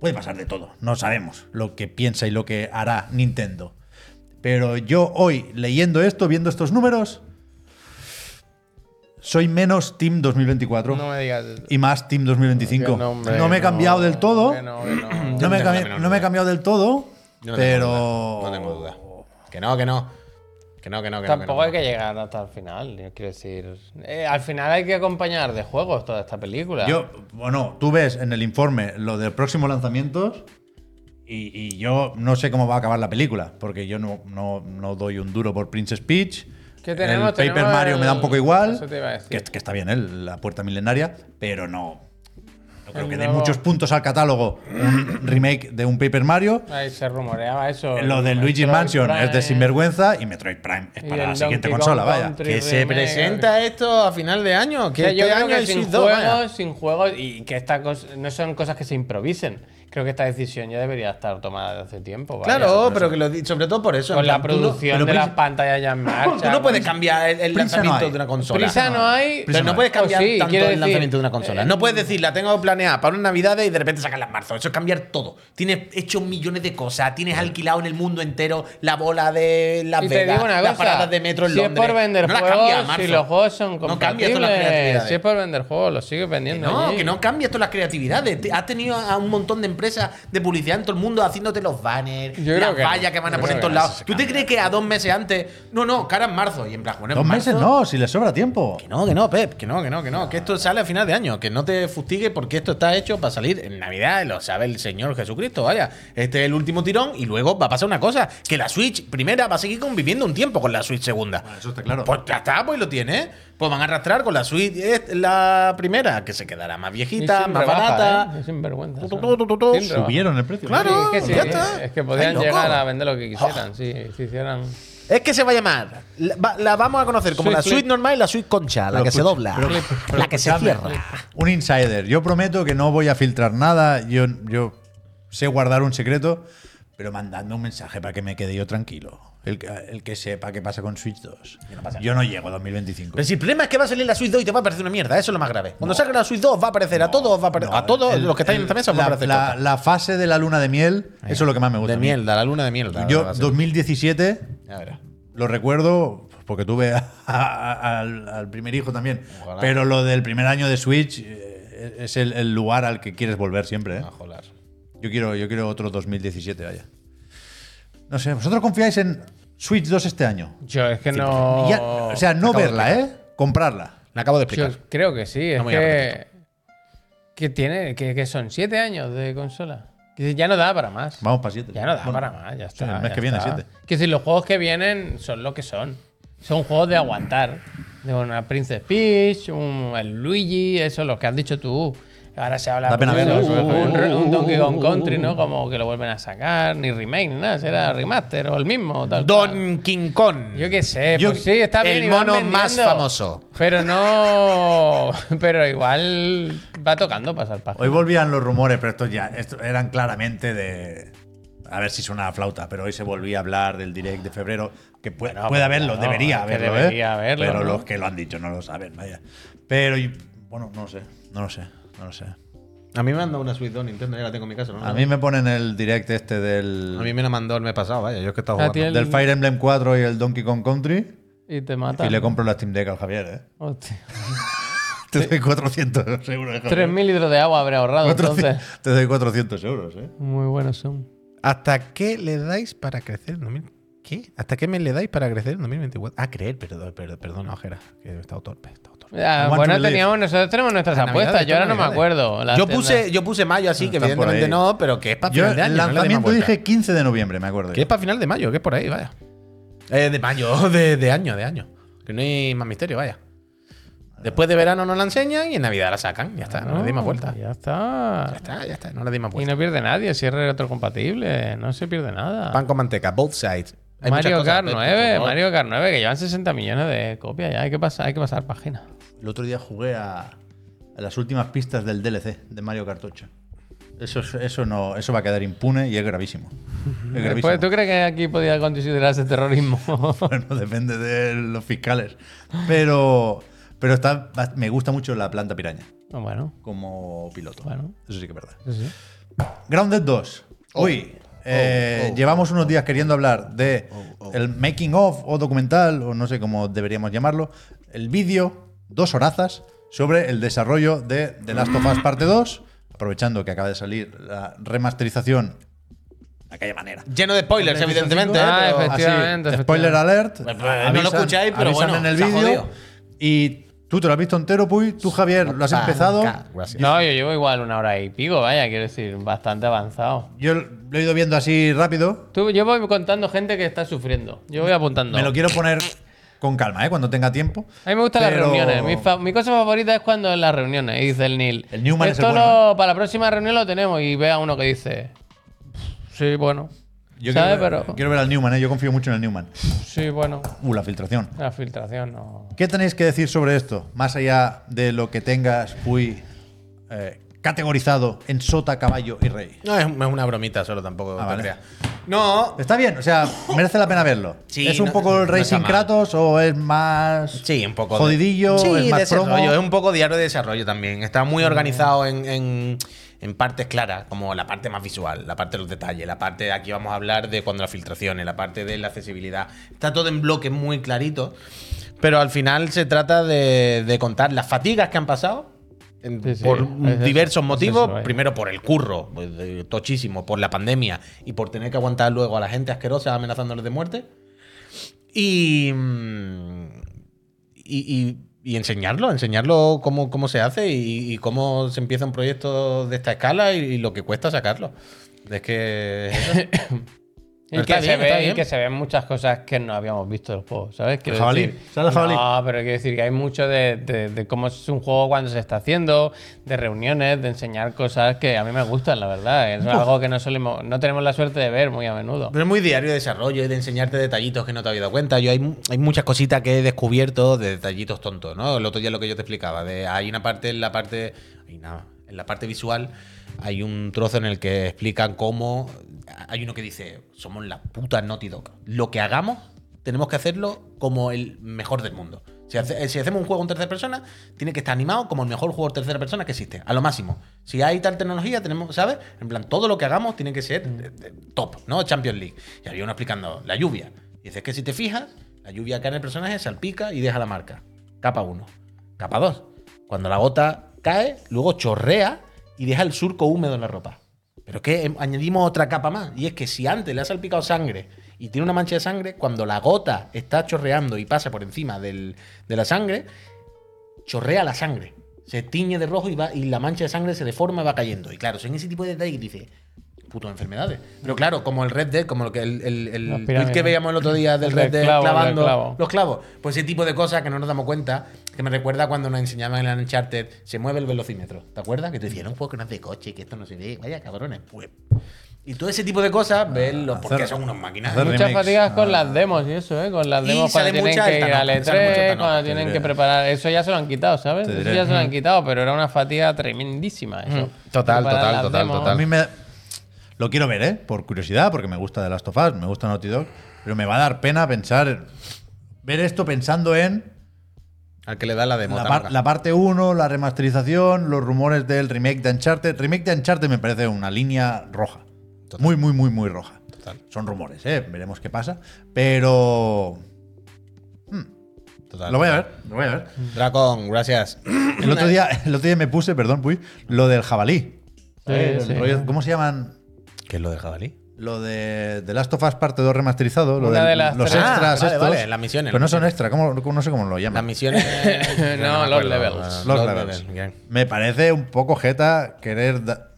S1: Puede pasar de todo, no sabemos lo que piensa y lo que hará Nintendo. Pero yo hoy, leyendo esto, viendo estos números, soy menos Team 2024
S3: No me digas.
S1: y más Team 2025.
S3: Que
S1: No,
S3: hombre,
S1: me he cambiado
S3: no,
S1: del todo.
S3: que no, que no.
S1: No me, he cambi- no me he cambiado del todo,
S2: Yo no tengo
S1: pero.
S2: duda, No tengo duda. Que no, que no. Que no, que no, que no,
S3: Tampoco
S2: no.
S3: hay que llegar hasta el final. yo Quiero decir, eh, al final hay que acompañar de juegos toda esta película.
S1: Yo, bueno, tú ves en el informe lo de próximos lanzamientos y, y yo no sé cómo va a acabar la película, porque yo no, no- no doy un duro por Princess Peach.
S3: ¿Qué tenemos?
S1: el Paper
S3: Tenemos
S1: Mario
S3: el-
S1: me da un poco igual,
S3: Eso te iba a decir.
S1: que, que está bien, ¿eh? la puerta milenaria, pero no. no creo
S3: El
S1: que dé
S3: nuevo-
S1: muchos puntos al catálogo un remake de un Paper Mario.
S3: Ahí se rumoreaba eso.
S1: Lo de
S3: Metroid
S1: Luigi's Mansion
S3: Prime.
S1: es de sinvergüenza y Metroid Prime es
S3: Y
S1: para
S3: el
S1: la siguiente
S3: Donkey Kong
S1: consola, vaya.
S3: Country
S2: Que se
S3: Remake,
S2: presenta esto a final de año.
S3: O
S2: Que
S3: sea,
S2: este
S3: yo creo
S2: año
S3: que
S2: hay
S3: sin
S2: Switch 2.
S3: juegos,
S2: vaya.
S3: sin juegos y que estas cosas no son cosas que se improvisen. Creo que esta decisión ya debería estar tomada desde hace tiempo. vaya.
S2: Claro, pero que lo di- sobre todo por eso. en
S3: con la
S2: plan, tú no-
S3: producción
S1: pero
S3: de las
S1: Prince-
S3: pantallas ya en marcha.
S2: Tú no puedes
S3: con-
S2: cambiar el,
S1: Prisa
S2: el
S1: no
S2: lanzamiento
S1: hay.
S2: de una consola.
S3: Prisa no hay.
S1: Prisa
S2: Pero no puedes
S3: hay.
S2: cambiar
S3: O Oh, sí,
S2: tanto
S3: quiero
S2: el lanzamiento
S3: decir,
S2: de una consola.
S3: eh,
S2: no puedes decir, la tengo planeada para unas navidades y de repente sacarla en marzo. Eso es cambiar todo. Tienes hecho millones de cosas. Tienes alquilado en el mundo entero la bola de Las
S3: Y te
S2: Vegas,
S3: digo una
S2: las
S3: cosa,
S2: paradas de metro en
S3: si
S2: Londres.
S3: es por vender
S2: no las
S3: juegos,
S2: cambias a marzo.
S3: si los juegos son
S2: No cambia esto las
S3: compatibles,
S2: creatividades.
S3: si es por vender juegos, los sigues
S2: Que
S3: vendiendo.
S2: No,
S3: allí.
S2: que no cambias todas las creatividades. Te- Has tenido a un montón de empresas de publicidad en todo el mundo haciéndote los banners,
S3: Yo creo
S2: las
S3: que no.
S2: vallas que van a
S3: Yo
S2: poner en
S3: creo que
S2: todos
S3: no,
S2: lados.
S3: eso se
S2: ¿Tú te crees que a dos meses antes? No, no, cara en marzo. Y en plan, bueno, en
S1: Dos
S2: marzo-
S1: meses no, si le sobra tiempo.
S2: Que no, que no, Pep, que no, que no, que no. Que esto sale a final de año. Que no te fustigues porque esto está hecho para salir en Navidad, lo sabe el Señor Jesucristo. Vaya, este es el último tirón y luego va a pasar una cosa: que la Switch primera va a seguir conviviendo un tiempo con la Switch segunda.
S1: eso está claro.
S2: Pues ya está, pues lo tiene. Pues van a arrastrar con la Switch eh, la primera, que se quedará más
S3: Y sin
S2: viejita, más
S3: rebaja,
S2: barata.
S3: ¿eh? Es sinvergüenza.
S2: Tu, tu,
S3: son.
S2: tu, tu, tu,
S3: Sin rebaja.
S1: Subieron el precio.
S2: Claro.
S3: Sí, es que
S2: ya
S3: sí,
S2: está.
S3: Es que
S2: Ay,
S3: podían
S2: loco.
S3: llegar a vender lo que quisieran, sí, si hicieran.
S2: Es que se va a llamar. La, va- la vamos a conocer como
S3: Switch
S2: la
S3: Flip.
S2: Switch normal y la Switch concha, la
S1: Pero
S2: que se
S1: escucha,
S2: dobla,
S1: pero-
S2: la que se
S1: escuchadme,
S2: cierra.
S1: Un insider. Yo prometo que no voy a filtrar nada. Yo, yo sé guardar un secreto, pero mandando un mensaje para que me quede yo tranquilo. El, que- el que sepa qué pasa con Switch 2. yo no llego a 2025.
S2: Pero si el problema es que va a salir la Switch 2 y te va a parecer una mierda, eso es lo más grave. Cuando salga la Switch 2 va a aparecer a todos, va a aparecer
S1: No,
S2: a todos
S1: el-
S2: los que están en
S1: el-
S2: esta mesa, va a
S1: la,
S2: aparecer
S1: la,
S2: cosas.
S1: la fase de la luna de miel, eso es lo que más me gusta.
S2: de
S1: a mí.
S2: mierda, la luna de mierda. va
S1: Yo,
S2: a ser.
S1: 2017,
S2: Ya verás.
S1: Lo recuerdo porque tuve a- a- al, al primer hijo también.
S2: Ojalá.
S1: Pero lo del primer año de Switch eh, es el, el lugar al que quieres volver siempre. ¿eh?
S2: A jolar.
S1: Yo, quiero, yo quiero otro 2017, vaya. No sé, ¿vosotros confiáis en Switch 2 este año?
S3: Yo es que no.
S1: Y ya- o sea, no
S2: acabo de
S1: verla, ¿eh? Comprarla.
S2: Me acabo de
S3: Yo
S2: explicar.
S3: creo que sí. Es
S2: me voy a
S3: que. Que, tiene, que, que son siete años de consola. Que ya no da para más.
S1: Vamos para 7.
S3: Ya no da para más, ya
S1: sí,
S3: está.
S1: el mes
S3: ya
S1: que viene,
S3: está.
S1: siete.
S3: Que si los juegos que vienen son lo que son. Son juegos de aguantar. De una Princess Peach, un el Luigi, eso, los que has dicho tú. Ahora se habla
S1: Da pena
S3: mucho,
S1: verlo, Uh,
S3: un,
S1: eso,
S3: un- un Donkey Kong Country,
S1: uh.
S3: ¿no? Como que lo vuelven a sacar, ni remake, ni nada, será remaster o el mismo. Tal, cual.
S2: Don King Kong.
S3: Yo qué sé,
S1: Yo-
S3: pues sí, está bien.
S2: el
S3: y van
S2: mono más
S3: vendiendo.
S2: famoso.
S3: Pero no. Pero igual va tocando pasar página.
S1: Hoy volvían los rumores, pero estos ya estos eran claramente de. A ver si suena a flauta, pero hoy se volvía a hablar del direct de febrero. Que pu-
S3: Bueno,
S1: puede
S3: pues
S1: haberlo,
S3: claro,
S1: debería
S3: es que
S1: haberlo,
S3: debería
S1: ¿eh?
S3: haberlo,
S1: Pero
S3: ¿no?
S1: los que lo han dicho no lo saben, vaya. Pero, y- bueno, no lo sé, no lo sé, no lo sé.
S2: A mí me han dado una Switch 2 Nintendo, ya la tengo en mi casa. ¿no?
S1: A mí me ponen el direct este del,
S2: a mí me la mandó el mes pasado, vaya. Yo es que estaba
S3: Ah,
S2: jugando.
S3: tiene el-
S1: del Fire Emblem 4 y el Donkey Kong Country.
S3: Y te mata.
S1: Y le compro la Steam Deck al Javier, ¿eh?
S3: Hostia.
S1: Te doy 400 euros, Javier.
S3: 3.000 litros de agua habré ahorrado,
S1: 400
S3: entonces.
S1: Te doy 400 euros, ¿eh?
S3: Muy buenos son.
S2: ¿Hasta qué le dais para crecer? No, mira. ¿Qué? ¿Hasta qué me le dais para crecer en 2024? Ah, creer, perdón, perdón, perdona, Ojera, que he estado torpe, he estado torpe.
S3: Ah,
S1: I want
S3: bueno,
S1: to live.
S3: teníamos, nosotros tenemos nuestras
S2: Navidades,
S3: apuestas. Yo ahora no me
S2: Navidades.
S3: acuerdo. las
S2: Yo
S3: tiendas.
S2: puse, yo puse mayo así, que
S1: Están por
S2: evidentemente
S1: ahí.
S2: no, Ah, pero que es para
S1: Yo
S2: final de año.
S1: el
S2: no le demos
S1: lanzamiento
S2: vuelta.
S1: dije 15 de noviembre, me acuerdo.
S2: Que es para final de mayo, que es por ahí, vaya. Eh, de mayo, de, de año, de año. Que no hay más misterio, vaya. Después de verano no la enseñan y en Navidad la sacan. Ya está, no, le di más vuelta. Ya
S3: Ya está.
S2: está, pues ya está, no le di más
S3: Y
S2: vuelta.
S3: no pierde nadie, si es retrocompatible, no se pierde nada.
S2: Pan con manteca, both sides. Hay muchas
S3: Mario
S2: cosas,
S3: Kart
S2: Pep,
S3: 9,
S2: por favor.
S3: Mario Kart 9, que llevan 60 millones de copias ya, hay que pasar, hay que pasar página.
S1: El otro día jugué a, a las últimas pistas del DLC de Mario Kart 8. Eso, es- eso, no, eso va a quedar impune y es gravísimo. Es gravísimo.
S3: Después, Pues ¿tú crees que aquí podía considerarse este terrorismo?
S1: Bueno, depende de los fiscales. Pero, pero está, me gusta mucho la planta piraña
S3: bueno,
S1: como piloto.
S3: Bueno.
S1: Eso sí que es verdad.
S3: eso sí.
S1: Grounded 2. Hoy eh, llevamos unos días queriendo hablar de el making of o documental, o no sé cómo deberíamos llamarlo, el vídeo, dos horazas, sobre el desarrollo de The Last of Us Parte 2, aprovechando que acaba de salir la remasterización de aquella manera.
S7: Lleno de spoilers,
S1: Hombre,
S7: evidentemente.
S3: eso sí,
S7: ¿eh?
S3: ah,
S7: Pero-
S3: efectivamente.
S1: spoiler alert.
S7: Pues, pues, no lo escucháis, pero
S1: avisan
S7: bueno,
S1: en el
S7: se ha
S1: vídeo.
S7: jodido.
S1: Y tú te lo has visto entero, Puy. Tú, Javier, lo has empezado.
S2: Gracias.
S3: No, yo llevo igual una hora y pico, vaya, quiero decir, bastante avanzado.
S1: Yo lo he ido viendo así rápido.
S3: Tú, yo voy contando gente que está sufriendo. Yo voy apuntando.
S1: Me lo quiero poner con calma, ¿eh? Cuando tenga tiempo.
S3: A mí me gustan
S1: Pero-
S3: las reuniones. Mi, fa- mi cosa favorita es cuando en las reuniones. Y dice el Neil.
S1: El Newman
S3: Esto
S1: ese
S3: lo-
S1: bueno".
S3: para la próxima reunión lo tenemos. Y ve a uno que dice. Sí, bueno.
S1: Yo
S3: ¿Sabes?
S1: quiero, ver,
S3: Pero.
S1: quiero ver al Newman, ¿eh? Yo confío mucho en el Newman.
S3: Sí, bueno.
S1: Uh, la filtración.
S3: La filtración no.
S1: ¿Qué tenéis que decir sobre esto? Más allá de lo que tengas, Puy, eh, categorizado en sota, caballo y rey.
S2: No, es, es una bromita solo tampoco.
S1: Ah,
S2: te
S1: vale.
S2: creas. No,
S1: Está bien, o sea, merece la pena verlo.
S2: Sí,
S1: ¿Es un
S2: no-
S1: poco el
S2: no
S1: rey
S2: está
S1: sin
S2: mal.
S1: Kratos o es más
S2: Sí, un poco. de-
S1: jodidillo?
S2: Sí,
S1: ¿Es más
S2: desarrollo.
S1: promo? Mm.
S2: Es un poco diario de desarrollo también. Está muy organizado en, en- en partes claras, como la parte más visual, la parte de los detalles, la parte. Aquí vamos a hablar de cuando las filtraciones, la parte de la accesibilidad. Está todo en bloques muy clarito. Pero al final se trata de, de contar las fatigas que han pasado. en-
S3: Sí, sí,
S2: por
S3: es eso,
S2: diversos
S3: es
S2: motivos.
S3: eso, eh. vaya.
S2: Primero por el curro, pues, de- tochísimo, por la pandemia y por tener que aguantar luego a la gente asquerosa amenazándoles de muerte. Y, mm, y, y- y enseñarlo, enseñarlo cómo, cómo se hace y, y cómo se empieza un proyecto de esta escala y, y lo que cuesta sacarlo. Es que...
S3: Y
S2: Pero
S3: que,
S2: está
S3: se
S2: bien, está
S3: ve, y
S2: bien.
S3: que se ven muchas cosas que no habíamos visto del juego, ¿sabes? Quiero
S1: El jabalí,
S3: decir-
S1: sale el jabalí.
S3: No, pero quiero decir que hay mucho de, de- de cómo es un juego cuando se está haciendo, de reuniones, de enseñar cosas que a mí me gustan, la verdad. Es algo que no solemos, no tenemos la suerte de ver muy a menudo.
S2: Pero es muy diario de desarrollo y de enseñarte detallitos que no te había dado cuenta. Yo hay, mu- hay muchas cositas que he descubierto de detallitos tontos, ¿no? El otro día lo que yo te explicaba, de hay una parte en la parte. hay nada, en la parte visual hay un trozo en el que explican cómo. Hay uno que dice, somos la puta Naughty Dog. Lo que hagamos, tenemos que hacerlo como el mejor del mundo. Si, hace- si hacemos un juego en tercera persona, tiene que estar animado como el mejor juego en tercera persona que existe, a lo máximo. Si hay tal tecnología, tenemos, ¿sabes? En plan, todo lo que hagamos tiene que ser eh, eh, top, ¿no? Champions League. Y había uno explicando la lluvia. Y dices que si te fijas, la lluvia cae en el personaje, salpica y deja la marca. Capa 1. Capa 2. Cuando la gota cae, luego chorrea y deja el surco húmedo en la ropa. Pero es que em, añadimos otra capa más. Y es que si antes le ha salpicado sangre y tiene una mancha de sangre, cuando la gota está chorreando y pasa por encima del- de la sangre, chorrea la sangre. Se tiñe de rojo y, va, y la mancha de sangre se deforma y va cayendo. Y claro, son ese tipo de detalles que dice, putas enfermedades. Pero claro, como el Red Dead, como lo que el, el, el
S3: Las
S2: tweet
S3: pirámides,
S2: que
S3: ¿no?
S2: veíamos el otro día del
S3: El
S2: Red Dead
S3: clavo, el
S2: clavando
S3: clavo.
S2: los clavos. Pues ese tipo de cosas que no nos damos cuenta, que me recuerda cuando nos enseñaban en el Uncharted, se mueve el velocímetro. ¿Te acuerdas? Que te decían, un juego que no es de coche, que esto no se ve. Vaya cabrones, pues. Y todo ese tipo de cosas, verlo, porque
S1: hacer-
S2: son unos máquinas. ¿eh?
S1: hacer-
S3: Muchas
S1: remakes.
S3: fatigas con
S1: Ah.
S3: las demos y eso, ¿eh? Con las
S2: Y
S3: demos cuando
S2: sale
S3: tienen
S2: mucha
S3: que ir
S2: alta
S3: al
S2: nota, sale mucha
S3: E3,
S2: alta
S3: cuando
S2: nota,
S3: tienen
S1: te
S3: que
S1: diré.
S3: preparar. Eso ya se lo han quitado, ¿sabes?
S1: Te
S3: Eso
S1: diré. Mm.
S3: ya se lo han quitado, pero era una fatiga tremendísima. Eso.
S2: Total,
S3: Preparar
S2: total,
S3: las
S2: total,
S3: demos.
S1: A
S2: total.
S1: mí me. Lo quiero ver, ¿eh? Por curiosidad, porque me gusta The Last of Us, me gusta Naughty Dog, pero me va a dar pena pensar. Ver esto pensando en
S2: Al que le da la demo.
S1: la, par- la parte 1, la remasterización, los rumores del remake de Uncharted. Remake de Uncharted me parece una línea roja. Muy, muy, muy, muy roja. Son rumores, ¿eh? Veremos qué pasa. Pero. Lo voy a ver, lo voy a ver.
S2: Dracon, gracias.
S1: El otro día, el otro día me puse, perdón, Puy, lo del jabalí.
S3: Sí,
S1: Eh, el
S3: sí.
S1: rollo- ¿Cómo se llaman?
S2: ¿Qué es lo de jabalí?
S1: lo de The Last of Us parte 2 remasterizado, lo
S3: Una
S1: de,
S3: de las
S1: los
S3: tres.
S1: extras
S8: Ah, vale,
S1: estos.
S8: vale, las misiones,
S1: Pero no
S8: las
S1: son
S8: misiones.
S1: extras, ¿cómo- cómo- no sé cómo lo
S8: Las
S1: llaman.
S8: misiones.
S3: no,
S2: me
S3: los
S2: acuerdo,
S3: levels.
S1: Los
S2: Los
S1: levels.
S2: levels, bien.
S1: Me parece un poco jeta querer, da-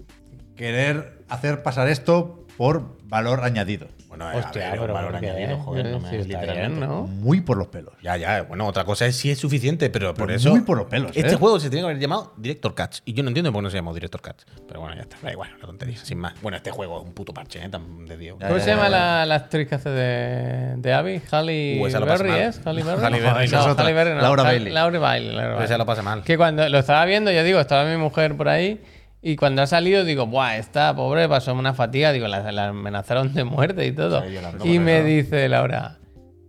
S1: querer hacer pasar esto por valor añadido.
S2: Bueno, eh,
S3: Hostia,
S2: a ver, un
S3: pero
S2: valor
S3: ¿por qué?
S2: añadido, joder, no
S3: Sí,
S2: me-
S3: está bien,
S2: literalmente.
S3: ¿no?
S1: Muy por los pelos.
S2: Ya, ya, bueno, otra cosa es si es suficiente, pero por
S1: Pero
S2: eso.
S1: muy por los pelos,
S2: Este
S1: ¿eh?
S2: juego se tiene que haber llamado Director Cats. Y yo no entiendo por qué no se llamó Director Cats. Pero bueno, ya está. Da igual, la tontería, sin más. Bueno, este juego es un puto parche, ¿eh? Tan de Dios.
S3: ¿Cómo se llama la, la actriz que hace de, de Abby? Halle
S2: Uh, esa lo pasa
S3: Berry,
S2: mal.
S3: ¿es? Halle Berry.
S2: Halle Berry,
S3: no,
S2: esa es otra.
S3: Halle Berry no.
S1: Laura
S3: Halle-
S1: Bailey.
S3: Laura Bailey. Laura Bailey.
S2: Esa lo pasa mal.
S3: Que cuando lo estaba viendo, ya digo, estaba mi mujer por ahí. Y cuando ha salido, digo, ¡buah! Esta pobre pasó una fatiga. Digo, la, la amenazaron de muerte y todo.
S2: Sí, yo la
S3: y
S2: reconozco,
S3: me
S2: ¿no?
S3: dice Laura,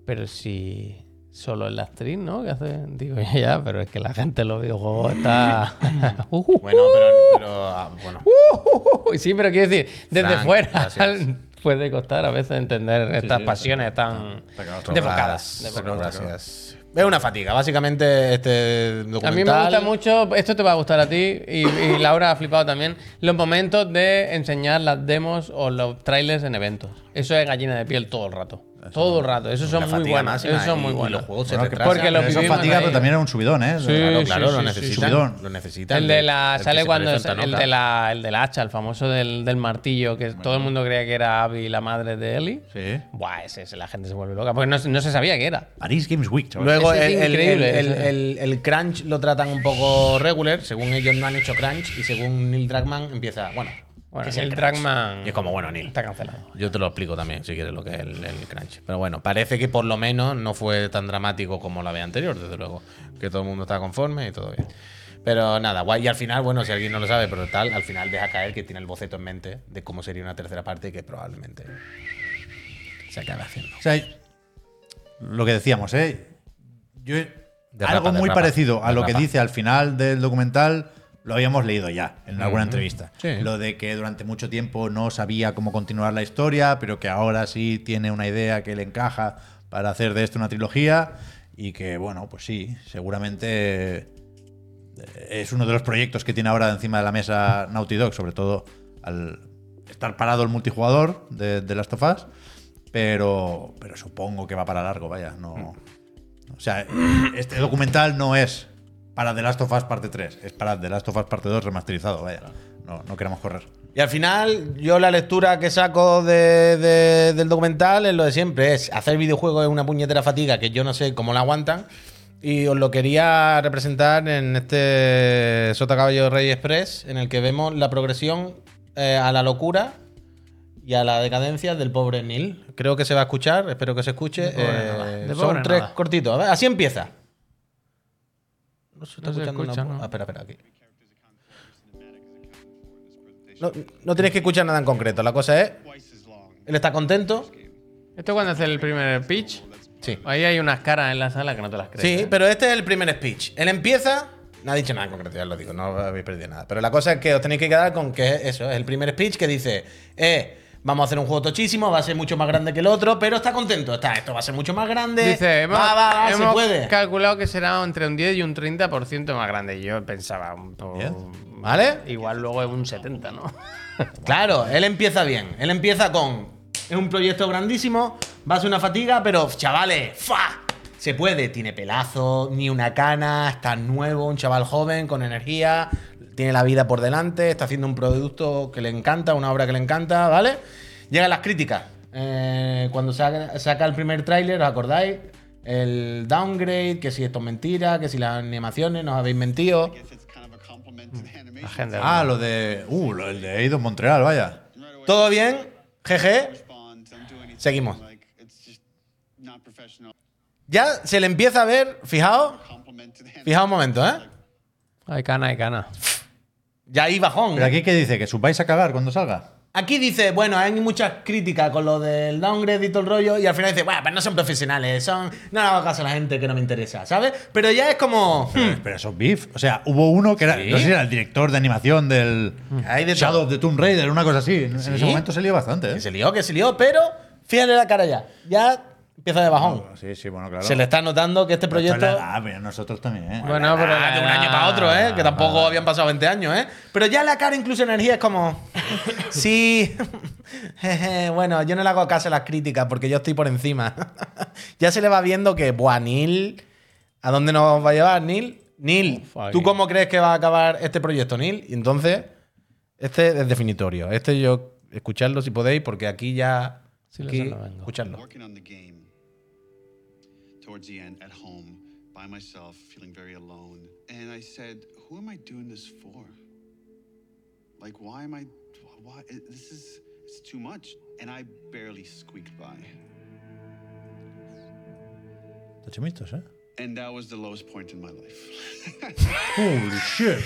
S3: pero si solo es la actriz, ¿no? Que hace? Digo, ya, ya, pero es que la gente de los videojuegos está. Uh,
S2: Bueno, pero. pero, ah, bueno.
S3: Uy, sí, pero quiero decir, desde
S2: Frank,
S3: fuera
S2: gracias.
S3: puede costar a veces entender estas pasiones tan
S2: Gracias,
S3: devocadas.
S2: Gracias. Es una fatiga, básicamente este
S3: A
S2: documental.
S3: mí me gusta mucho, esto te va a gustar a ti y, y Laura ha flipado también, los momentos de enseñar las demos o los trailers en eventos. Eso es gallina de piel todo el rato. todo el rato. Esos
S2: La
S3: son muy
S2: fatiga
S3: buenos.
S2: máxima
S3: Esos son
S2: y-
S3: muy
S2: y
S3: buenos.
S2: los juegos se
S1: Bueno, que-
S2: retrasan.
S3: Porque lo
S1: Pero eso es
S3: vivimos
S1: fatiga,
S3: ahí.
S1: pero también era un subidón, ¿eh?
S3: Sí,
S1: Claro,
S2: Claro,
S3: sí,
S2: claro,
S3: sí,
S2: lo
S3: sí,
S2: necesitan.
S1: subidón.
S2: Lo necesitan.
S3: El de la.
S2: del
S3: Sale
S2: que
S3: cuando.
S2: se
S3: es-
S2: presenta,
S3: el,
S2: ¿no?
S3: de la, el del hacha, el famoso del, del martillo, que todo el mundo creía que era Abby, la madre de Ellie.
S1: Sí.
S3: Buah, ese, ese, la gente se vuelve loca. Porque no, se- no se sabía que era.
S1: Paris Games Week, chaval.
S2: Luego
S3: Ese
S2: el,
S3: es
S2: el-
S3: increíble,
S2: el-
S3: ese.
S2: el- el crunch lo tratan un poco regular, según ellos no han hecho crunch y según Neil Dragman empieza, bueno,
S3: Bueno,
S2: ¿qué es
S3: el
S2: crunch?
S3: Dragman
S2: Y es como, bueno, Neil,
S3: está cancelado.
S2: yo te lo explico también, si quieres, lo que es el, el crunch. Pero bueno, parece que por lo menos no fue tan dramático como la vez anterior, desde luego. Que todo el mundo está conforme y todo bien. Pero nada, guay. Y al final, bueno, si alguien no lo sabe, pero tal, al final deja caer que tiene el boceto en mente de cómo sería una tercera parte que probablemente se acabe haciendo.
S1: O sea, lo que decíamos, ¿eh? Yo,
S2: Derrapa,
S1: algo muy
S2: derrapa,
S1: parecido a lo que
S2: derrapa.
S1: dice al final del documental, lo habíamos leído ya en alguna entrevista.
S2: Sí.
S1: Lo de que durante mucho tiempo no sabía cómo continuar la historia, pero que ahora sí tiene una idea que le encaja para hacer de esto una trilogía. Y que, bueno, pues sí, seguramente eh, es uno de los proyectos que tiene ahora encima de la mesa Naughty Dog, sobre todo al estar parado el multijugador de, de Last of Us. Pero, pero supongo que va para largo, vaya. No, o sea, este documental no es para The Last of Us parte 3, es para The Last of Us parte 2 remasterizado, vaya. No, no queremos correr.
S2: Y al final, yo la lectura que saco de- de- del documental es lo de siempre: es hacer videojuegos es una puñetera fatiga que yo no sé cómo la aguantan. Y os lo quería representar en este Sota Caballo Rey Express, en el que vemos la progresión eh, a la locura y a la decadencia del pobre Neil. Creo que se va a escuchar, espero que se escuche.
S3: pobre
S2: Eh,
S3: nada, de pobre
S2: son tres
S3: nada.
S2: cortitos. A ver, así empieza. No se está
S3: No se
S2: escuchando
S3: escucha,
S2: una-
S3: ¿no?
S2: Ah, espera, espera, aquí. No, no tienes que escuchar nada en concreto. La cosa es, él está contento.
S3: Esto cuando hace el primer pitch.
S2: Sí.
S3: Ahí hay unas caras en la sala que no te las crees.
S2: Sí,
S3: ¿eh?
S2: pero este es el primer speech. Él empieza. No ha dicho nada en concreto, ya lo digo, no habéis perdido nada. Pero la cosa es que os tenéis que quedar con que es eso es el primer speech que dice: eh, Vamos a hacer un juego tochísimo, va a ser mucho más grande que el otro, pero está contento. Está, esto va a ser mucho más grande.
S3: Dice, hemos,
S2: va, va, va, se
S3: hemos
S2: puede.
S3: calculado que será entre un 10 y un 30% más grande. Yo pensaba un poco.
S2: ¿Vale?
S3: Igual luego es un 70, ¿no?
S2: Claro, él empieza bien. Él empieza con. Es un proyecto grandísimo, va a ser una fatiga, pero chavales, ¡fa! Se puede, tiene pelazo, ni una cana, está nuevo, un chaval joven, con energía, tiene la vida por delante, está haciendo un producto que le encanta, una obra que le encanta, ¿vale? Llegan las críticas. Eh, cuando saca, saca el primer tráiler, ¿os acordáis? El downgrade, que si esto es mentira, que si las animaciones nos habéis mentido. Hmm.
S3: La gente.
S1: Ah, lo de. Uh, lo- el de Eidos Montreal, vaya.
S2: Todo bien, GG, Seguimos. Ya se le empieza a ver, fijaos, fijaos un momento, ¿eh?
S3: Hay cana, hay cana.
S2: Ya ahí bajón.
S1: Pero aquí, ¿qué dice? ¿Que subáis a cagar cuando salga?
S2: Aquí dice, bueno, hay muchas críticas con lo del downgrade y todo el rollo, y al final dice, bueno, pero no son profesionales, son. No le hago caso a la gente que no me interesa, ¿sabes? Pero ya es como. hmm,
S1: Pero eso es beef. O sea, hubo uno que era,
S2: Sí.
S1: no sé si era el director de animación del
S2: Hay de
S1: Shadow
S2: todo.
S1: of the Tomb Raider, una cosa así. En-
S2: Sí.
S1: En ese momento se lió bastante, ¿eh?
S2: Que se lió, que se lió, pero fíjale la cara ya. Ya empieza de bajón.
S1: Sí, sí, bueno, claro.
S2: Se le está notando que este
S1: Pero esto es
S2: proyecto.
S1: la edad, pero nosotros también, ¿eh?
S3: Bueno, pero.
S2: Ah, de un año para otro, ¿eh? Que tampoco habían pasado 20 años, ¿eh? Pero ya la cara, incluso energía, es como. sí. Jeje, bueno, yo no le hago caso a las críticas porque yo estoy por encima. ya se le va viendo que, buah, Neil, ¿a dónde nos va a llevar, Neil? Neil,
S3: Uf, aquí.
S2: ¿tú cómo crees que va a acabar este proyecto, Neil? Y Entonces, este es definitorio. Este yo, escuchadlo si podéis, porque aquí ya.
S3: Sí, lo
S2: aquí,
S3: sé, lo vengo.
S2: escuchadlo.
S9: Working on the game. Towards the end, at home, by myself, feeling very alone. And I said, Who am I doing this for? Like, why am I. Why? This is. It's too much. And I barely squeaked by.
S1: Está chumitos, ¿eh?
S9: And that was the lowest point in my life.
S1: Holy shit.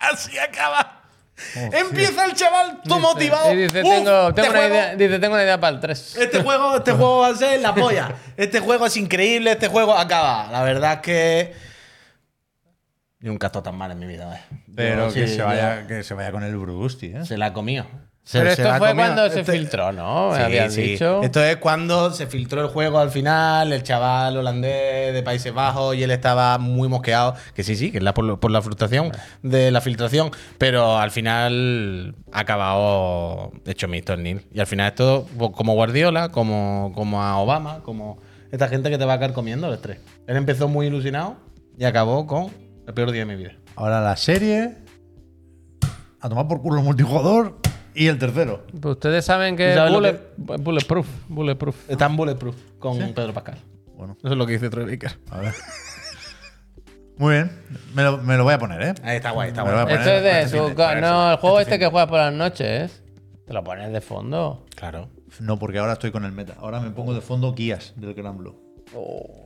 S2: Así acaba.
S1: Oh,
S2: Empieza el chaval, todo
S3: Dice-
S2: motivado.
S3: Y dice,
S2: Uf,
S3: tengo, tengo
S2: este
S3: una
S2: juego-
S3: idea, dice, tengo una idea para el 3.
S2: Este juego, este juego va a ser la polla. Este juego es increíble, este juego acaba. La verdad es que. Yo nunca he estado tan mal en mi vida, eh.
S1: Pero
S2: Yo
S1: que,
S2: sí,
S1: se vaya, que se vaya con el Brugusti, ¿eh?
S2: yo- Se la ha comido. Se-
S3: Pero
S2: se
S3: esto
S2: la ha
S3: fue
S2: comido.
S3: cuando se
S2: Este-
S3: filtró, ¿no?
S2: Sí,
S3: Habían
S2: sí.
S3: dicho.
S2: Esto es cuando se filtró el juego al final, el chaval holandés de Países Bajos y él estaba muy mosqueado. Que sí, sí, que es la, por, lo- por la frustración de la filtración. Pero al final ha acabado hecho mixto el Neil. Y al final esto, bo- como Guardiola, como, como a Obama, como esta gente que te va a acabar comiendo el estrés. Él empezó muy ilusionado y acabó con el peor día de mi vida.
S1: Ahora la serie. A tomar por culo el multijugador y el tercero.
S3: Pues ustedes saben que es
S2: ¿Sabes lo
S3: bullet- bulletproof. Bulletproof.
S2: Está en Bulletproof con Pedro Pascal.
S1: Bueno,
S2: Eso es lo que dice Troy Baker.
S1: a ver. Muy bien. Me lo, me lo voy a poner, ¿eh?
S2: Ahí está guay, está
S1: Me lo
S2: guay.
S1: voy a
S3: Esto
S1: poner.
S3: es de
S2: este
S3: su-
S2: fin de- para
S3: No,
S2: eso,
S3: el juego este que juegas por las noches. Te lo pones de fondo.
S2: Claro.
S1: No, porque ahora estoy con el meta. Ahora me pongo de fondo guías del Gran Blue.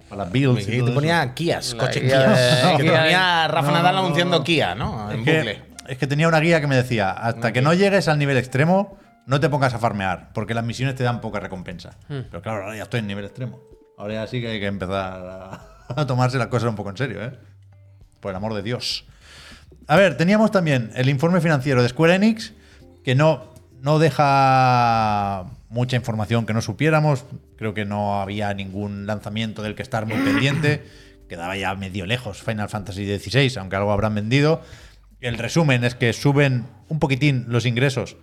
S1: Para las builds. Y
S2: Y
S1: todo
S2: Oh. te
S1: eso.
S2: ponía Kias,
S3: La
S2: coche
S3: Kia
S2: Kias.
S3: de-
S2: que te
S3: Kia
S2: ponía Rafa
S1: no,
S2: Nadal
S1: no,
S2: anunciando
S1: no.
S2: Kia, ¿no? En
S1: Es que-
S2: bucle.
S1: Es que tenía una guía que me decía, hasta que no llegues al nivel extremo, no te pongas a farmear, porque las misiones te dan poca recompensa.
S2: Hmm.
S1: Pero claro, ahora ya estoy en nivel extremo. Ahora ya sí que hay que empezar a, a tomarse las cosas un poco en serio, ¿eh? Por el amor de Dios. A ver, teníamos también el informe financiero de Square Enix, que no, no deja mucha información que no supiéramos. Creo que no había ningún lanzamiento del que estar muy pendiente. Quedaba ya medio lejos Final Fantasy XVI, aunque algo habrán vendido. El resumen es que suben un poquitín los ingresos,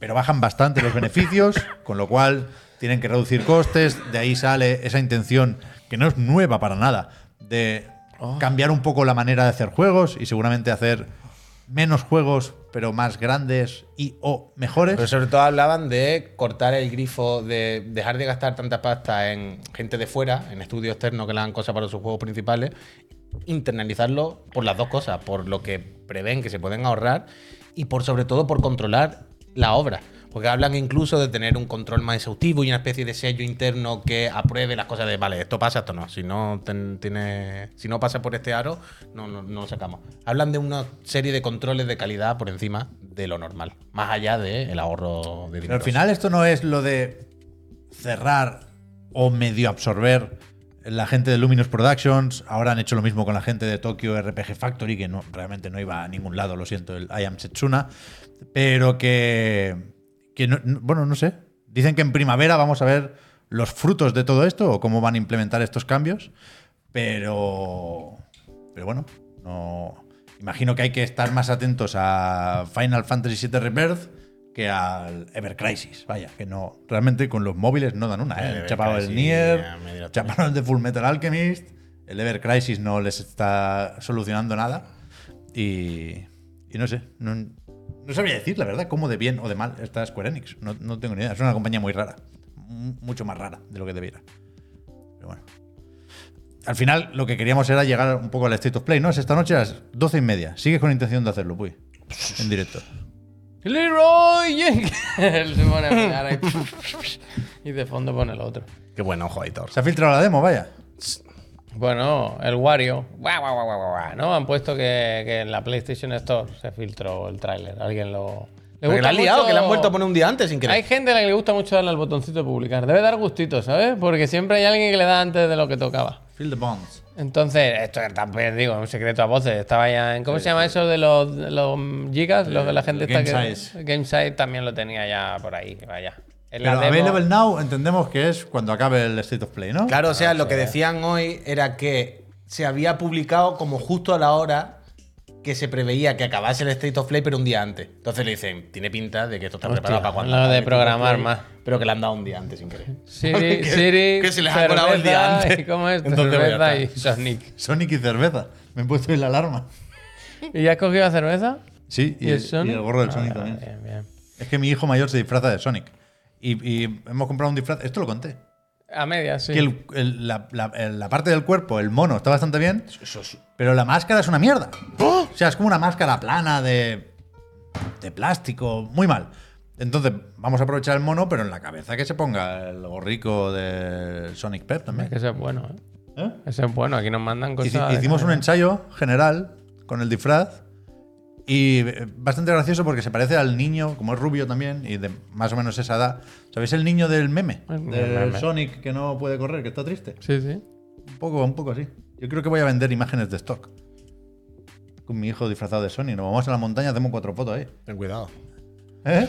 S1: pero bajan bastante los beneficios, con lo cual tienen que reducir costes. De ahí sale esa intención, que no es nueva para nada, de cambiar un poco la manera de hacer juegos y seguramente hacer menos juegos, pero más grandes y o mejores.
S2: Pero sobre todo hablaban de cortar el grifo, de dejar de gastar tanta pasta en gente de fuera, en estudios externos que le dan cosas para sus juegos principales, internalizarlo por las dos cosas, por lo que prevén que se pueden ahorrar y por sobre todo por controlar la obra. Porque hablan incluso de tener un control más exhaustivo y una especie de sello interno que apruebe las cosas de, vale, esto pasa, esto no. Si no, ten- tiene, si no pasa por este aro, no, no, no lo sacamos. Hablan de una serie de controles de calidad por encima de lo normal, más allá del ahorro de dinero.
S1: Pero al final esto no es lo de cerrar o medio absorber la gente de Luminous Productions. Ahora han hecho lo mismo con la gente de Tokyo RPG Factory, que no, realmente no iba a ningún lado, lo siento, el I Am Setsuna. Pero que... que no- no- bueno, no sé. Dicen que en primavera vamos a ver los frutos de todo esto o cómo van a implementar estos cambios. Pero... Pero bueno, no... Imagino que hay que estar más atentos a Final Fantasy VII Rebirth que al Ever Crisis. Vaya, que no... Realmente con los móviles no dan una.
S2: El
S1: ¿eh?
S2: Ever
S1: Chapado el
S2: Crisis,
S1: Nier,
S2: ya me dirás tú.
S1: chaparon el de Full Metal Alchemist. El Ever Crisis no les está solucionando nada. Y, y no sé, no, no sabría decir la verdad cómo de bien o de mal está Square Enix. No, no tengo ni idea. Es una compañía muy rara. mu- Mucho más rara de lo que debiera. Pero bueno. Al final, lo que queríamos era llegar un poco al State of Play, ¿no? Es esta noche a las doce y media. Sigues con intención de hacerlo, Puy. En directo.
S3: Leroy Jenkins. Se pone a mirar ahí. y de fondo pone el otro.
S2: Qué buen ojo, Aitor.
S1: Se ha filtrado la demo, vaya.
S3: Bueno, el Wario. Guau, guau, guau, guau, guau, guau, ¿no? Han puesto que, que en la PlayStation Store se filtró el tráiler. Alguien lo.
S2: Porque
S3: le gusta
S2: la han liado,
S3: mucho-
S2: que la han vuelto a poner un día antes sin
S3: Hay
S2: querer.
S3: gente a la que le gusta mucho darle al botoncito de publicar. Debe dar gustito, ¿sabes? Porque siempre hay alguien que le da antes de lo que tocaba.
S1: Fill the bonds.
S3: Entonces, esto también digo, es un secreto a voces. Estaba ya en. ¿Cómo se llama eso de los, de los gigas? Lo que la gente
S1: Game
S3: está que.
S1: Size.
S3: Game Size también lo tenía ya por ahí, vaya. En la
S1: Pero
S3: demo-
S1: Available Now entendemos que es cuando acabe el State of Play, ¿no?
S2: Claro, o sea, lo que decían hoy era que se había publicado como justo a la hora que se preveía que acabase el State of Play, pero un día antes. Entonces le dicen, tiene pinta de que esto está preparado
S3: Hostia,
S2: para cuando.
S3: lo
S2: acabe
S3: de
S2: el State of
S3: programar
S2: Play,
S3: más.
S2: Pero que le han dado un día antes sin querer.
S3: Siri,
S2: Que-
S3: Siri.
S2: que se les ha colado el día
S3: cerveza
S2: antes.
S3: y ¿Cómo es?
S2: Entonces voy a
S3: Cerveza y Sonic.
S1: Sonic y cerveza. Me he puesto ahí la alarma.
S3: ¿Y ya has cogido la cerveza?
S1: Sí, y,
S3: ¿Y el
S1: el,
S3: Sonic?
S1: y el gorro del Sonic
S3: Ah,
S1: también.
S3: bien, bien.
S1: Es que mi hijo mayor se disfraza de Sonic. Y, y hemos comprado un disfraz. Esto lo conté.
S3: A medias, sí.
S1: Que el- el- la, la- el- la parte del cuerpo, el mono, está bastante bien.
S2: Eso es- ¿Ah?
S1: Pero la máscara es una mierda. O sea, es como una máscara plana de. de plástico. Muy mal. Entonces, vamos a aprovechar el mono, pero en la cabeza que se ponga el gorrico de Sonic Pep
S3: Es
S1: también.
S3: que eso es bueno, ¿eh?
S1: ¿Eh?
S3: Eso es bueno. Aquí nos mandan
S1: Hici-
S3: cosas. de
S1: hicimos un
S3: calidad.
S1: ensayo general con el disfraz y eh, bastante gracioso porque se parece al niño, como es rubio también y de más o menos esa edad. ¿Sabéis el niño del meme?
S3: El
S1: Del
S3: meme.
S1: Sonic que no puede correr, que está triste.
S3: Sí, sí.
S1: Un poco, un poco así. Yo creo que voy a vender imágenes de stock. Con mi hijo disfrazado de Sonic. Nos vamos a la montaña, hacemos cuatro fotos ahí.
S4: Ten cuidado.
S1: ¿Eh?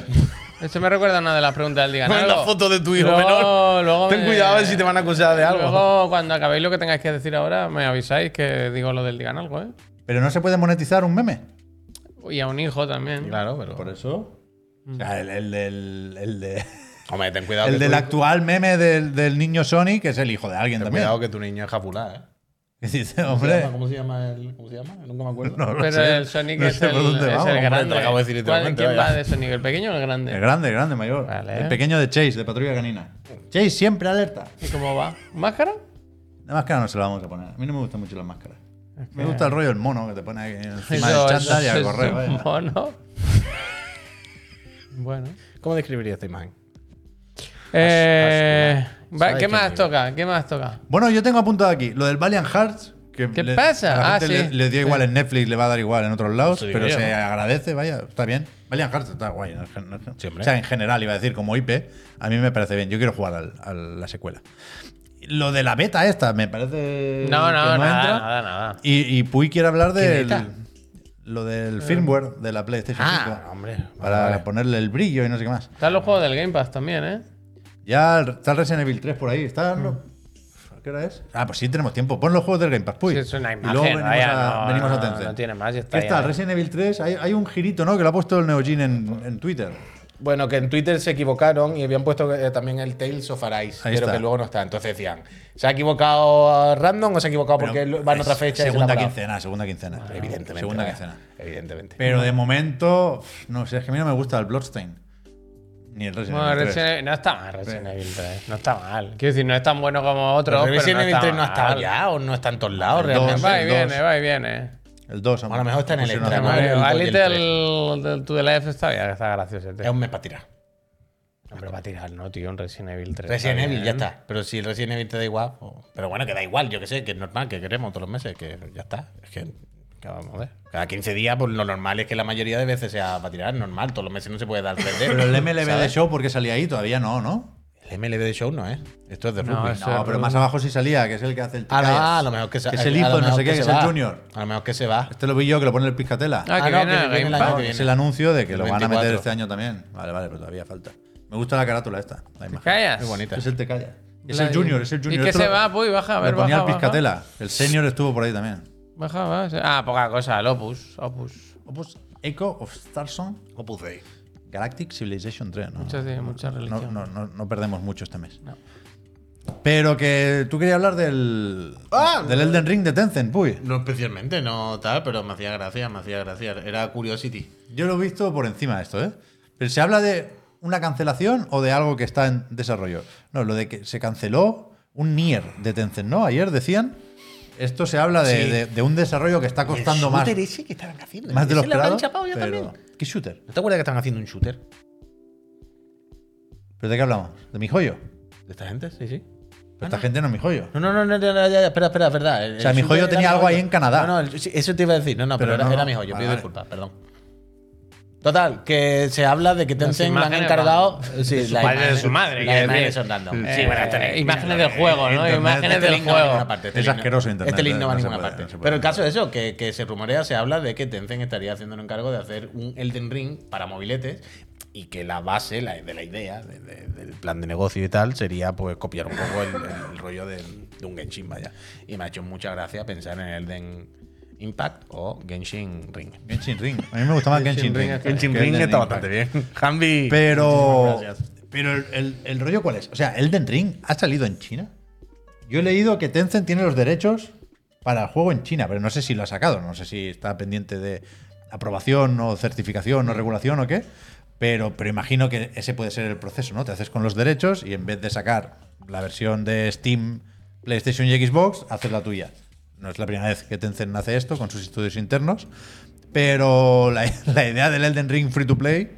S3: Eso me recuerda a una de las preguntas del día.
S4: Pon la foto de tu hijo
S3: Luego-
S4: menor.
S3: luego
S4: Ten
S3: me-
S4: cuidado a ver si te van a acusar de algo.
S3: Luego, cuando acabéis lo que tengáis que decir ahora, me avisáis que digo lo del digan algo, ¿eh?
S1: Pero no se puede monetizar un meme.
S3: Y a un hijo también.
S4: Claro, pero.
S1: Por eso.
S3: Mm.
S1: O sea, el, el del- el de-
S4: Hombre, ten cuidado.
S1: el
S4: que
S1: del
S4: tu-
S1: actual meme del, del niño Sonic, que es el hijo de alguien
S4: ten
S1: también.
S4: cuidado que tu niño es Japulá, ¿eh?
S1: Que dice,
S4: ¿Cómo se
S1: hombre.
S4: llama? ¿Cómo se llama? el- ¿Cómo se llama? Nunca me acuerdo.
S1: No lo
S3: Pero
S1: sé.
S3: el Sonic
S1: No
S3: es,
S1: sé
S3: el,
S1: por dónde
S3: es
S1: vamos,
S3: el
S1: hombre,
S3: grande.
S4: te lo acabo de decir
S1: este
S3: ¿Cuál-
S4: literalmente,
S3: ¿Quién va
S4: vaya.
S3: de Sonic? ¿El pequeño o el grande?
S1: El grande, el grande, mayor.
S3: Vale.
S1: El pequeño de Chase, de Patrulla Canina. Chase, siempre alerta.
S3: ¿Y cómo va? ¿Máscara?
S1: La máscara no se la vamos a poner. A mí no me gustan mucho las máscaras. Me gusta el rollo del mono que te pone ahí encima del chándal y
S3: eso
S1: al
S3: es
S1: correo.
S3: un
S1: vaya.
S3: mono. bueno.
S4: ¿Cómo describiría esta imagen?
S3: Eh,
S4: Ash-
S3: va,
S4: ¿sabes
S3: ¿Qué
S4: quién
S3: más
S4: digo?
S3: toca? ¿Qué más toca?
S1: Bueno, yo tengo apuntado aquí lo del Valiant Hearts. Que
S3: ¿Qué
S1: le-
S3: pasa?
S1: a la
S3: Ah,
S1: gente
S3: sí.
S1: Le, le dio igual en Netflix, le va a dar igual en otros lados,
S4: digo
S1: pero
S4: yo,
S1: se
S4: ¿no?
S1: agradece, vaya, está bien. Valiant Hearts está guay. no es que- no es que-
S4: Sí, hombre.
S1: o sea, en general, iba a decir, como IP, a mí me parece bien. Yo quiero jugar al- a la secuela. Lo de la beta esta, me parece.
S3: No, no,
S1: que
S3: nada,
S1: entra.
S3: nada, nada.
S1: Y, y Puy quiere hablar del.
S4: beta?
S1: Lo del firmware de la PlayStation
S3: Ah,
S1: 5.
S4: hombre.
S1: Para ponerle el brillo y no sé qué más.
S3: Están los juegos del Game Pass también, ¿eh?
S1: Ya el- está el Resident Evil 3 por ahí. ¿Está? ¿no?
S2: Mm.
S1: ¿A ¿Qué hora es? Ah, pues sí, tenemos tiempo. Pon los juegos del Game Pass, Puy.
S3: Sí, es una imagen.
S1: y luego venimos
S3: vaya,
S1: a,
S3: no,
S1: venimos a
S3: no,
S1: Tencent.
S3: no tiene más, ya está
S1: ¿Qué está?
S3: ya.
S1: Resident Evil 3. Hay, hay un girito, ¿no? Que lo ha puesto el Neogin en, en Twitter.
S2: Bueno, que en Twitter se equivocaron y habían puesto eh, también el Tales of Arise,
S1: Ahí
S2: pero
S1: está.
S2: que luego no está. Entonces decían, ¿se ha equivocado a random o se ha equivocado Ah, porque
S1: Pero
S2: lo- va en otra
S1: es
S2: fecha? y se lo ha
S1: Segunda
S2: colado?
S1: quincena, segunda quincena.
S2: Ah, Evidentemente.
S1: Segunda
S2: vaya,
S1: quincena.
S2: Evidentemente.
S1: Pero de momento, no sé, es que a mí no me gusta el Bloodstain. Ni el Resident
S3: Bueno,
S1: Evil 3.
S3: Resident Evil- no está mal Resident Evil 3. No está mal. Quiero decir, no es tan bueno como otros.
S2: Pero
S3: Pero
S2: Resident
S3: no
S2: Evil
S3: está
S2: 3 no ha estado
S3: mal.
S2: ya o no está en todos lados
S1: El dos,
S2: realmente.
S3: Va y
S1: El
S3: viene,
S1: dos.
S3: va y viene.
S1: El pues 2.
S2: Bueno, a lo mejor está en el
S1: pusieron
S2: extra,
S1: otra
S2: ¿no?
S1: vez.
S2: el dos y
S3: Vale,
S2: el
S3: del, del To The Left está bien, está gracioso.
S2: Es un mes para tirar.
S3: Hombre, va a tirar, ¿no, tío? Un Resident Evil 3.
S2: Resident
S3: está
S2: Evil, ya
S3: bien.
S2: está. Pero si el Resident Evil te da igual. o- Pero bueno, que da igual, yo que sé, que es normal, que queremos todos los meses, que ya está. Es que, que vamos a ver. Cada 15 días, pues lo normal es que la mayoría de veces sea para tirar, normal. Todos los meses no se puede dar 3D.
S1: Pero el MLB de
S2: ¿sabes?
S1: Show, porque salía ahí? Todavía no, ¿no?
S2: El MLB de Show no es. Esto es de
S3: No,
S2: rugby.
S3: es-
S1: No, pero
S3: Cerro.
S1: más abajo sí salía, que es el que hace el
S2: Ah, no,
S1: Ticayas.
S2: a lo mejor que se
S1: Que es el
S2: a lo
S1: hijo, no
S2: mejor
S1: sé qué, que
S2: se
S1: es el
S2: va.
S1: junior.
S2: A lo mejor que se va.
S1: Este lo vi yo, que lo pone en el Piscatela.
S3: Ah, que
S2: Ah, no,
S3: viene
S2: que
S3: el
S2: viene
S3: Game
S2: el
S3: Pass.
S2: año
S1: Ah,
S2: que viene.
S1: es el anuncio de que lo van a meter
S2: 24.
S1: este año también. Vale, vale, pero todavía falta. Me gusta la carátula esta, la imagen.
S3: ¿Callas?
S2: Muy bonita.
S1: Es el Ticayas. Es
S3: La-
S1: el junior, es el junior.
S3: ¿Y qué
S1: Este
S3: se
S1: lo-
S3: va? Puy, baja, a ver,
S1: lo ponía
S3: baja,
S1: el
S3: baja.
S1: Piscatela. El senior estuvo por ahí también.
S3: Baja, baja. Ah, poca cosa, el Opus. Opus.
S1: Opus Echo of Starson
S2: Opus Dei.
S1: Galactic Civilization 3. ¿no?
S3: Muchas de- mucha
S1: no,
S3: religión.
S1: no, no, no perdemos mucho este mes.
S3: No.
S1: Pero que tú querías hablar del,
S2: Ah,
S1: del Elden Ring de Tencent, puy.
S2: No especialmente, no tal, pero me hacía gracia, me hacía gracia. Era Curiosity.
S1: Yo lo he visto por encima de esto, ¿eh? Pero se habla de una cancelación o de algo que está en desarrollo. No, lo de que se canceló un Nier de Tencent, ¿no? Ayer decían. Esto se habla de,
S2: Sí.
S1: de- de un desarrollo que está costando
S2: El
S1: más,
S2: shooter ese que estaban haciendo.
S1: más de
S2: Ese
S1: lo
S2: le habrán
S1: esperado.
S2: chapado ya
S1: pero-
S2: también.
S1: ¿Qué shooter?
S2: ¿No te acuerdas que estaban haciendo un shooter?
S1: ¿Pero de qué hablamos? ¿De mi joyo?
S2: ¿De esta gente? Sí, sí.
S1: Pero esta gente no es mi joyo.
S2: Ah, No, no, no, no, no, no, ya, ya, espera, espera, es verdad. El-
S1: O sea,
S2: el
S1: mi
S2: shooter
S1: joyo
S2: era
S1: tenía
S2: mi
S1: algo ahí
S2: joyo.
S1: en Canadá.
S2: No, no, el- sí, eso te iba a decir. No, no, pero,
S1: Pero
S2: era,
S1: no,
S2: era
S1: no.
S2: mi joyo,
S1: Vale,
S2: pido
S1: vale.
S2: disculpas, perdón. Total, que se habla de que Tencent le han
S3: imágenes
S2: encargado. Sí,
S3: su
S2: la
S3: padre, de
S2: imagen-
S3: su madre,
S2: la
S3: quiero
S2: imagen
S3: decir.
S2: son random.
S3: Eh,
S2: Sí, bueno, esto no-
S3: imágenes del juego, ¿no?
S1: Internet,
S3: Imágenes
S2: Este
S3: del
S2: link no va a
S3: juego.
S2: ninguna parte. este
S1: Es
S2: link no-
S1: asqueroso internet,
S2: Este link no va a
S1: no se
S2: ninguna
S1: puede,
S2: parte.
S1: no se puede.
S2: Pero el caso es eso, que, que se rumorea, se habla de que Tencent estaría haciendo un encargo de hacer un Elden Ring para mobiletes y que la base la, de la idea, de- de- del plan de negocio y tal, sería pues copiar un poco el, el- el rollo de, de un Genshin, vaya. Y me ha hecho mucha gracia pensar en Elden,
S4: Impact o Genshin Ring.
S1: Genshin Ring. A mí me gusta más Genshin, Ring. que
S4: Genshin
S1: Elden
S4: Ring está
S1: Impact.
S4: bastante bien. Hambi.
S1: Pero.
S4: gracias.
S1: Pero el, el- el rollo cuál es? O sea, Elden Ring ha salido en China. Yo he leído que Tencent tiene los derechos para el juego en China, pero no sé si lo ha sacado, no sé si está pendiente de aprobación o certificación o regulación o qué. Pero, pero imagino que ese puede ser el proceso, ¿no? Te haces con los derechos y en vez de sacar la versión de Steam, PlayStation y Xbox, haces la tuya. No es la primera vez que Tencent hace esto con sus estudios internos, pero la, la idea del Elden Ring Free to Play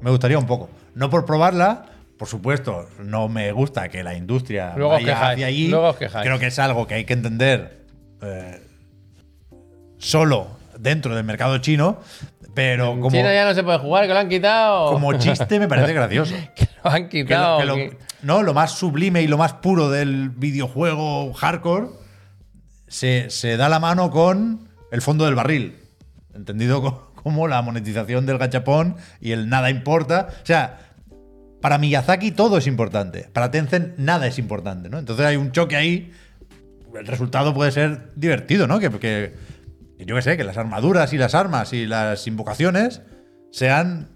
S1: me gustaría un poco. No por probarla, por supuesto, no me gusta que la industria
S3: Luego os
S1: vaya
S3: quejáis,
S1: hacia allí.
S3: luego os quejáis.
S1: Creo que es algo que hay que entender eh, solo dentro del mercado chino, pero como,
S3: China ya no se puede jugar, que lo han quitado.
S1: como chiste me parece gracioso.
S3: que lo han
S1: Que lo-
S3: quitado.
S1: que lo-
S3: que-
S1: no, lo más sublime y lo más puro del videojuego hardcore se, se da la mano con el fondo del barril. Entendido co- como la monetización del gachapón y el nada importa. O sea, para Miyazaki todo es importante. Para Tencent nada es importante, ¿no? Entonces hay un choque ahí. El resultado puede ser divertido, ¿no? Que, que- que yo qué sé, que las armaduras y las armas y las invocaciones sean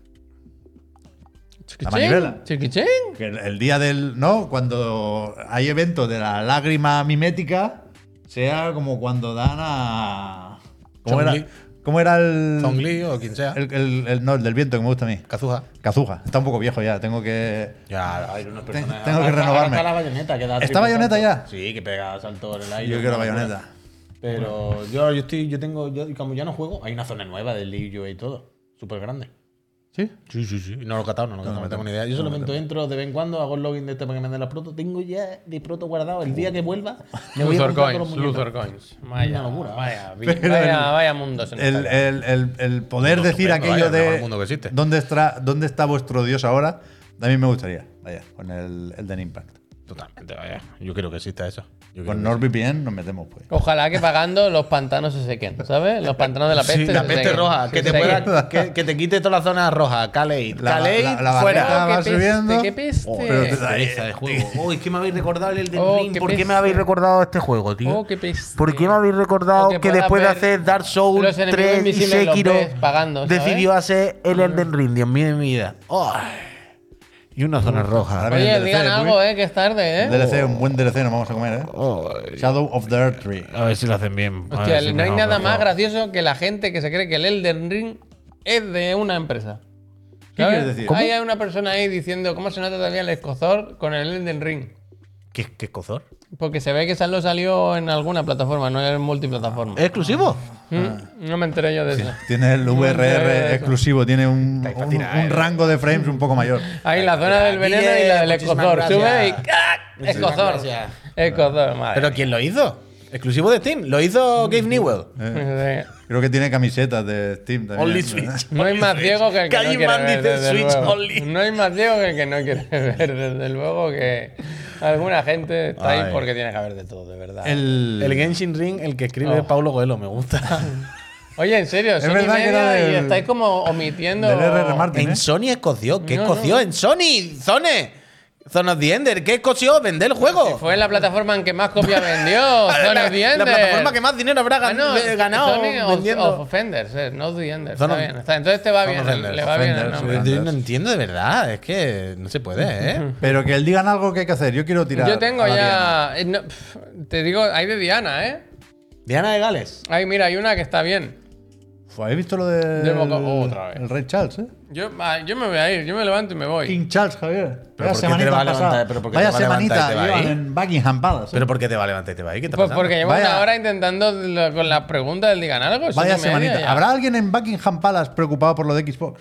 S3: Chiquichín,
S1: manivela.
S3: chiquichín.
S1: que el, el día del. ¿No? Cuando hay evento de la lágrima mimética, sea como cuando dan a. ¿Cómo era,
S4: Zhongli.
S1: cómo era el.
S4: Zhongli o quien sea.
S1: El, el- el- no, el del viento que me gusta a mí.
S4: Kazuha.
S1: Cazuja. Está un poco viejo ya, tengo que.
S4: Ya, hay unos
S1: te- tengo que
S2: Está
S1: renovarme.
S2: la bayoneta que da
S1: ¿Está
S2: triple
S1: bayoneta
S2: salto.
S1: ya?
S2: Sí, que pega salto en el aire.
S1: Yo quiero
S2: una locura.
S1: bayoneta.
S2: Pero yo, yo estoy, yo tengo, yo, como ya no juego, hay una zona nueva del Liu y todo. Súper grande.
S1: ¿Sí?
S4: Sí, sí, sí. No lo he catado, no lo he catado, no, tengo ni idea.
S2: Yo
S4: Yo solo
S2: solamente entro de vez en cuando, hago el login de este para que me den las proto. Tengo ya de proto guardado. El
S1: Uh.
S2: día que vuelva, me voy a
S3: Luthor
S2: comprar todos los
S3: Coins,
S2: muñecos.
S3: Luthor Coins. Vaya,
S2: Una locura.
S3: vaya, vi-
S1: Pero
S3: vaya,
S1: el-
S3: vaya mundo. se nos
S1: El,
S3: está
S1: el- el- el poder
S4: Mundo
S1: decir
S4: estupendo,
S1: aquello
S4: vaya, el mejor
S1: de.
S4: mundo que existe.
S1: ¿dónde, está, ¿Dónde está vuestro dios ahora? A mí me gustaría, vaya, con el, el del Impact.
S4: Totalmente, vaya. Yo quiero que exista eso. Yo creo
S1: Con
S4: que-
S1: NordVPN nos metemos, pues.
S3: Ojalá que pagando los pantanos se sequen, ¿sabes? Los pantanos de la
S4: Sí,
S3: peste.
S4: la
S3: se
S4: peste
S3: sequen,
S4: roja,
S3: se
S4: que te,
S3: sequen.
S4: pueda, que, que te quite toda la zona roja, Calais.
S1: La-
S4: Calais,
S1: la- la
S4: fuera.
S1: barrera va
S3: qué peste,
S1: subiendo.
S3: qué peste.
S1: Oh, pero te-
S4: Pereza de juego.
S2: Oh, es que me habéis recordado el del
S3: Oh,
S2: Ring.
S3: qué
S2: ¿Por qué
S3: peste.
S2: me habéis recordado este juego, tío?
S3: Oh, qué peste.
S2: ¿Por qué me habéis recordado
S3: O
S2: que,
S3: que
S2: después de
S3: puedas ver
S2: hacer Dark Souls
S3: los enemigos
S2: 3 y
S3: invisibles los
S2: Sekiro
S3: ves pagando, ¿sabes? Mm.
S2: decidió hacer el Elden Ring? Dios mío de mi vida. Ay. Y una
S3: Mm.
S2: zona roja.
S1: Ahora viene
S3: Oye,
S1: el
S3: digan
S1: DLC,
S3: algo,
S1: Puy.
S3: ¿eh? Que es tarde, ¿eh?
S1: El DLC, un buen DLC nos vamos a comer, ¿eh?
S2: Ay.
S1: Shadow of the Earth Tree.
S2: A ver si lo hacen bien. A
S3: Hostia,
S2: ver si
S3: no hay
S2: me-
S3: nada
S2: me-
S3: más gracioso que la gente que se cree que el Elden Ring es de una empresa.
S1: ¿Qué
S3: ¿Sabes?
S1: quieres decir?
S3: Ahí hay una persona ahí diciendo cómo se nota todavía el escozor con el Elden Ring.
S4: ¿Qué, qué cozor?
S3: Porque se ve que lo salió en alguna plataforma, no en multiplataforma.
S2: ¿Es exclusivo?
S3: Mm, No me enteré yo de eso.
S1: Tiene el VRR exclusivo, tiene un, un- un rango de frames un poco mayor.
S3: Ahí la zona del
S2: Mira,
S3: veneno y la del
S2: Guille, muchísimas
S3: escozor. Sube y
S2: gracias.
S3: ¡cac!
S2: Muchísimas
S3: Escozor.
S2: gracias.
S3: Escozor, madre.
S4: ¿Pero quién lo hizo? Exclusivo de Steam. Lo hizo Gabe Newell.
S3: Sí.
S1: Creo que tiene camisetas de Steam también. ¿eh?
S4: Only Switch.
S3: No hay más ciego que el que no
S4: Calle
S3: quiere
S4: Man
S3: ver,
S4: dice
S3: desde
S4: Switch
S3: luego.
S4: only.
S3: No hay más ciego que el que no quiere ver, desde luego que alguna gente está ahí
S4: Ay.
S3: porque tiene que haber de todo, de verdad.
S1: El,
S4: El Genshin Ring, el que escribe
S3: Oh.
S4: Paulo Coelho, me gusta.
S3: Oye, en serio, son y
S1: verdad que era
S3: media y
S1: del-
S3: estáis como omitiendo...
S1: del RR Martin. ¿eh?
S4: en Sony escoció. ¿Qué
S3: No,
S4: escoció?
S3: no.
S4: En Sony, Zone. Zone of the Ender. ¿Qué escoció? Vender el juego.
S3: Fue la plataforma en que más copias vendió,
S4: La-
S3: Son
S4: la, la plataforma que más dinero habrá gan- eh, ganado vendiendo.
S3: Ah, of, Offenders, eh, no The Enders.
S4: Son
S3: Está
S4: of-
S3: bien, está- Entonces te va
S4: Son
S3: bien,
S4: Offenders,
S3: le va bien el
S1: Offenders,
S3: nombre.
S1: sí.
S4: Yo no entiendo de verdad. Es que no se puede, ¿eh?
S1: Pero que él digan algo que hay que hacer. Yo quiero tirar.
S3: Yo tengo
S1: a la Diana.
S3: ya... eh, no, pf, te digo, hay de Diana, ¿eh?
S4: Diana de Gales.
S3: Ay, mira, hay una que está bien.
S1: Fue, ¿Habéis visto lo de.
S3: Yo me acuerdo otra vez.
S1: El Rey Charles, ¿eh?
S3: Yo, ah, yo me voy a ir, yo me levanto y me voy.
S1: King Charles, Javier.
S4: ¿por qué
S1: Vaya
S4: te
S1: semanita
S4: va a
S1: han pasado.
S4: levantar? ¿Pero por qué te
S1: Vaya
S4: va a levantar y
S1: semanita
S4: te va
S1: llevan
S4: ahí?
S1: en Buckingham Palace. ¿eh?
S4: ¿Pero por qué te va a levantar y te va ahí? ¿Qué te
S3: Pues
S4: pasa?
S3: porque llevo
S1: Vaya-
S3: una hora intentando lo- con la pregunta del digan algo. son
S1: Vaya
S3: y media
S1: semanita.
S3: ya.
S1: ¿Habrá alguien en Buckingham Palace preocupado por lo de Xbox?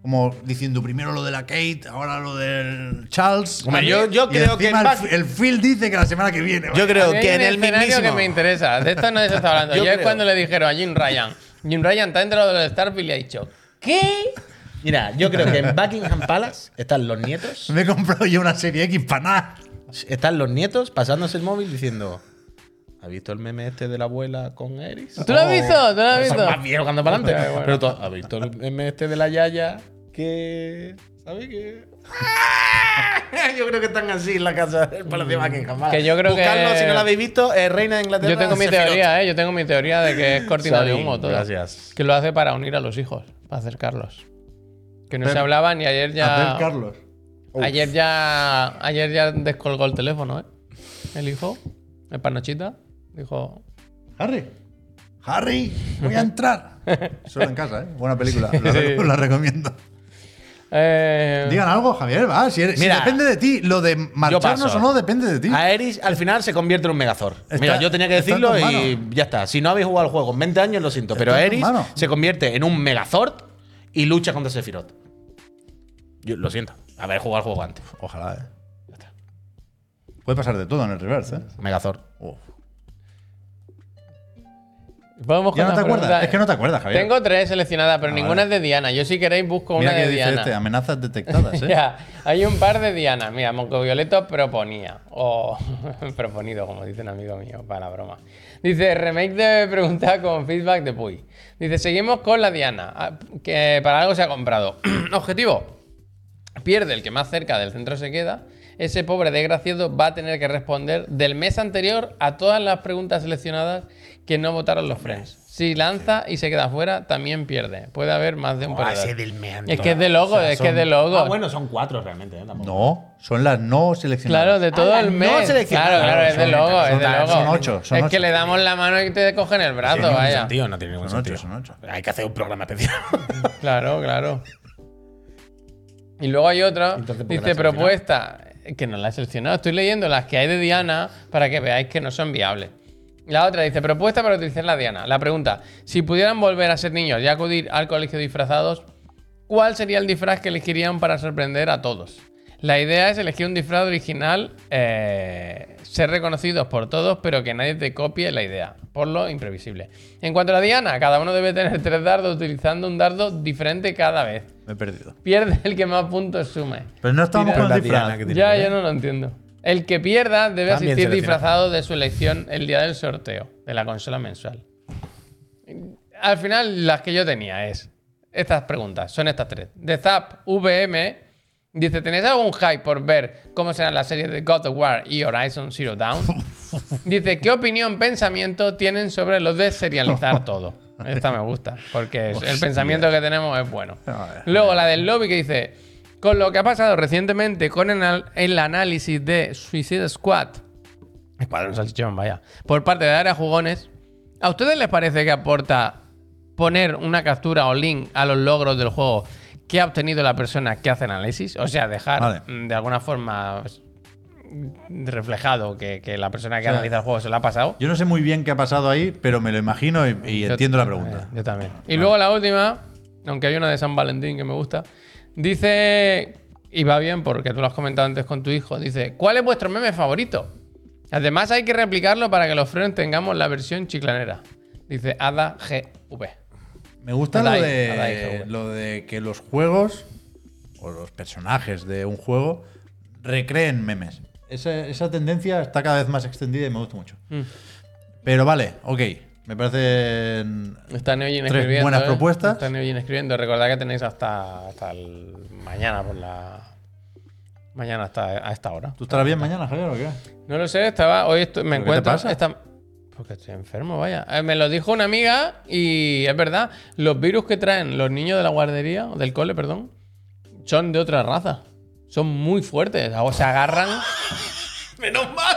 S1: Como diciendo primero lo de la Kate, ahora lo del Charles.
S4: Hombre,
S1: A mí-
S4: yo- yo
S1: y
S4: creo que
S1: encima
S4: el
S1: el,
S4: Buck-
S1: Fi- el Phil dice que la semana que viene.
S4: Yo
S1: vaya.
S4: creo
S3: Aquí hay
S4: que en
S3: un
S4: el
S3: escenario
S4: mismísimo.
S3: que me interesa. De esto no se está hablando.
S4: Yo
S3: Yo, es
S4: creo.
S3: cuando le dijeron a Jim Ryan. Jim Ryan está dentro de los Starfield y ha dicho.
S4: ¿Qué?
S2: Mira, yo creo que en Buckingham Palace están los nietos.
S1: Me he comprado yo una serie X para nada.
S4: Están los nietos pasándose el móvil diciendo. ¿Has visto el meme este de la abuela con Eris?
S3: ¿Tú
S2: Oh,
S3: lo has visto? ¿Tú lo has
S4: Son
S3: visto?
S4: más viejos que andan para
S3: Ya,
S4: adelante.
S3: bueno.
S4: Pero tú has visto el meme este de la Yaya que.
S2: ¿Sabes qué? yo creo que están así en la casa del Palacio de Buckingham. vale.
S3: Que yo creo que-
S2: Buscadlo, si no la habéis visto, es Reina de Inglaterra.
S3: Yo tengo mi
S2: Sephiroth.
S3: teoría, ¿eh? Yo tengo mi teoría de que es cortina de
S4: Sabin,
S3: humo todo.
S4: gracias.
S3: Que lo hace para unir a los hijos, para acercarlos. Que no
S1: Pero-
S3: se hablaban y ayer
S1: A
S3: ya.
S1: ver, Carlos.
S3: Ayer ya. Ayer ya descolgó el teléfono, ¿eh? El hijo, el panochita, dijo.
S1: Harry. Harry, voy a entrar. Solo en casa, ¿eh? Buena película. La,
S3: Sí.
S1: la recomiendo.
S3: Eh,
S1: Digan algo, Javier, va. Si, eres- si
S2: Mira,
S1: depende de ti. Lo de marcharnos
S2: paso.
S1: o no depende de ti.
S2: Aerys al final se convierte en un Megazord.
S1: Está-
S2: Mira, yo tenía que
S1: está en tus
S2: decirlo y
S1: manos.
S2: ya está. Si no habéis jugado al juego en 20 años, lo siento. Pero
S1: Está en tus
S2: Aerys
S1: manos.
S2: se convierte en un Megazord y lucha contra Sephiroth. Yo, lo siento. Haber jugado al juego antes.
S1: Ojalá, ¿eh? Puede pasar de todo en el reverse, ¿eh?
S2: Megazord.
S1: Uf.
S3: Vamos con
S1: Ya no
S3: las
S1: te acuerdas.
S3: preguntas.
S1: Es que no te acuerdas, Javier.
S3: eh. Tengo tres seleccionadas, pero ninguna es de Diana. Yo, si queréis, busco
S1: Mira
S3: una
S1: que
S3: de
S1: dice
S3: Diana.
S1: este, amenazas detectadas, ¿eh?
S3: Ya, hay un par de Diana. Mira, Monco Violeto proponía. O proponido, como dice un amigo mío, para la broma. Dice, remake de pregunta con feedback de Puy. Dice, seguimos con la Diana, ah, que para algo se ha comprado. Objetivo. Pierde el que más cerca del centro se queda. Ese pobre desgraciado va a tener que responder del mes anterior a todas las preguntas seleccionadas que no votaron los friends. Si lanza y se queda fuera, también pierde. Puede haber más de un
S2: Ah,
S3: perdedor.
S2: ese del me han
S3: Es que es de logo,
S2: O sea,
S3: es
S2: son-
S3: que es de logo.
S2: Ah, bueno, son cuatro realmente. ¿eh? Tampoco.
S1: No, son las no
S3: Claro,
S1: seleccionadas.
S3: de todo
S2: Ah,
S3: el
S2: no
S3: mes.
S2: seleccionado.
S3: claro, claro, es de
S2: Son-
S3: logo, es de
S1: son-
S3: logo.
S1: son ocho, son
S3: es
S1: ocho.
S3: que le damos la mano y te cogen el brazo,
S2: No tiene ningún
S3: vaya.
S2: sentido, no tiene ningún
S1: Son ocho,
S2: sentido.
S1: son ocho.
S2: Hay que hacer un programa especial.
S3: Claro, claro. Y luego hay otra,
S2: Entonces, ¿por qué la
S3: dice
S2: has seleccionado?
S3: propuesta, que no la he seleccionado. Estoy leyendo las que hay de Diana para que veáis que no son viables. La otra dice propuesta para utilizar la Diana. La pregunta, si pudieran volver a ser niños y acudir al colegio disfrazados, ¿cuál sería el disfraz que elegirían para sorprender a todos? La idea es elegir un disfraz original, eh, ser reconocidos por todos, pero que nadie te copie la idea, por lo imprevisible. En cuanto a la Diana, cada uno debe tener tres dardos utilizando un dardo diferente cada vez.
S1: Me he perdido.
S3: Pierde el que más puntos sume.
S1: Pero no estábamos
S3: Tira-
S1: con el disfraz.
S2: Diana, que
S3: Ya, yo no lo entiendo. El que pierda
S2: También
S3: debe asistir
S2: seleccionado.
S3: disfrazado de su elección el día del sorteo de la consola mensual. Al final, las que yo tenía es estas preguntas, son estas tres. De Zap VM dice: ¿Tenéis algún hype por ver cómo serán las series de God of War y Horizon Zero Dawn? Dice: ¿Qué opinión, pensamiento tienen sobre lo de serializar todo? Esta me gusta, porque es- el pensamiento que tenemos es bueno.
S1: Joder.
S3: Luego la del lobby que dice: Con lo que ha pasado recientemente con el, anal- el análisis de Suicide Squad, Escuadrón Salchichón, vaya. Por parte de Área Jugones, ¿a ustedes les parece que aporta poner una captura o link a los logros del juego que ha obtenido la persona que hace análisis? O sea, dejar
S1: Vale.
S3: mm, de alguna forma pues, mm, reflejado que, que la persona que
S1: sea,
S3: analiza el juego se lo ha pasado.
S1: Yo no sé muy bien qué ha pasado ahí, pero me lo imagino y, y
S3: Yo-
S1: entiendo la pregunta.
S3: Yo también. eh. Ah. Y luego la última, aunque hay una de San Valentín que me gusta, dice, y va bien porque tú lo has comentado antes con tu hijo, dice, ¿cuál es vuestro meme favorito? Además hay que replicarlo para que los frenos tengamos la versión chiclanera. Dice Ada GV.
S1: Me gusta lo
S3: Adai, Adai,
S1: de,
S3: joder.
S1: lo de que los juegos o los personajes de un juego recreen memes. Esa, esa tendencia está cada vez más extendida y me gusta mucho.
S3: Mm.
S1: Pero vale, ok. Me parecen
S3: Está Neojin
S1: Tres
S3: escribiendo.
S1: buenas
S3: ¿eh?
S1: propuestas.
S3: Está Neojin escribiendo. Recordad que tenéis hasta, hasta el mañana por la... Mañana hasta a esta hora.
S1: ¿Tú estarás bien mañana, Javier, o qué?
S3: No lo sé, estaba. Hoy estoy- me
S1: ¿Pero qué te
S3: encuentro.
S1: pasa?
S3: esta- porque estoy enfermo, vaya. Eh, me lo dijo una amiga y es verdad. Los virus que traen los niños de la guardería, o del cole, perdón, son de otra raza. Son muy fuertes. O se agarran.
S2: Menos mal.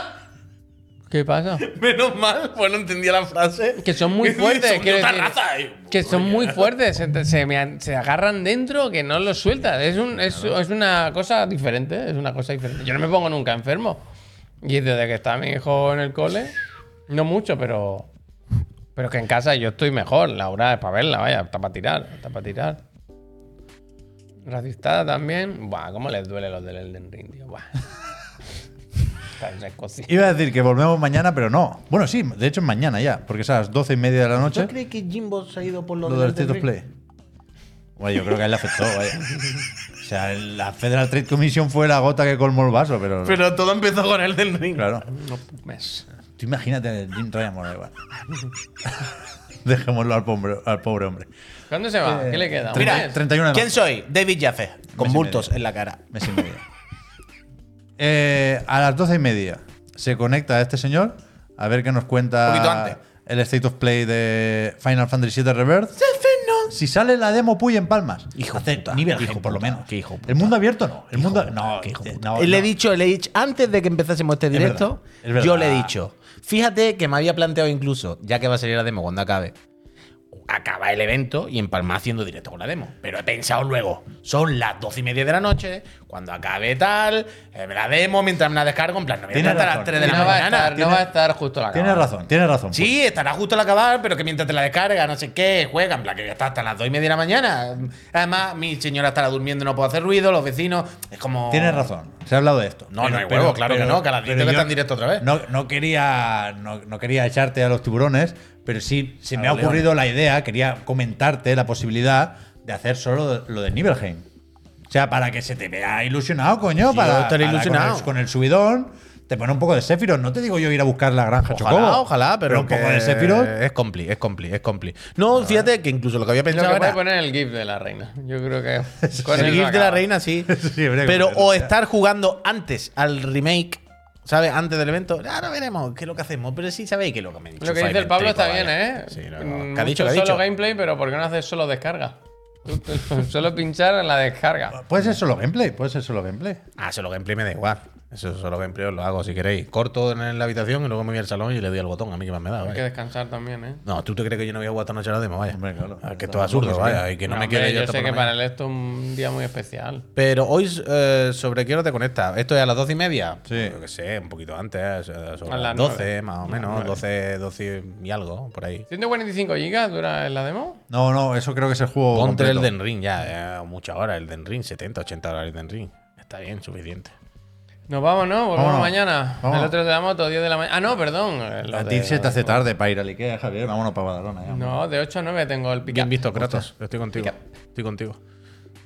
S3: ¿Qué pasa?
S2: Menos mal. Pues no entendía la frase.
S3: Que son muy
S2: Son
S3: fuertes.
S2: de
S3: quiero
S2: otra
S3: decir,
S2: raza, eh.
S3: Que son muy fuertes. Se, se me an- se agarran dentro que no los sueltas. Es, un- es- es una cosa diferente. Es una cosa diferente. Yo no me pongo nunca enfermo. Y desde que está mi hijo en el cole, no mucho, pero. Pero que en casa yo estoy mejor. Laura es para verla, vaya, está para tirar, está para tirar. Racistada también. Buah, cómo les duele los del Elden Ring, tío. Buah. Claro, esa es cocina.
S1: Iba a decir que volvemos mañana, pero no. Bueno, sí, de hecho es mañana ya, porque es a las doce y media de la noche.
S2: ¿Tú crees que Jimbo se ha ido por lo,
S1: Lo del State of Play. Bueno, yo creo que a él le afectó, vaya. O sea, la Federal Trade Commission fue la gota que colmó el vaso, pero.
S2: Pero todo empezó con el del ring.
S1: claro.
S3: No, mes.
S1: Tú imagínate el Jim Ryan Moreover. Dejémoslo al pobre, al pobre hombre.
S3: ¿Cuándo se
S2: Eh,
S3: va? ¿Qué le queda? ¿Un
S1: Mira,
S3: mes?
S1: 31 de
S2: ¿Quién
S1: marzo.
S2: soy? David Jaffe, con
S1: Mes y
S2: bultos
S1: medio.
S2: en la cara.
S1: Mes y medio. Eh, a las 12 y media se conecta este señor a ver qué nos
S2: Un poquito antes.
S1: cuenta el State of Play de Final Fantasy VII Rebirth. Si sale la demo Puy en Palmas,
S2: Hijo
S1: hace
S2: puta,
S1: nivel
S2: hijo
S1: gen, por lo
S2: puta,
S1: menos.
S2: qué hijo puta.
S1: el mundo abierto no. El
S2: Hijo
S1: mundo.
S2: puta,
S1: no,
S2: qué hijo
S1: eh,
S2: puta.
S1: no,
S2: Él le he
S1: no.
S2: dicho, le he dicho, antes de que empezásemos este
S1: verdad,
S2: directo,
S1: es verdad.
S2: yo le he dicho, fíjate que me había planteado incluso, ya que va a salir la demo cuando acabe, acaba el evento y en Palma haciendo directo con la demo. Pero he pensado luego, son las doce y media de la noche, cuando acabe tal, eh, la demo, mientras me la descargo, en plan, no voy a
S1: Tienes
S2: estar hasta
S1: razón,
S2: las 3 de la
S3: no, va a
S2: mañana.
S3: estar, no va a estar justo la
S1: Tienes
S3: cámara.
S1: razón, tienes razón. Puy.
S2: Sí, estará justo al acabar, pero que mientras te la descarga, no sé qué, juega, en plan que ya está hasta las 2 y media de la mañana. Además, mi señora estará durmiendo, no puedo hacer ruido, los vecinos. Es como.
S1: Tienes razón. Se ha hablado de esto.
S2: No, no hay huevo, claro que no, que a las diez tengo
S1: yo
S2: que estar en directo otra vez.
S1: No, no quería, no, no quería echarte a los tiburones, pero sí se me ha
S2: los leones.
S1: ocurrido la idea, quería comentarte la posibilidad de hacer solo lo de Nibelheim. O sea, para que se te vea ilusionado, coño.
S2: Sí,
S1: para
S2: yo estaré
S1: para con
S2: ilusionado.
S1: el- Con el, subidón, te pone un poco de Sephiroth. No te digo yo ir a buscar la granja
S2: Ojalá,
S1: Chocobo.
S2: ojalá, pero,
S1: un poco
S2: que
S1: de Sephiroth.
S2: Es compli, es compli, es compli. No, fíjate que incluso lo que había
S3: Lo
S2: pensado
S3: que puede
S2: era
S3: poner el GIF de la reina. Yo creo que. con
S2: el
S3: eso
S2: GIF de
S3: acaba.
S2: la reina, sí.
S1: Sí, habría que
S2: pero
S1: ponerlo,
S2: o
S1: ya.
S2: estar jugando antes al remake, ¿sabes? Antes del evento. Ahora veremos qué es lo que hacemos, pero sí sabéis qué es lo que me he dicho.
S3: Lo que dice el Pablo está bien, ¿eh?
S2: Sí, no,
S3: Mm,
S2: ¿Qué ha dicho? ¿Qué ha
S3: mucho
S2: dicho?
S3: solo gameplay, pero ¿por qué no haces solo descarga? Tú- tú- solo pinchar en la descarga.
S1: Puede ser solo gameplay, puede ser solo gameplay.
S2: Ah, solo gameplay me da igual. Eso solo gameplay os lo hago si queréis. Corto en la habitación y luego me voy al salón y le doy al botón. A mí que más me da,
S3: Hay que
S2: vaya.
S3: descansar también, ¿eh?
S2: No, ¿tú te crees que yo no voy a jugar esta noche a la demo? Vaya.
S1: Hombre, claro.
S2: Ah, que esto es absurdo, vaya. Y que no, me
S3: hombre,
S2: quede yo
S3: Yo
S2: hasta
S3: sé
S2: por
S3: que
S2: la
S3: para
S2: mañana.
S3: él esto es un día muy especial.
S2: Pero hoy, eh, ¿sobre qué hora te conectas? ¿Esto es a las 12 y media?
S1: Sí.
S2: Yo que sé, un poquito antes, eh, sobre
S3: A
S2: las
S3: las
S2: 12
S3: nueve.
S2: más o
S3: Las
S2: menos,
S3: nueve.
S2: 12, 12 y algo, por ahí.
S3: 145 gigas dura la demo.
S1: No, no, eso creo que es el juego.
S2: Contra el
S1: completo.
S2: Den Ring ya, eh, muchas horas el Den Ring, 70, 80 horas el Den Ring. Está bien, suficiente.
S3: Nos vamos, ¿no? Volvemos
S1: Vámonos.
S3: mañana.
S1: Vámonos.
S3: El otro de la moto, 10 de la mañana. Ah, no, perdón. eh, lo
S1: A
S3: de-
S1: ti se te hace tarde para ir al Ikea, Javier. Vámonos para Badalona. ya, hombre.
S3: No, de 8 a 9 tengo el pick
S2: Bien visto, Kratos. Estoy contigo. Estoy contigo.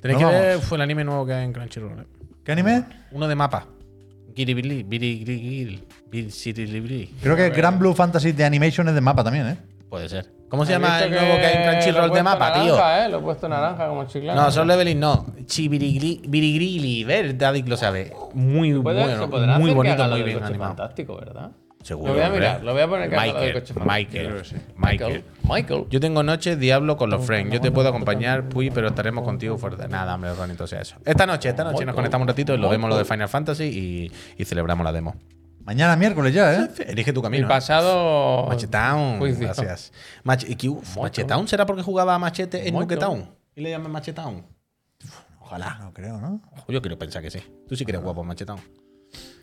S2: Tenéis
S1: Nos
S2: que ver
S1: vamos.
S2: fue el anime nuevo que hay en Crunchyroll. eh.
S1: ¿Qué anime?
S2: Uno de mapa. Giribili, birigirigil, birigiribili.
S1: Creo que Grand Blue Fantasy de Animation es de mapa también, ¿eh?
S2: Puede ser. ¿Cómo se llama el nuevo que hay en Crunchyroll de mapa, tío?
S3: tío. Lo he puesto naranja como chiclana.
S2: No, son leveling no. Chibirigli, ver, Daddy lo sabe. Muy
S3: Puede- se
S2: bueno,
S3: podrá hacer
S2: muy
S3: que
S2: bonito,
S3: haga lo
S2: muy
S3: del
S2: bien
S3: coche
S2: animado.
S3: Fantástico, ¿verdad?
S2: Seguro.
S3: Lo voy a
S2: hombre.
S3: mirar, lo voy a poner que haga lo del
S2: Michael,
S3: coche
S2: Michael, Michael,
S3: Michael. Michael.
S2: Yo tengo noche Diablo con los friends. Yo te puedo acompañar, Puy, pero estaremos contigo fuerte. Nada, hombre, Ronito, sea eso. Esta noche, esta noche nos conectamos un ratito y lo vemos lo de Final Fantasy y, y celebramos la demo.
S1: Mañana miércoles ya, ¿eh?
S2: Elige tu
S3: El
S2: camino. ¿eh?
S3: pasado.
S2: Machetown.
S3: Juicio.
S2: Gracias. Mach y que, uf, Machetown será porque jugaba a Machete en Nuketown. Y le llaman Machetown. Ojalá.
S1: No creo, ¿no?
S2: Yo quiero pensar que sí. Tú sí que eres guapo, Machetown.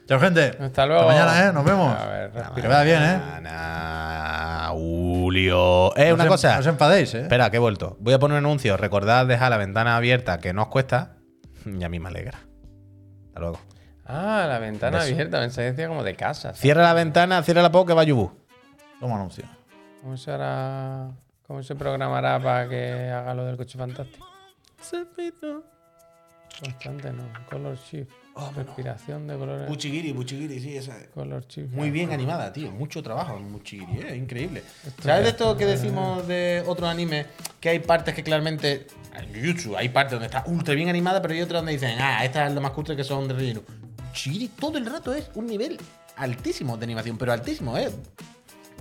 S1: Chao, gente.
S3: Hasta luego.
S1: mañana, ¿eh? Nos vemos.
S3: A ver, respira.
S1: que vaya bien, ¿eh?
S2: Ana, Julio. Eh,
S1: No
S2: una
S1: os em-
S2: cosa.
S1: No os enfadéis, ¿eh?
S2: Espera, que he vuelto. Voy a poner un anuncio. Recordad dejar la ventana abierta, que no os cuesta. Y a mí me alegra. Hasta luego.
S3: Ah, la ventana
S2: Beso.
S3: abierta. Pensé que decía como de casa.
S2: Cierra la ventana, cierra la poco que va Yubu.
S1: Toma anuncio.
S3: ¿Cómo se hará? ¿Cómo se programará para que haga lo del coche fantástico? Constante, no. Color shift. Respiración de colores.
S2: Buchigiri, Buchigiri, sí, esa es.
S3: Color shift.
S2: Muy bien animada, tío. Mucho trabajo en Buchigiri, eh, increíble. ¿Sabes de esto que decimos de otros animes? Que hay partes que claramente. En Jujutsu hay partes donde está ultra bien animada, pero hay otras donde dicen, ah, estas es lo más cutre que son de relleno. Buchigiri todo el rato es un nivel altísimo de animación, pero altísimo, ¿eh?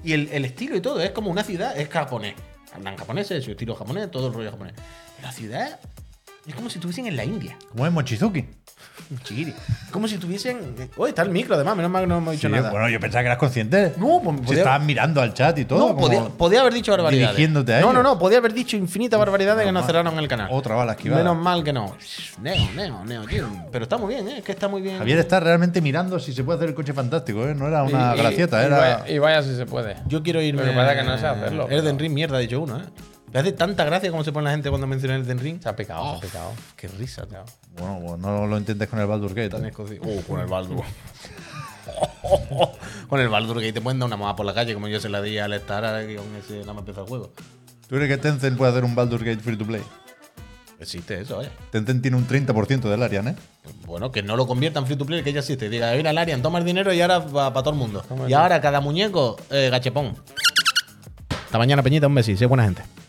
S2: Y el, el estilo y todo, es como una ciudad, es japonés. Hablan japoneses, su estilo japonés, todo el rollo japonés. La ciudad es como si estuviesen en la India.
S1: ¿Cómo es Mochizuki?
S2: Chigiri. Como si tuviesen. Oye, está el micro, además, menos mal que no hemos dicho
S1: Sí,
S2: nada.
S1: Bueno, yo pensaba que eras consciente.
S2: No, pues,
S1: Si
S2: podía-
S1: estabas mirando al chat y todo.
S2: no, podía,
S1: como-
S2: podía haber dicho barbaridades.
S1: dirigiéndote a
S2: no, no,
S1: ellos.
S2: no, podía haber dicho infinita barbaridad de que
S1: Menos
S2: nos
S1: mal.
S2: cerraron el canal.
S1: Otra bala esquivada.
S2: Menos mal que no. Neo, neo, neo, tío. Pero está muy bien, ¿eh? Es que está muy bien.
S1: Javier está realmente mirando si se puede hacer el coche fantástico, ¿eh? No era una
S3: Y- y-
S1: gracieta,
S3: y
S1: era.
S3: vaya- Y vaya si se puede.
S2: Yo quiero irme.
S3: Lo que pasa es que no sé hacerlo,
S2: Elden
S3: pero-
S2: Ring, mierda, ha dicho uno, ¿eh? Me hace tanta gracia como se pone la gente cuando menciona Elden Ring.
S3: Se ha picado, se ha picado.
S2: Qué risa, tío.
S1: Bueno, pues no lo intentes con el Baldur's Gate.
S2: Tan
S1: ¿eh?
S2: escocido. Uh, con el Baldur. con el Baldur que ahí te pueden dar una mamá por la calle, como yo se la di al estar ahora que con ese nada más empieza el juego.
S1: ¿Tú crees que Tencent puede hacer un Baldur's Gate free to play?
S2: Existe eso, oye.
S1: Tencent tiene un 30% del área, ¿eh?
S2: Bueno, que no lo conviertan free to play, que ya existe. Diga, mira, Larian, toma el dinero y ahora para todo el mundo. Y ahora cada muñeco, eh, gachepón. Hasta mañana, Peñita. Un besito. Sé buena gente.